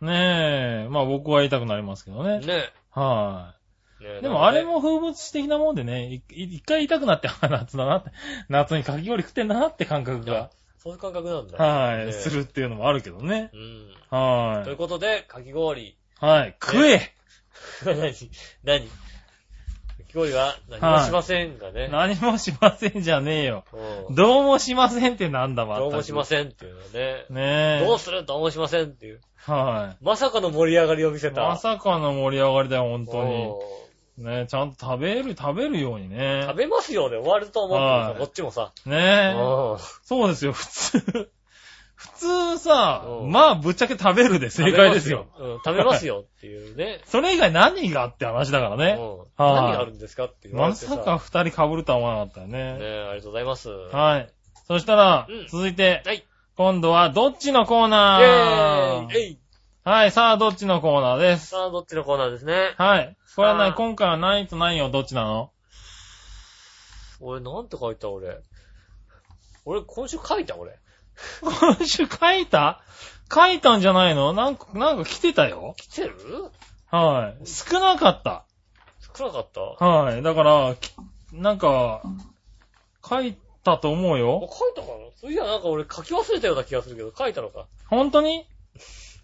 C: ねえ。まあ僕は痛くなりますけどね。
B: ね。
C: は
B: ね
C: い。でもあれ。
B: なんかね
C: も風物詩的なもんでね、いい一回痛くなって、あ夏だなって、夏にかき氷食ってんだなって感覚
B: いや
C: が、
B: そういう感覚なんだ。
C: はい、
B: ね
C: するっていうのもあるけどね。
B: うん。
C: は
B: ということで、かき氷。 *laughs*
C: い。はい。食え
B: 何何かき氷は何もしませんがね。
C: 何もしませんじゃねえよ。
B: うん
C: どうもしませんってなんだわ。
B: どうもしま
C: せ
B: せんっていうのはね。
C: ん。ねえ。
B: どうするどうもしませんっていう。
C: は
B: まさかの盛り上がりを見せ
C: い。
B: た。
C: まさかの盛り上がりだよ、本当に
B: お。
C: ねえ、ちゃんと食べる、食べるように
B: ー
C: ね。
B: 食べますよで終わると思って
C: はい
B: た、こっちもさ。
C: ねえ。
B: うん
C: そうですよ、普通。 *laughs* 普通さ
B: う、ん
C: まあ、ぶっちゃけ食べるで正解ですよ。。
B: 食べますようん食べますよっていう
C: *laughs*
B: ね。
C: それ以外何がって話だから
B: うん
C: ね。はい
B: 何があるんですかって言われ
C: ま
B: て
C: さか二人被るとは思わなかったよ
B: ね
C: ね。
B: えありがとうございます。は
C: はい。そしたら
B: うん、
C: 続いて、
B: い。
C: 今度はどっちのコ
B: イ
C: ー
B: ェ
C: ナー
B: ーイえい
C: ーはい、さあ、どっちのコーナーです。
B: さあ、どっちのコーナーですね。
C: はい。これは
B: あ
C: ね、
B: ー
C: 今回は何位と何位をどっちなの
B: 俺、なんて書いた俺。俺、今週書いた俺。
C: 今週書いた書いたんじゃないのなんか、なんか来てたよ。
B: 来てる
C: はい。少なかった。
B: 少なかったあ
C: はい。だから、きなんか、書いたと思う
B: 書い
C: よ。
B: たかなそういや、なんか俺書き忘れたような気がするけど、書いたのか。
C: 本当に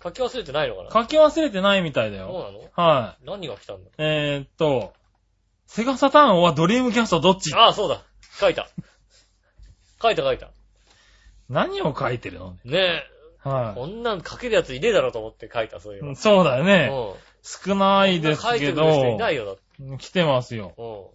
B: 書き忘れてないのかな
C: 書き忘れてないみたいだ
B: そう
C: よ。
B: なの
C: は
B: 何が来たんだ
C: い。えー、っと、セガサターンはドリームキャストどっち
B: ああ、そうだ。書いた。書いた書いた。
C: 何を書いてるの
B: ねえ。
C: は
B: こんなん書けるやついねえだろうと思って書いた、そういう
C: い。
B: の。
C: そうだよね。
B: うん。
C: 少ないです
B: 書いて
C: け
B: くる人い
C: ど、
B: ないよ、だって。
C: 来てますよ。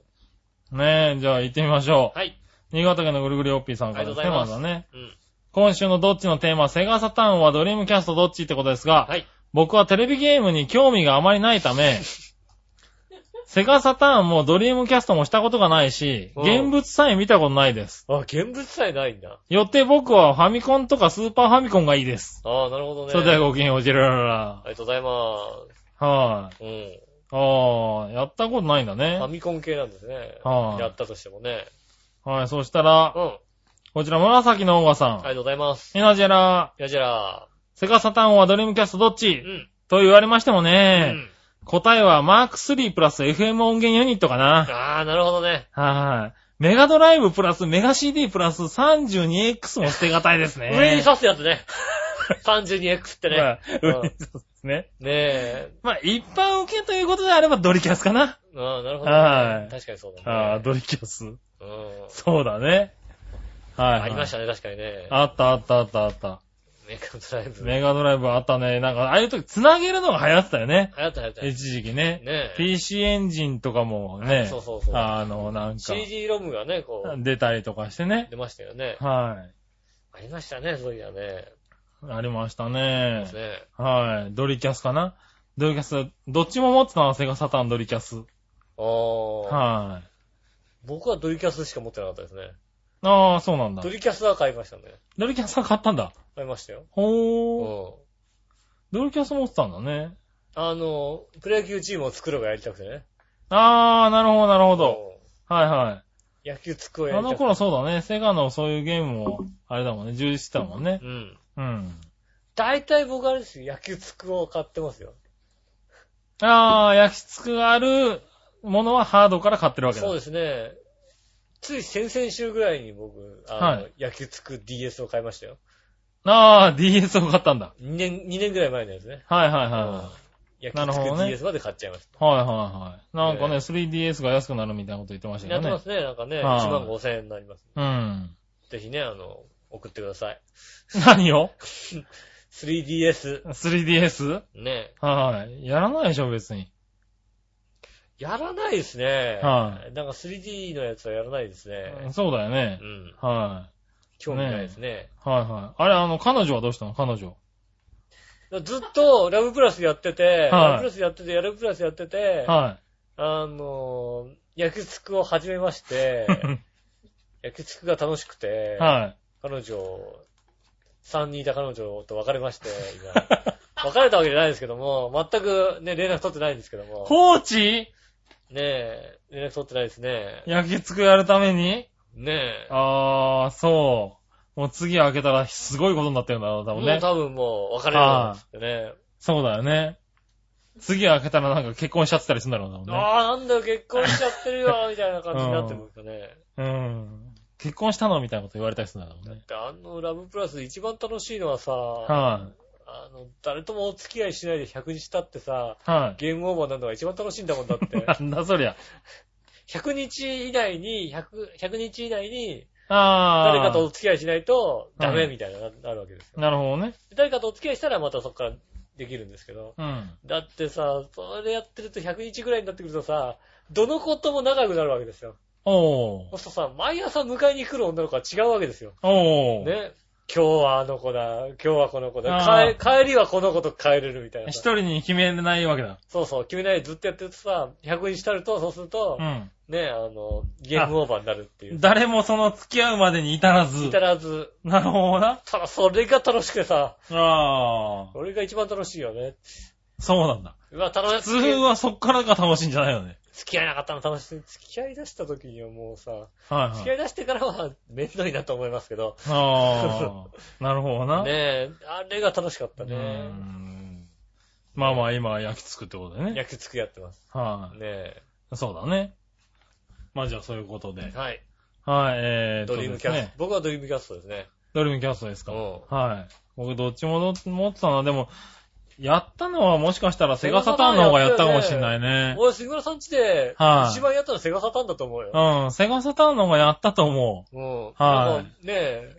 B: うん。
C: ねえ、じゃあ行ってみましょう。
B: はい。
C: 新潟県のぐるぐるおっぴーさんからです
B: あり
C: ね、
B: がとうご
C: ま
B: ざい
C: ずはね。
B: うん。
C: 今週のどっちのテーマ、セガサターンはドリームキャストどっちってことですが、
B: はい。
C: 僕はテレビゲームに興味があまりないた
B: *laughs*
C: め、セガサターンもドリームキャストもしたことがないし、
B: うん
C: 現物さえ見たことないです。
B: あ、現物さえないんだ。
C: よって僕はファミコンとかスーパーファミコンがいいです。
B: ああ、なるほどね。
C: それでは
B: あ
C: ごきげんよう、ジェラララ。
B: りがとうございます。
C: はい。
B: うん。
C: ああ、やったことないんだね
B: ファ。ミコン系なんですね。
C: はい
B: やったとしてもね。
C: はい、そした
B: う
C: ら、
B: ん。
C: こちら紫のオーガさ
B: あり
C: ん。
B: がとうございます。
C: エナジェラ、
B: やじら
C: セガサターンはドリームキャストどっ
B: ー。う
C: ち
B: ん。
C: と言われましても
B: う
C: ね、
B: ん。
C: 答えはマーク3プラス FM 音源ユニットかな。
B: ああ、なるほどね。
C: はい。メガドライブプラスメガ CD プラス 32X も捨てがたいですね。
B: 上に刺すやつ
C: *laughs*
B: ね。32X ってね。
C: まあ上に刺すですね。
B: ねえ。
C: まあ、一般受けということであればドリキャスかな。
B: ああ、なるほど、
C: はい
B: 確かにそうだね。
C: ああ、ドリキャス。
B: うん。
C: そうだね。はい、。
B: ありましたたね、確かにね。
C: あったあったあったあった。
B: メカドライブ。ね。
C: メガドライブあったね。なんか、ああいう時繋げるのが流行ってたよね。
B: 流行った流行った。ね
C: 一時期ね。
B: え。
C: PC エンジンとかもね、
B: そうそうそう。
C: あの、なんか、
B: CD ロムがね、こう、
C: 出たりとかしてね。
B: 出ましたよね。
C: はい。
B: ありましたね、そういやね。
C: ありました
B: で
C: ね
B: す。ね。
C: はい。ドリキャスかなドリキャス、どっちも持ってたのセガサターンドリキャス。
B: ああ。
C: はい。
B: 僕はドリキャスしか持ってなかったですね。
C: ああ、そうなんだ
B: ド。リキャスは買いましたね。
C: ドリキャスは買ったんだ。
B: 買いましたよ。う
C: ほー。
B: ん。
C: ドリキャス持ってたんだね。
B: あの、プロ野球チームを作ろうがやりたくてね。
C: ああ、なるほど、なるほど。
B: そ
C: はいは
B: う。野球作ろう
C: い。
B: や
C: あ
B: りたく
C: の
B: て。
C: 頃そうだね。セガのそういうゲームも、あれだもんね、充実してたもんね
B: う。ん。
C: うん。
B: 大体僕あれですよ、野球つくを買ってますよ。
C: ああ、焼きつくがあるものはハードから買ってるわけだ。
B: そうですね。つい先々週ぐらいに僕、あの、
C: は
B: 野球つく DS を買いましたよ。
C: ああ、DS を買ったんだ。
B: 2年、2年ぐらい前のやつね。
C: はいはいはい。
B: 野
C: なるほ
B: 球つ
C: ど
B: く
C: ね
B: DS まで買っちゃいまし
C: はいはいはい。なんか
B: え。
C: ね、3DS が安くなるみたいなこと言ってましたた
B: や
C: け
B: って
C: ど
B: ます
C: ね。
B: ね、なんかね、1
C: はい
B: 万5千円になります。
C: うん。
B: ぜひね、あの、送ってください。
C: 何を
B: 3DS、
C: ?3DS?
B: ね。
C: はい。やらないでしょ、別に。
B: やらないですね。
C: は
B: なんか 3D のやつはやらないですね。
C: そうだよね
B: う。ん。
C: は
B: 興味ないですね。
C: い。はいはい。あれ、あの、彼女はどうしたの彼女。
B: ずっと、ラブプラスやってて、
C: はい
B: ラブプラスやってて、ラブプラスやってて、
C: は
B: あのー、役つくを始めま
C: *laughs*
B: して、役つくが楽しくて
C: い。、は
B: 彼女、3人いた彼女と別れまして、
C: *laughs*
B: 今。別れたわけじゃないですけども、全くね、連絡取ってないんですけど
C: い。
B: も、
C: 放置
B: ねえ、連絡取ってないですね。
C: 焼きつくやるために
B: ねえ。
C: あー、そう。もう次開けたらすごいことになってるんだろう、多分
B: もう
C: ね。
B: 多分もう別れるんですってね。
C: そうだよね。次開けたらなんか結婚しちゃってたりするんだろうな、多分ね。
B: ああ、なんだよ、結婚しちゃってる
C: *laughs*
B: よ、みたいな感じになってるんですかね。
C: うん。結婚したのみたいなこと言われたりするんだろうね。
B: であの、ラブプラスで一番楽しいのはさ、
C: は
B: あの、誰ともお付き合いしないで100日経ってさ、
C: い。は
B: ゲームオーバーになるのが一番楽しいんだもんだっ
C: い。 *laughs*
B: て
C: な。んだそりゃ。
B: 100日以内に、100, 100日以内に、
C: あー。
B: 誰かとお付き合いしないとダメみたいな、ななるわけですよ。
C: なるほどね。
B: 誰かとお付き合いしたらまたそこからできるんですけど。
C: うん。
B: だってさ、それやってると100日ぐらいになってくるとさ、どの子とも仲良くなるわけですよ。
C: おー
B: そうするとさ、毎朝迎えに来る女の子は違うわけですよ。
C: おー。
B: ね。今日はあの子だ、今日はこの子だ、
C: あー
B: 帰帰りはこの子と帰れるみたいな
C: 一
B: さ。
C: 人に決めれないわけだ。
B: そうそう、決めないでずっとやってるとさ、100にしたると、そうすると
C: う、ん。
B: ね、あの、ゲームオーバーになるっていう。
C: 誰もその付き合うまでに至らず。
B: 至らず、
C: なるほどな。
B: ただそれが楽しくてさ、
C: ああ。
B: 俺が一番楽しいよね。
C: そうなんだ。
B: うわ、楽し
C: 普通
B: い。
C: はそっからが楽しいんじゃないよね。
B: 付き合いなかったの楽しい。付き合い出した時にはもうさ、
C: はい
B: 付
C: は
B: き合
C: い。
B: い出してからは面倒いなと思いますけど、
C: ああ。なるほどな。
B: ねえ、あれが楽しかった
C: う
B: ね。
C: んまあまあ今は焼きつくってことだよね。
B: 焼きつくやってます。
C: は
B: ねえ。
C: い。そうだね。まあじゃあそういうことで。
B: はい。
C: はい、えー
B: ド
C: と
B: リー
C: で
B: ム
C: す
B: キャス
C: ね
B: ト。。僕はドリームキャストですね。
C: ドリームキャストですか。
B: うん
C: はい。僕どっちもど持ってたな。でも、やったのはもしかしたらセガサターンの方がやったかもしんないね。
B: 俺、杉村さんちで、
C: はい
B: 一番やったのセガサターンだと思うよ。
C: うん、セガサターンの方がやったと思
B: うん。
C: はい
B: なんかねえ、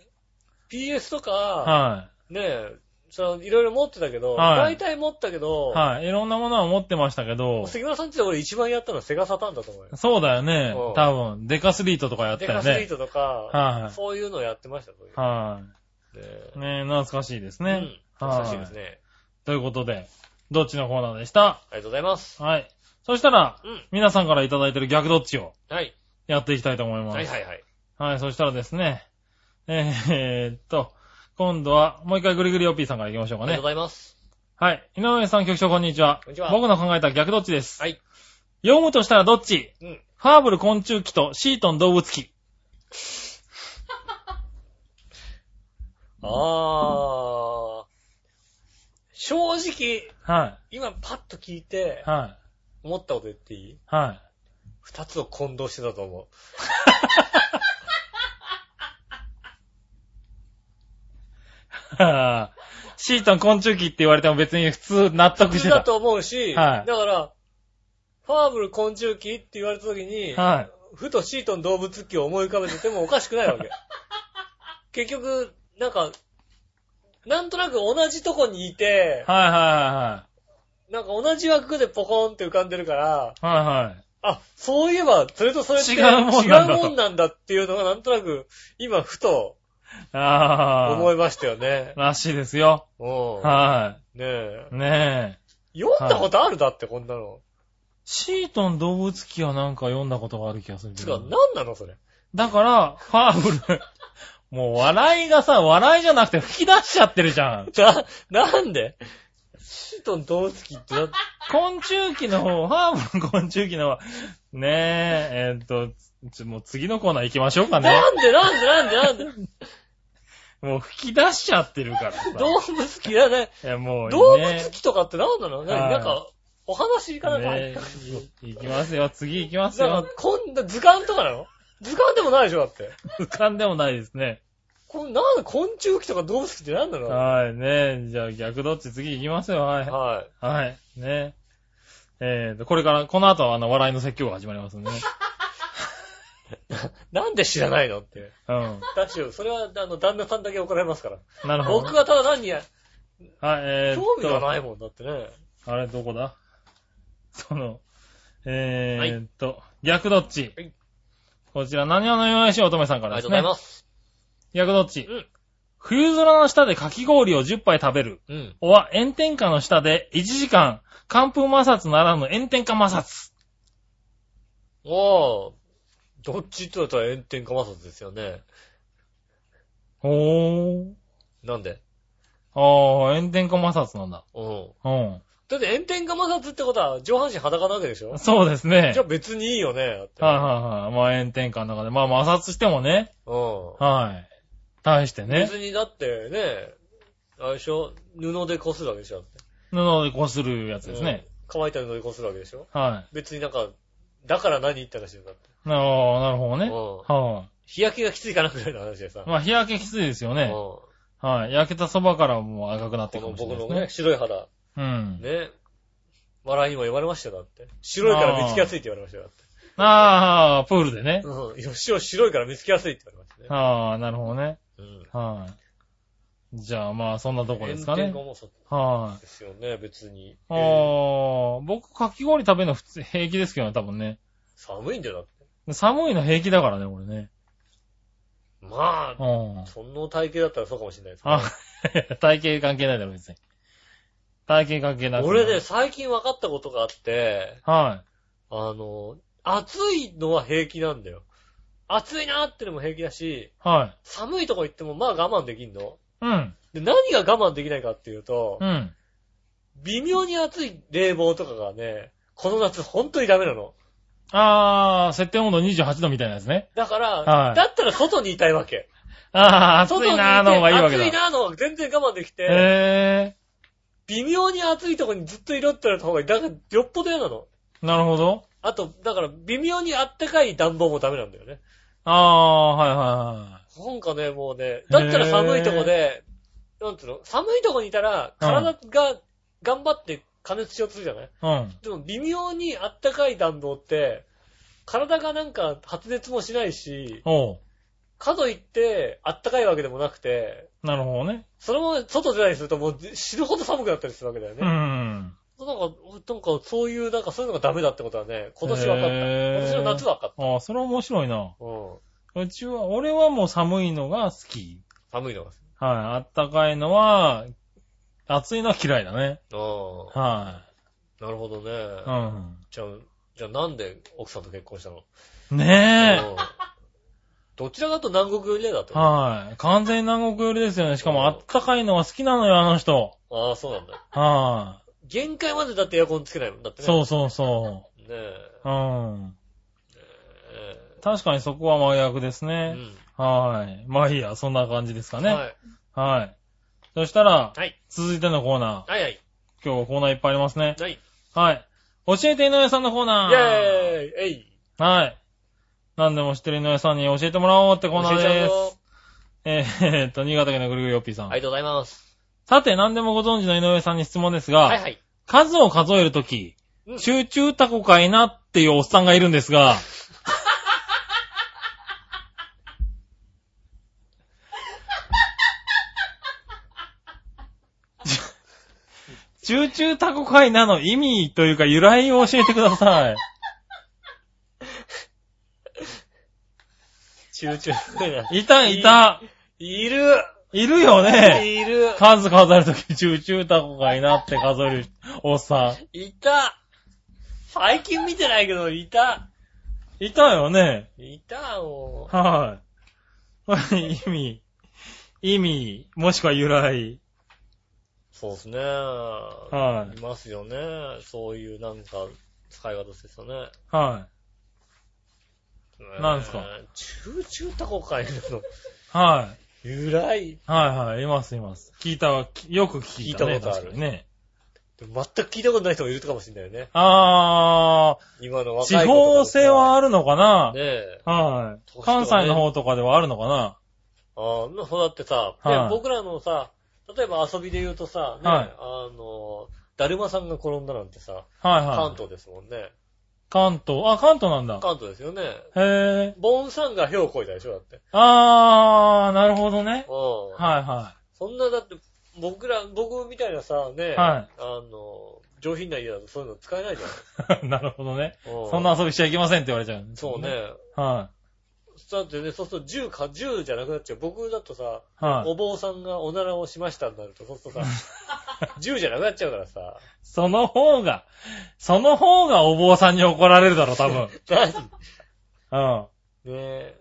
B: PS と
C: う。
B: か、
C: は
B: ねえ、その、いろいろ持ってたけど、
C: は
B: 大
C: い
B: 体持ったけ
C: い。
B: ど、
C: はい。いろんなものは持ってましたけど、
B: 杉村さんちで俺一番やったのはセガサターンだと思うよ。
C: そうだよね
B: うん。
C: 多分、デカスリートとかやっ
B: デ
C: たよ
B: カスリー
C: ね。
B: トと
C: は
B: か、
C: い
B: そういうのやってました、そういう
C: は
B: ね
C: い。ねえ、懐かしいです
B: え
C: ね。
B: うん。
C: はい
B: 難しいですね。
C: ということで、どっちのコーナーでした。
B: ありがとうございます。
C: はい。そしたら、
B: うん。
C: 皆さんからいただいてる逆どっちを
B: はい。
C: やっていきたいと思います。
B: はいはいはい。
C: はい、そしたらですね、えー、っと、今度は、もう一回グリグリオピーさんから行きましょう
B: あ
C: か
B: りがと
C: ね
B: うご。ざいます。
C: はい。井上さん局長こんにちは。
B: こんにちは
C: 僕の考えた逆どっちです。
B: はい。
C: 読むとしたらどっち
B: うん。
C: ファーブル昆虫記とシートン動物記。
B: あー。正直、
C: は
B: 今パッと聞いて
C: い。、は
B: 思ったこと言っていい
C: い。 *laughs* は
B: 二つを混同してたと思
C: い。はぁシートン昆虫記って言われても別に普通納
B: う。
C: 得
B: 普
C: し
B: 通
C: て
B: だ
C: た。
B: と思うし、
C: はい
B: だから、ファーブル昆虫記って言われた時に、
C: はい。
B: ふとシートン動物記を思い浮かべててもおかしくない
C: *laughs*
B: わけ。結局、なんか、なんとなく同じとこにいて、
C: はいは
B: なんか同じ枠でポコンって浮かんでるから、
C: いはい。はいはい。
B: あ、そういえば、それとそれって
C: 違うもんなんだ
B: 違
C: と
B: うもんなんだっていうのがなんとなく、今ふと
C: ああ。
B: 思いましたよね。
C: らしいですよ。
B: うん。
C: は
B: ねえ。
C: い。ねえ。
B: 読んだことあるだって、こんなの。
C: シートン動物記はなんか読んだことがある気がするけ
B: つう
C: ど
B: か、なんなのそれ。 *laughs*
C: だから、ファーブル。もう笑いがさ、笑いじゃなくて吹き出しちゃってるじゃん。
B: な、なんでシートン動物記ってな、
C: 昆虫記の方、ファーブル昆虫記の *laughs* 方、ねえ、えーっと、ちょもう次のコーナー行きましょうかね。
B: なんでなんでなんでなんで
C: もう吹き出しちゃってるからさ。
B: 動物記だね。
C: いや、もう、ね、
B: 動物記とかってなんなのな
C: はい
B: なんか、お話かなんか、
C: ねい行きますよ、次行きます
B: なん
C: よ
B: か。、こんな図鑑とかなの図鑑でもないでしょだって。
C: 浮かんでもないですね。
B: こんなん昆虫記とか動物記ってなんなのは。
C: はい、ねえ、じゃあ逆どっち次行きますよ、はいい。
B: は
C: はい。ねえ。えーと、これから、この後はあの、笑いの説教が始まりますん
B: *laughs*
C: でね。
B: い。なんで知らないのって。
C: うん。
B: だしよ、それは、あの、旦那さんだけ怒られますから。
C: なるほど。
B: 僕はただ何や、
C: はい、えー
B: 興味が
C: い。
B: ないもんだってね。
C: あれ、どこだその、えーっと、逆どっち、
B: はい
C: こちら、何話のよやし乙女さん
B: あ
C: か
B: りがとう
C: らです
B: ござい。
C: ね
B: ます。
C: 逆どっち、
B: うん
C: 冬空の下でかき氷を10杯食べる。
B: うん。
C: おは、炎天下の下で1時間、寒風摩擦ならぬ炎天下摩擦。
B: おー。どっちって言ったら炎天下摩擦ですよね。
C: ほー。
B: なんで
C: あー、炎天下摩擦なんだ。
B: うん。
C: う
B: だって炎天下摩擦ってことは上半身裸なわけでしょ
C: ん。そうですね。
B: じゃあ別にいいよね。だって
C: はいはいはい。まあ炎天下の中で。まあ摩擦してもね。
B: う
C: はい。対して
B: ん。
C: ね。
B: 別にだってね、あれでしょ布で擦るわけでしょだって
C: 布でこするやつですね。
B: うん乾いた布で擦るわけでしょ
C: は
B: 別になんか、だから何って話だよだって。
C: い。なあなるほどね。
B: うん
C: は
B: 日焼けがきついかなくらいの話でさ。
C: い。まあ日焼けきついですよ
B: うん
C: ね。
B: こ
C: はい。焼けたそばからもう赤くなってくるか
B: の
C: もしれ
B: 僕
C: ないで
B: の
C: す
B: ね、白
C: ね。
B: い肌。
C: うん。
B: ね。笑いにも言われましたよ、だって。白いから見つけやすいって言われましたよ、だって。
C: ああ、プールでね。
B: うん。吉尾白いから見つけやすいって言われましたね。
C: ああ、なるほどね。
B: うん。
C: はい。じゃあまあそんなとこですか
B: 炎天
C: ね
B: 下。もそう
C: は
B: ですよね、別に。
C: い。ああ、僕かき氷食べるの普通平気ですけどね、多分ね。
B: 寒いんだよ、だって。
C: 寒いの平気だからね、俺ね。
B: ま
C: う
B: あ、
C: ん。
B: その体型だったらそうかもしれないですけど
C: あ、 *laughs* 体型関係ないだろ、別に。体型関係なく。
B: 俺ね、。最近分かったことがあって、
C: は
B: あの、暑いのは平気なんだよ。暑いなーってのも平気だし、
C: い。はい。
B: 寒いとこ行ってもまあ我慢できんの。
C: うん。
B: で、何が我慢できないかっていうと
C: う、ん。
B: 微妙に暑い冷房とかがね、この夏本当にダメなの。
C: あー、設定温度28度みたいなやつね。
B: だから、
C: はい
B: だったら外にいたいわけ。
C: あー、
B: 外
C: 暑
B: に
C: いなーの方がいいわけだ。
B: 暑いなーの方が全然我慢できて、
C: へ
B: 微妙に暑いとこにずっといろってなった方がいい。だから、よっぽど嫌なの。
C: ー、なるほど。
B: あと、だから、微妙にあったかい暖房もダメなんだよね。
C: あー、はいはいはい。
B: なんかね、もうね、だったら寒いとこで、なんつうの、寒いとこにいたら、体が頑張って加熱しようとするじゃない、
C: うん。
B: でも微妙にあったかい暖房って、体がなんか発熱もしないし、
C: おう。
B: かといってあったかいわけでもなくて、
C: なるほどね。
B: そのまま外出たりするともう死ぬほど寒くなったりするわけだよ
C: う
B: ね。
C: ん。
B: なんか、なんかそういう、なんかそういうのがダメだってことはね、今年分かった。
C: へー
B: 今年の夏分かった。
C: あー、それは面白いな。
B: うん。
C: うちは、俺はもう寒いのが好き。
B: 寒いのが。
C: はい。あったかいのは、暑いのは嫌いだね。
B: あ
C: は
B: あ。なるほどね。
C: い。う
B: じゃあ、じゃあなんで奥さんと結婚したの
C: ん。ね
B: うんどちらかと南国寄りだ
C: え。
B: と。あ
C: はい。完全に南国寄りですよね。しかもあったかいのは好きなのよ、あの人。
B: あ、そうなんだ。
C: は
B: 限界までだってエアコンつけないもんだって
C: い。
B: ね。
C: そうそうそ
B: ねえ。
C: う。うん。
B: え
C: 確かにそこは真逆です
B: え
C: ね。はい。まあいいや、そんな感じですか
B: うん。
C: ね。
B: はい。
C: はい。そしたら、
B: はい。
C: 続いてのコーナー。
B: はいはい。
C: 今日コーナーいっぱいありますね。
B: はい。イ
C: はい。教えて井上さんのコーナー。
B: ェーイえい
C: はい。何でも知ってる井上さんに教えてもらおうってコーナー
B: 教えちゃ
C: で
B: う
C: す。
B: よ
C: えーえーっと、新潟県のぐるぐるよっぴーさん。
B: ありがとうございます。
C: さて、何でもご存知の井上さんに質問ですが、
B: はいはい。
C: 数を数えるとき
B: う、ん
C: 集中タコかいなっていうおっさんがいるんですが、 *laughs* 集中タコかいなの意味というか由来を教えてください。
B: 集中。
C: いた、いた。
B: いる
C: いるよね。
B: いる
C: 数数えるとき、チューチュータコがいなって数えるおっさ
B: いた最近見てないけど、いた
C: ん。いたよね。
B: いたもう。
C: はい。意味、意味、もしくは由来。
B: そうですね。
C: はい
B: いますよね。そういうなんか、使い方ですよね。
C: はなんすか
B: えーチューチュータコかいの
C: い。はい。
B: 由来
C: はいはい。いますいます。聞いたわ。きよく聞いたね。
B: 聞いたことある
C: 確かにね。
B: 全く聞いたことない人もいるかもしれないよね。
C: あ
B: 今の
C: ー、
B: 若
C: 地
B: い子
C: 方性は
B: あ
C: あるのかな、
B: ねえ。
C: はい。
B: 年とか
C: 関
B: ね
C: 西の方とかではあるのかな
B: ああ、そうだってさ、
C: は
B: ね
C: い
B: 僕らのさ、例えば遊びで言うとさ、ね
C: はい
B: あの、だるまさんが転んだなんてさ、
C: はいはい。
B: 関。東ですもんね。
C: 関東。あ、関東なんだ。
B: 関東ですよね。
C: へー。
B: ボンさんが火を越えたでしょ、だって。
C: あー、なるほどね。
B: うん。
C: はいは
B: そんな、だって、僕ら、僕みたいなさ、ね、
C: はい
B: あの、上品な家だとそういうの使えないじゃ
C: い。 *laughs* なるほどね。
B: ん。う
C: そんな遊びしちゃいけませんって言われちゃうんです
B: そ
C: よ
B: うね。。
C: は
B: だってね、そうすると銃か、銃じゃなくなっちゃう。僕だとさ、
C: い。はい。
B: お坊さんがおならをしましたになると、そうする
C: *laughs*
B: とさ、銃じゃなくなっちゃうからさ、
C: その方が、その方がお坊さんに怒られるだろ、
B: *laughs*
C: 多分。
B: 何
C: うん。
B: ねえ。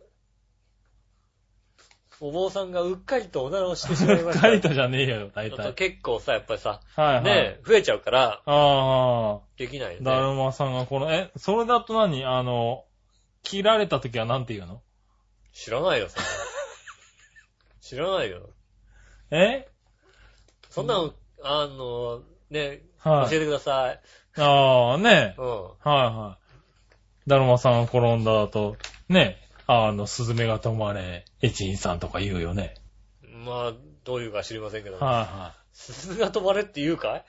B: お坊さんがうっかりとおならをしてしまいま
C: うっ
B: した。
C: かりとじゃねえよ、大
B: だと
C: 体。
B: 結構さ、やっぱりさ、
C: はいはい。
B: ねえ、増えちゃうから、
C: ああ、
B: できないよね。
C: だるまさんがこの、え、それだと何あの、切られた時は何て言うの
B: 知らないよ、
C: *laughs*
B: そんなの知らないよ。
C: え
B: そんなの、あの、ね、教
C: は
B: え
C: い。
B: てください。
C: ああ、ね
B: うん。
C: え。はいはい。だるまさんが転んだだと、ねえ、あの、スズメが止まれ、一員さんとか言うよね。
B: まあ、どういうか知りませんけど、
C: は
B: 鈴が止まれって言うかい
C: いはい。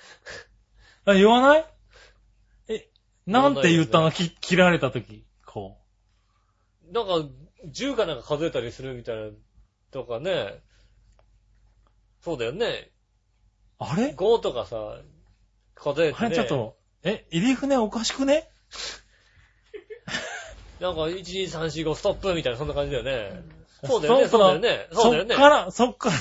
C: あ言わないえ、なんて言った
B: 言わ
C: のき切られた時。こ
B: なんか、10かなんか数えたりするみたいな、とかね。そうだよね。
C: う。あれ
B: 5とかさ、数えて、
C: あ
B: ね。
C: れちょっと、え、入り船おかしくね
B: なんか、1、2、3、4、5、ストップみたいな、そんな感じだよね。そうだよね、そうだよね。
C: そ
B: そうだよ
C: っ
B: ね。。
C: から、そっから、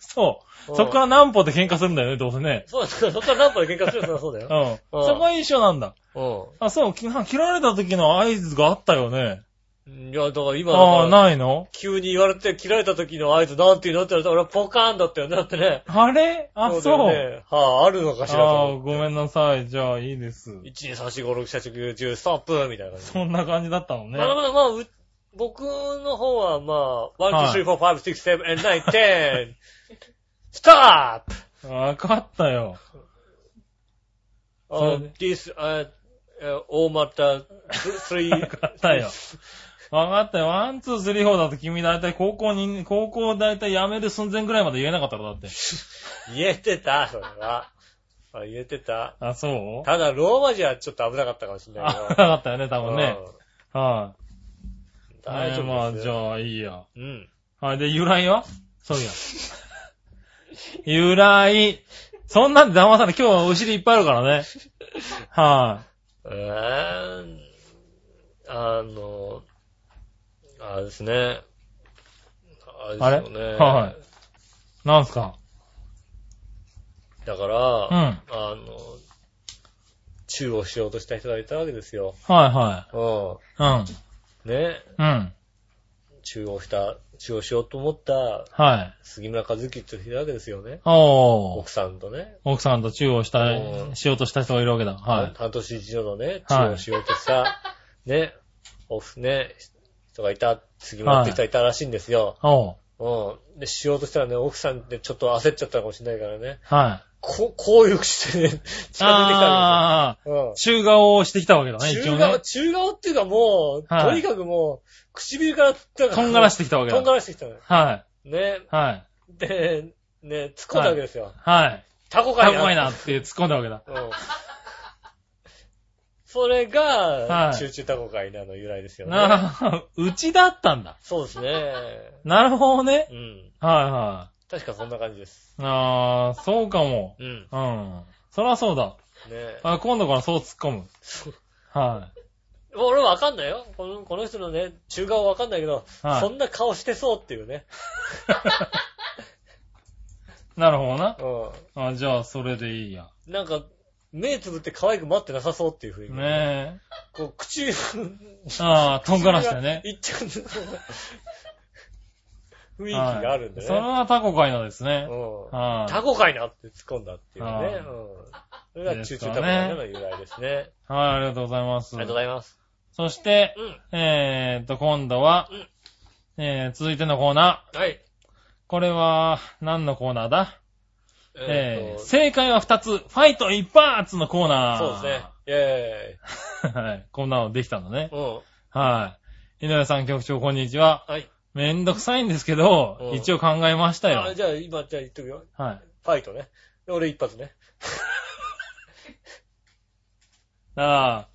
C: *laughs* そう。そっからら何歩で喧嘩するんだよね、どうせね。
B: そうだ、そっから何歩で喧嘩するんだ、そうだ
C: うん。
B: よ。
C: そこは一緒なんだ。
B: う
C: あ、そう、き切られた時の合図があったよね。
B: ん。いや、だから今
C: ああ、
B: だから、
C: ないの
B: 急に言われて、切られた時の合図なんて言うのって言われたら、俺ポカーンだったよね、だってね。
C: あれあ、
B: だよ
C: そう。
B: ねはぁ、あるのかしら
C: ああ、
B: と。
C: ごめんなさい。じゃあ、いいです。
B: 1、2、3、4、5、6、7、8、9、10、ストップみたいな感じ。
C: そんな感じだったのね
B: ま。だまだまあ、う僕の方はまあ、1、2、3、4、5、6、7、8、9、10、ストップ
C: わかったよ。そ
B: !of this, uh, uh, all matter, three,
C: わかったよ。わかったよ。ワン、ツー、スリー、フォーだと君大体高校に、高校大体辞める寸前ぐらいまで言えなかったろ、だって。
B: 言えてた、それは。あ言えてた。
C: あ、そう
B: ただ、ローマ字はちょっと危なかったかもしれない
C: *laughs* あ、わ
B: け
C: かったよね、多
B: ど。
C: 分ね。
B: う
C: は
B: ん。
C: い。
B: 大丈夫です
C: ね
B: よ。
C: まあ、じゃあ、いいや。
B: うん。
C: はい。で、由来はそういや。 *laughs* 由来。そんなんで騙さない。今日はお尻いっぱいあるからね。は
B: えー、あの、あれですね。あれですよね。
C: あれはい。なんすか
B: だから、
C: うん
B: あの、チューをしようとした人がいたわけですよ。
C: は
B: う
C: いはい。
B: ん。ね。
C: うん。うん。
B: チューをした、チューをしようと思った
C: はい。
B: 杉村和樹って人がいたわけですよね。
C: おー。
B: 奥さんとね。
C: 奥さんと中央した
B: う
C: い、
B: ん
C: しようとした人がいるわけだ。はい。
B: 半年一度のね、チューをしようとした、ね、オフね、人がいた、杉村って人がいたらしいんですよ。
C: おー。
B: うん。で、しようとしたらね、奥さんってちょっと焦っちゃったかもしれないからね。
C: はい。
B: こう、こういう口でね、 *laughs* 近づいてきたわ
C: あ
B: けですよ。うん
C: ー、。中顔をしてきたわけだね、一
B: 中
C: 応ね
B: 顔、。中顔っていうかもう、
C: はい
B: とにかくもう、唇から、だから
C: とんがらしてきたわけ
B: とん
C: だ。
B: がらしてきたのよ。
C: はい。
B: ね。
C: はい。
B: で、ね、突っ込んだわけですよ。
C: はい。
B: タコ
C: か
B: か
C: っ
B: いな。
C: こいいなって突っ込んだわけだ。
B: うん。それが、
C: はい
B: チューチュータコかいなの由来ですよね。
C: なあ、 *laughs* うちだったんだ。
B: そうですね。
C: なるほどね。
B: うん。
C: はいは
B: 確かそんな感じです。
C: い。あー、そうかも。
B: うん。
C: うん。そらそうだ。
B: ね
C: あ、今度からそう突っ込む。は
B: 俺わかんないよ。このこの人のね、中顔わかんないけど、
C: はい
B: そんな顔してそうっていうね。
C: い。なるほどな。
B: うん。
C: あ、じゃあ、それでいいや。
B: なんか、目つぶって可愛く待ってなさそうっていうふうに。
C: ね
B: こう、口、
C: え。あー、とんがらしてね。
B: いっちゃうの。雰囲気があるんで
C: はい
B: ね。
C: それはタコカイナですね。
B: うん。
C: はい。
B: タコかいなって突っ込んだっていうね。
C: はい
B: うん。それがチューチュータコかいなの由来ですね。
C: はい、ありがとうございま
B: あ
C: す
B: りが。とうございます。
C: そして、
B: うん。
C: えーっと、今度は
B: うん、
C: えー、続いてのコーナー。
B: はい。
C: これは、何のコーナーだえ
B: え
C: ー、
B: ーっ
C: 正解は2つ、ファイト一発のコー
B: と
C: ナー。
B: そうですね。イェ
C: ね。はい。こんなのできたのね。
B: ーイ。うん。
C: はい。井上さん局長、こんにちは。
B: はい。
C: めんどくさいんですけど
B: う、ん
C: 一応考えました
B: あ
C: よ。
B: じゃあ今、じゃあ言っとくよ。
C: はい。
B: ファイトね。俺一発ね。
C: ああ、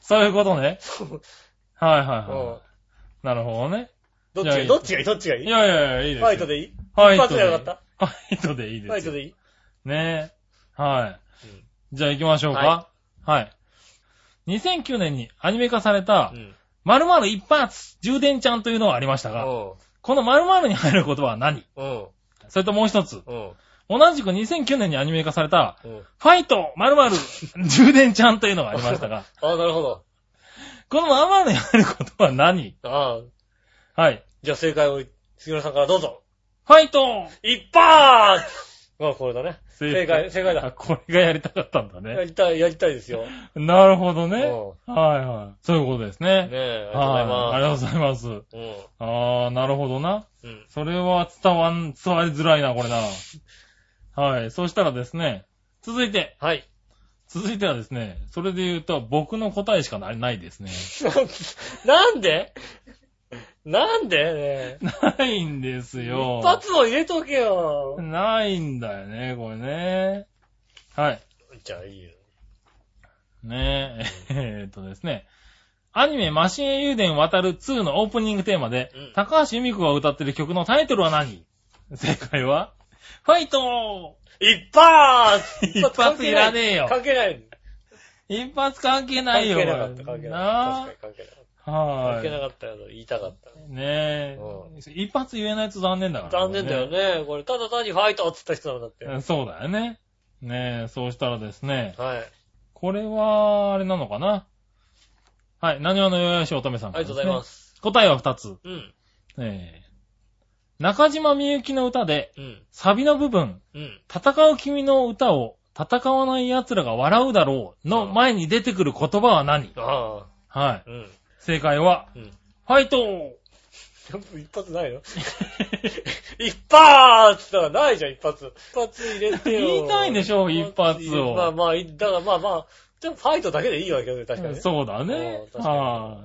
C: そういうことね。はいはい
B: うん
C: は。い。なるほどね。
B: どっち
C: じゃ
B: が
C: あ
B: い
C: いい
B: いどっちがいいどっちがいい
C: いやいやいや、いい
B: フ
C: ですよ。
B: ァイトでいい
C: ファイト
B: 一発でよかった
C: ファイトでいいです
B: フ
C: よ。
B: ァイトでいい
C: ねえ。はい。
B: うん
C: じゃあ行きましょうか。はい。2009年にアニメ化された
B: う、ん。
C: 〇〇一発充電ちゃんというのがありましたが、
B: う
C: この〇〇に入る言葉は何
B: ん。
C: それともう一つ、
B: うん。
C: 同じく2009年にアニメ化された、
B: うん。
C: ファイト〇〇充電ちゃんというのがありまし
B: *laughs*
C: たが、
B: ああ、なるほど。
C: この〇〇に入る言葉は何
B: ああ。
C: はい。
B: じゃあ正解を杉村さんからどうぞ。
C: ファイト
B: 一発 *laughs* あ、これだね。正解、正解
C: あ
B: だ。
C: これがやりたかったんだ
B: や
C: ね。
B: りたい、やりたいですよ。
C: なるほどね。
B: う
C: はいはい。そういうことです
B: ね
C: ね。
B: え、
C: はい。あ
B: あ
C: り
B: り
C: が
B: が
C: と
B: と
C: うございます。
B: うございま
C: あー、なるほどな。
B: す。うん。うん。
C: それは伝わん、伝わりづらいな、これな。はい。そしたらですね、続いて、
B: はい。 *laughs*
C: 続いてはですね、それで言うと、僕の答えしかなないですね。 *laughs*
B: なんでなんでねえ
C: ないんですよ
B: 一。発も入れとけよ。
C: ないんだよね、これね。はい。
B: じゃあいいよ。
C: ね *laughs* え、えーっとですね。アニメ、マシン英雄伝渡る2のオープニングテーマで、
B: うん
C: 高橋由美子が歌ってる曲のタイトルは何正解は、ファイト
B: 一発
C: *laughs* 一発いらねえよ
B: 関係ない。
C: 一発関係な
B: 関
C: い
B: 係
C: よ、
B: なかった、
C: こ
B: 関
C: れ
B: 係
C: な
B: な
C: あ
B: かった。確かに関係なかっ
C: は
B: 聞け
C: い
B: な。かったよ、言いたかった。
C: ねえ、
B: う
C: 一発言えないと残念だから、
B: 残念だよ。ね。これ、ただ単にファイトって言った人なんだって。
C: うんそうだよね。ねえ、そうしたらですね、
B: はい。
C: これは、あれなのかなはい、何話のよよしおとめさん。
B: ありがとうございますす。
C: 答えは2つ。
B: *laughs* うん。
C: えー中島みゆきの歌で、
B: うん。
C: サビの部分、
B: うん。
C: 戦う君の歌を、戦わない奴らが笑うだろうの前に出てくる言葉は何
B: ああ。
C: はい。
B: うん。
C: 正解は、
B: うん。
C: ファイト
B: 一発ない *laughs* の一発って言ったらないじゃん、一発。一発入れてよ。
C: 言いたいでしょ一発を
B: まあまあ、いだからまあまあ、でもファイトだけでいいわけよね、確かにね。
C: そうだね
B: うん。確かに
C: は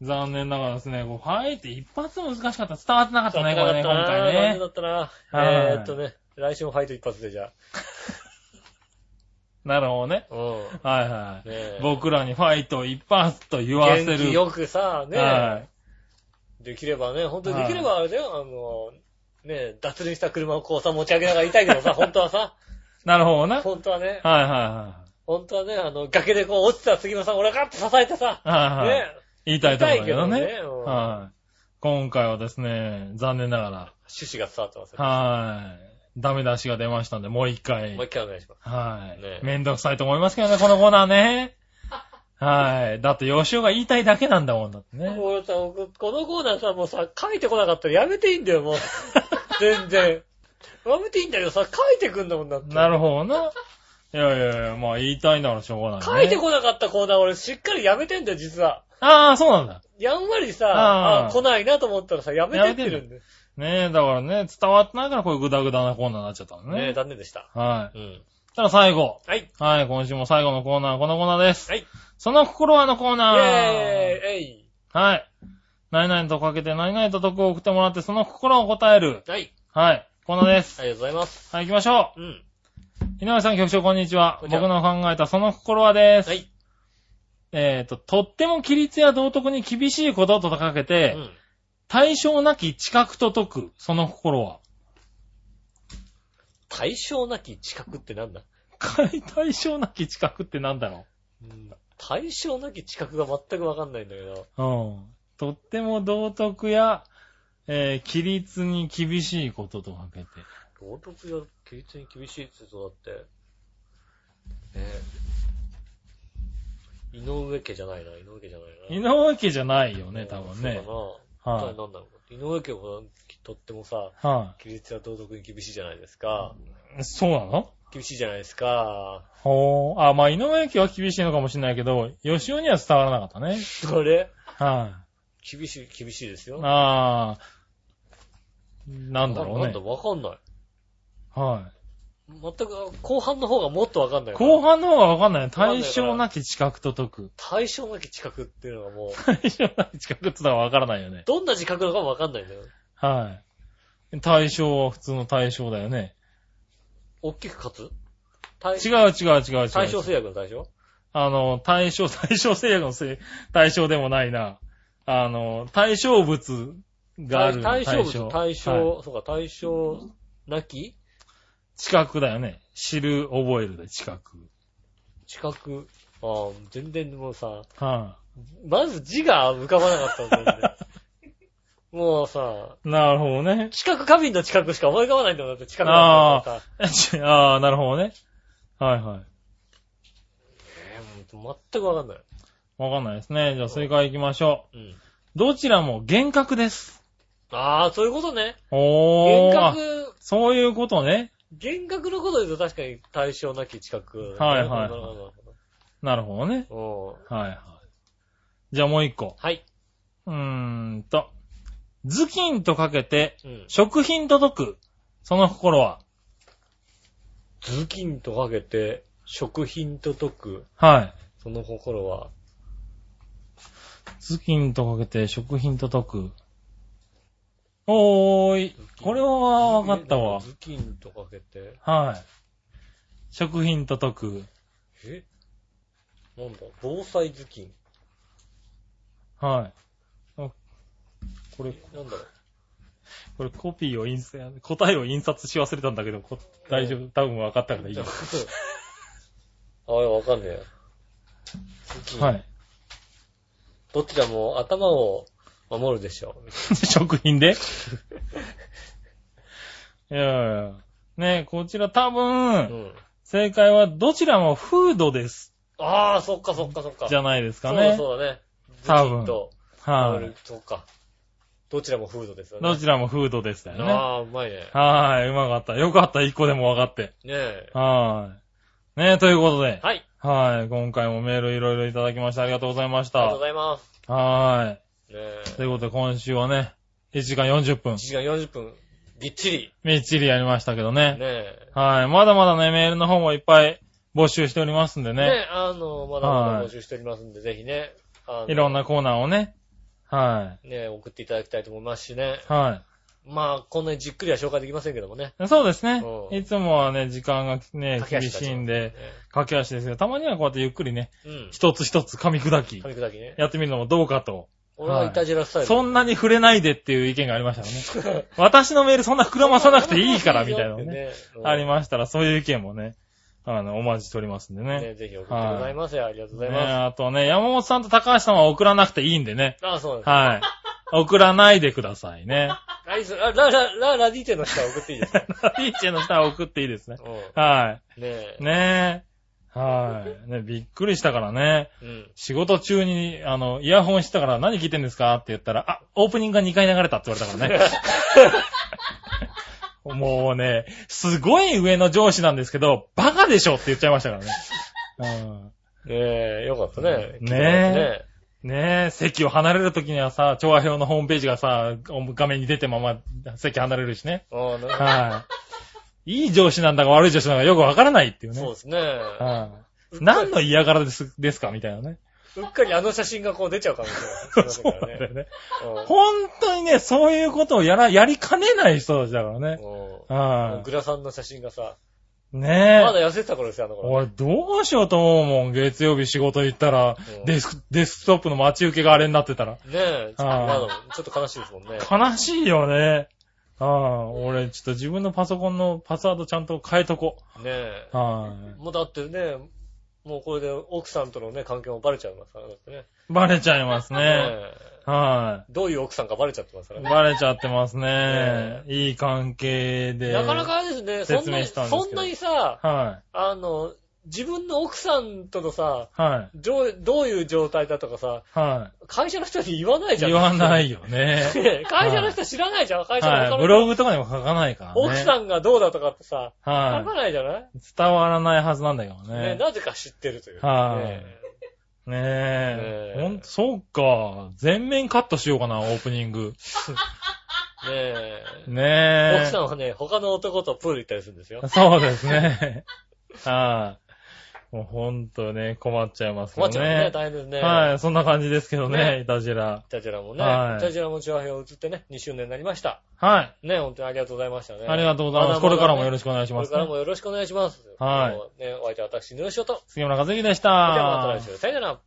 C: い。残念ながらですね、こうファイって一発難しかった。伝わってなかったね、これね、今
B: な
C: 回
B: 残念
C: ね
B: だ。ったな。
C: はい
B: えーっとね、来週もファイト一発でじゃあ。
C: なるほどね。
B: うん。
C: はいはい。
B: ねえ
C: 僕らにファイト一発と言わせ
B: 元気
C: る。
B: よくさ、ねえ、
C: は
B: できればね、本当にできればあれだよ、あの、ねえ、脱輪した車をこうさ、持ち上げながら痛いけど
C: *laughs*
B: さ、本当はさ、
C: い。なるほどね。はい
B: 本当はね、
C: はいは
B: 本当はね、あの、崖でこう落ちた杉村さん、俺がガッと支えてさ、
C: い。はいは
B: ね
C: い。言いたいところだけど
B: 言いたいけど
C: ね
B: ねうん。
C: はい。今回はですね、残念なが
B: 趣旨が伝わってますよ
C: ら、はい。ダメ出しが出ましたんで、もう一回
B: もう。一回お願いします。
C: は
B: ね
C: い。めんどくさいと思いますけどね、このコーナーね。はい。だって、吉尾が言いたいだけなんだもんだってね。
B: こうさ、ここのコーナーさ、もうさ、書いてこなかったらやめていいんだ
C: *laughs*
B: よ、もう。全然。やめていいんだけどさ、書いてくんだもんだって。
C: なるほどな。いやいやいや、まあ言いたいならしょうがない、ね。
B: 書いてこなかったコーナー俺しっかりやめてんだよ、実は。
C: ああ、そうなんだ。
B: やんわりさ、
C: あー
B: あ来ないなと思ったらさ、やめてってるんで。
C: ねえ、だからね、伝わってないからこういうグダグダなコーナーになっちゃったの
B: ね
C: ね。
B: 残念でした。
C: はい。
B: うん。
C: ただ最後。
B: はい。
C: はい、今週も最後のコーナーはこのコーナーです。
B: はい。
C: その心はのコー
B: イェ
C: ナ
B: ー
C: ー。
B: イえい
C: はい。何々とかけて何々と得を送ってもらって、その心を答える。
B: はい。
C: はい。コーナーです。
B: ありがとうございます。
C: はい、行きましょ
B: う
C: う。
B: ん。
C: 井上さん局長、こんにちは。
B: こんにち
C: 僕
B: は
C: の考えたその心はです。
B: はい。
C: えっ、と、とっても規律や道徳に厳しいこととかけ
B: う
C: て、
B: ん。
C: 対象なき知覚と解く、その心は。 *laughs*
B: 対象なき知覚ってなんだ
C: 対象なき知覚ってなんだろ
B: 対象なき知覚が全くわかんないんだけど。
C: う。うん。とっても道徳や、えー規律に厳しいこととかけて。
B: 道徳や規律に厳しいって言うとだって。ねえ。井上家じゃないな、井上家じゃないな。
C: 井上家じゃないよね、
B: うん
C: 多分ね。
B: そうだな。
C: は
B: 答えなんだろう。井上家もとってもさ、
C: い。は
B: 規律や道徳に厳しいじゃないですか。
C: い。そうなの
B: 厳しいじゃないですか。
C: ほー。あ、まあ、井上家は厳しいのかもしれないけど、吉尾には伝わらなかったね。
B: それ
C: は
B: 厳しい、厳しいです
C: い
B: よ。。
C: あー。なんだろう
B: な
C: ね
B: んだ、。わかんない。
C: はい。
B: 全く、後半の方がもっとわかんない。
C: 後半の方がわかんないね。
B: かんないから
C: 対象なき知覚と解く。
B: 対象なき知覚っていうのがもう、
C: 対象なき知覚ってのはわからないよね。
B: どんな自覚なのかもわかんないんだよ。
C: はい。対象は普通の対象だよね。
B: 大きく勝つ対
C: 違う違う違う違う。
B: 対象制約の対象
C: あの、対象、 *laughs* 対象制約のせい、対象でもないな。あの、対象物がある。
B: 対対象物、対
C: はい
B: 象、そうか、対象なき
C: 知覚だよね。知る、覚えるで知覚。
B: 知覚。あー全然もうさ、
C: は
B: まず字が浮かばなかったんだよ
C: *laughs*
B: ね。もうさ、
C: い。なるほどね。
B: 知覚過敏の知覚しか思い浮かばないんだよ。だって知覚なんだからさ。
C: ああ、なるほどね。はいはい。
B: えーもう全くわかんない。
C: わかんないですね。じゃあ正解行きましょ
B: うん。
C: う。どちらも幻覚です。
B: ああ、そういうことね。
C: お
B: 幻
C: ー。あ
B: 覚、
C: そういうことね。
B: 幻覚のことで言うと確かに対象なき知覚。
C: はいはい
B: なるほどなる
C: なるほどね。
B: ほどうん
C: はいはい。じゃあもう一個。
B: はい。
C: うーんと。頭巾とかけて、
B: うん。
C: 食品と解く。その心は。
B: 頭巾とかけて、食品と解く、
C: はい。
B: その心は、
C: 頭巾とかけて、食品と解く。おーい。これはわかったわ
B: え。頭巾とかけて、
C: はい。食品と解く。
B: えなんだ、防災頭巾。
C: はい。あこれ、
B: なんだろう、
C: これコピーを印刷、答えを印刷し忘れたんだけど、こ大丈夫、多分分かったから
B: *laughs*
C: いいよ。
B: あれ、わかんねえ。頭巾。
C: はい。
B: どちらも頭を守るでしょう。
C: *laughs* 食品で *laughs* いやいや。ねえ、こちら多
B: う
C: 分、
B: ん。
C: 正解はどちらもフードです。
B: ああ、そっかそっかそっか。
C: じゃ
B: な
C: ないですかね。
B: そうそうだね。
C: 多分
B: ブチッと。
C: は
B: あ
C: い。
B: そうか。どちらもフードですよね。
C: どちらもフードでしたよね。
B: ああ、うまいね。
C: はい。うまかった。よかった。一個でも分かって。
B: ねえ。
C: はい。ねえ、ということで。
B: はい。
C: はい。今回もメールいろいろいただきましてありがとうございまし
B: ありがとう
C: た
B: ご。ざいます。
C: は
B: ねえ
C: い。。ということで今週はね、1時間40分
B: 1。時間40分、ぎっちり。
C: みっちりやりましたけど
B: ね
C: ね。
B: え。
C: はい。まだまだね、メールの方もいっぱい募集しておりますんでね。
B: ね、あの、まだまだ募集しておりますんで、ぜひね、あの
C: いろんなコーナーをね。は
B: ね、送っていただきたいと思いますしね。
C: い。は
B: まあ、こんなにじっくりは紹介できませんけどもね。
C: い。そうですね
B: う。ん
C: いつもはね、時間が
B: 駆
C: ね、
B: け
C: 厳
B: 足だ
C: しいんで、駆け足ですけど、たまにはこうやってゆっくりね、 *laughs*
B: うん。
C: 一つ一つ噛み砕き、
B: 噛み砕きね。
C: やってみるのもどうかと。
B: 俺はイタジラスタイル。 *laughs*
C: そんなに触れないでっていう意見がありましたからね。私のメールそんな膨らまさなくていいからみたい
B: *laughs*
C: なのね。あり
B: ま
C: ましたら、そういう意見もね、あの、お待ちしておりますんでね。
B: ね。ぜひ送ってございますよ。ありがとうござい
C: ね
B: ま
C: あとね、山本さんと高橋さんは送らなくていいんでね。
B: す。あ、そうなんです。
C: はい。送らないでください
B: *laughs*
C: ね。
B: あいつあラ、ラ、ラ、ラディーテの人は送っていいです
C: *laughs*
B: か
C: リーチェの下は送っていいですね。
B: う
C: は
B: ん。ね
C: い。ねえ。はい。ね、びっくりしたからね。
B: え。うん。
C: 仕事中に、あの、イヤホンしてたから何聞いてんですかって言ったら、あ、オープニングが2回流れたって言われたからね。もうね、すごい上の上司なんですけど、バカでしょって言っちゃいましたからね。うん
B: ねえ、よかったね。
C: ねえねえ、席を離れるときにはさ、調和表のホームページがさ、画面に出てまま席離れるしね。
B: え。ああ、なるほ
C: はい。いい上司なんだか悪い上司なんだかよくわからないっていう
B: ど。
C: ね。
B: そうですね。
C: はい。何の嫌がらです、ですかみたいなね。
B: うっかりあの写真がこう出ちゃうかもしれない。すい
C: *laughs* そう
B: ませんか
C: なん
B: ら
C: だよね。
B: うん
C: 本当にね、そういうことをやら、やりかねない人たちだからね。
B: う
C: は
B: ん。グラさんの写真がさ、
C: い。
B: まだ
C: ねえ。
B: 痩せてた頃ですよ、あの頃。
C: 俺、どうしようと思うもん。月曜日仕事行ったら
B: うん、
C: デスク、デスクトップの待ち受けがあれになってたら。
B: ねえ、ちょっと
C: は
B: ま
C: い
B: だ、ちょっと悲しいですもんね。
C: 悲しいよね。ああ、俺、ちょっと自分のパソコンのパスワードちゃんと変えとこ
B: ねえ。
C: う。は
B: もうだってね、もうこれで奥さんとのね、関係もバレちゃいますからだってね。
C: い。バレちゃいますね。
B: ねえ
C: は
B: どういう奥さんかバレちゃってますか
C: い。
B: らね。
C: バレちゃってますね。いい関係で。
B: なかなかあれですね、そん
C: 説
B: な
C: 明
B: に、
C: したんですけど
B: そんなにさ、
C: は
B: あの、自分の奥さんとのさ、
C: い。はい。
B: どうどういう状態だとかさ、
C: は
B: 会社の人に言わない
C: い。
B: じゃん。。
C: 言わな
B: *laughs*
C: いいよね。
B: 会社の人知らないじゃん、会社の他の人
C: はい。ブログとかにも書かないからね。
B: 奥さんがどうだとかってさ、書か
C: は
B: ないじゃない
C: い。伝わらないはずなんだけど
B: ね
C: ね。
B: なぜか知ってるという。
C: はい
B: ね
C: ね
B: ね
C: え。
B: え
C: ほんと、そうか。全面カットしようかな、オープニング。
B: え。
C: ね
B: ね
C: え。
B: え。奥さんはね、他の男とプール行ったりするんですよ。
C: そうですね。 *laughs* はい。もうほんとね、困っちゃいますけ
B: 困
C: ど
B: っちゃうね、
C: ね。
B: 大変ですね。。
C: はいい、そんな感じですけど
B: ね
C: ね、いたじら。
B: イタジラもね、
C: はい
B: イタジラも調和表移ってね、2周年になりました。
C: はい。
B: ね、本当にありがとうございましたね。
C: ありがとうございます。これからもよろしくお願いします
B: これから。もよろしくお願いします。
C: はい
B: もうね、お相手は私、ぬよしおと。
C: 杉村和之でし
B: それ
C: た。
B: ではまた来週、さよなら。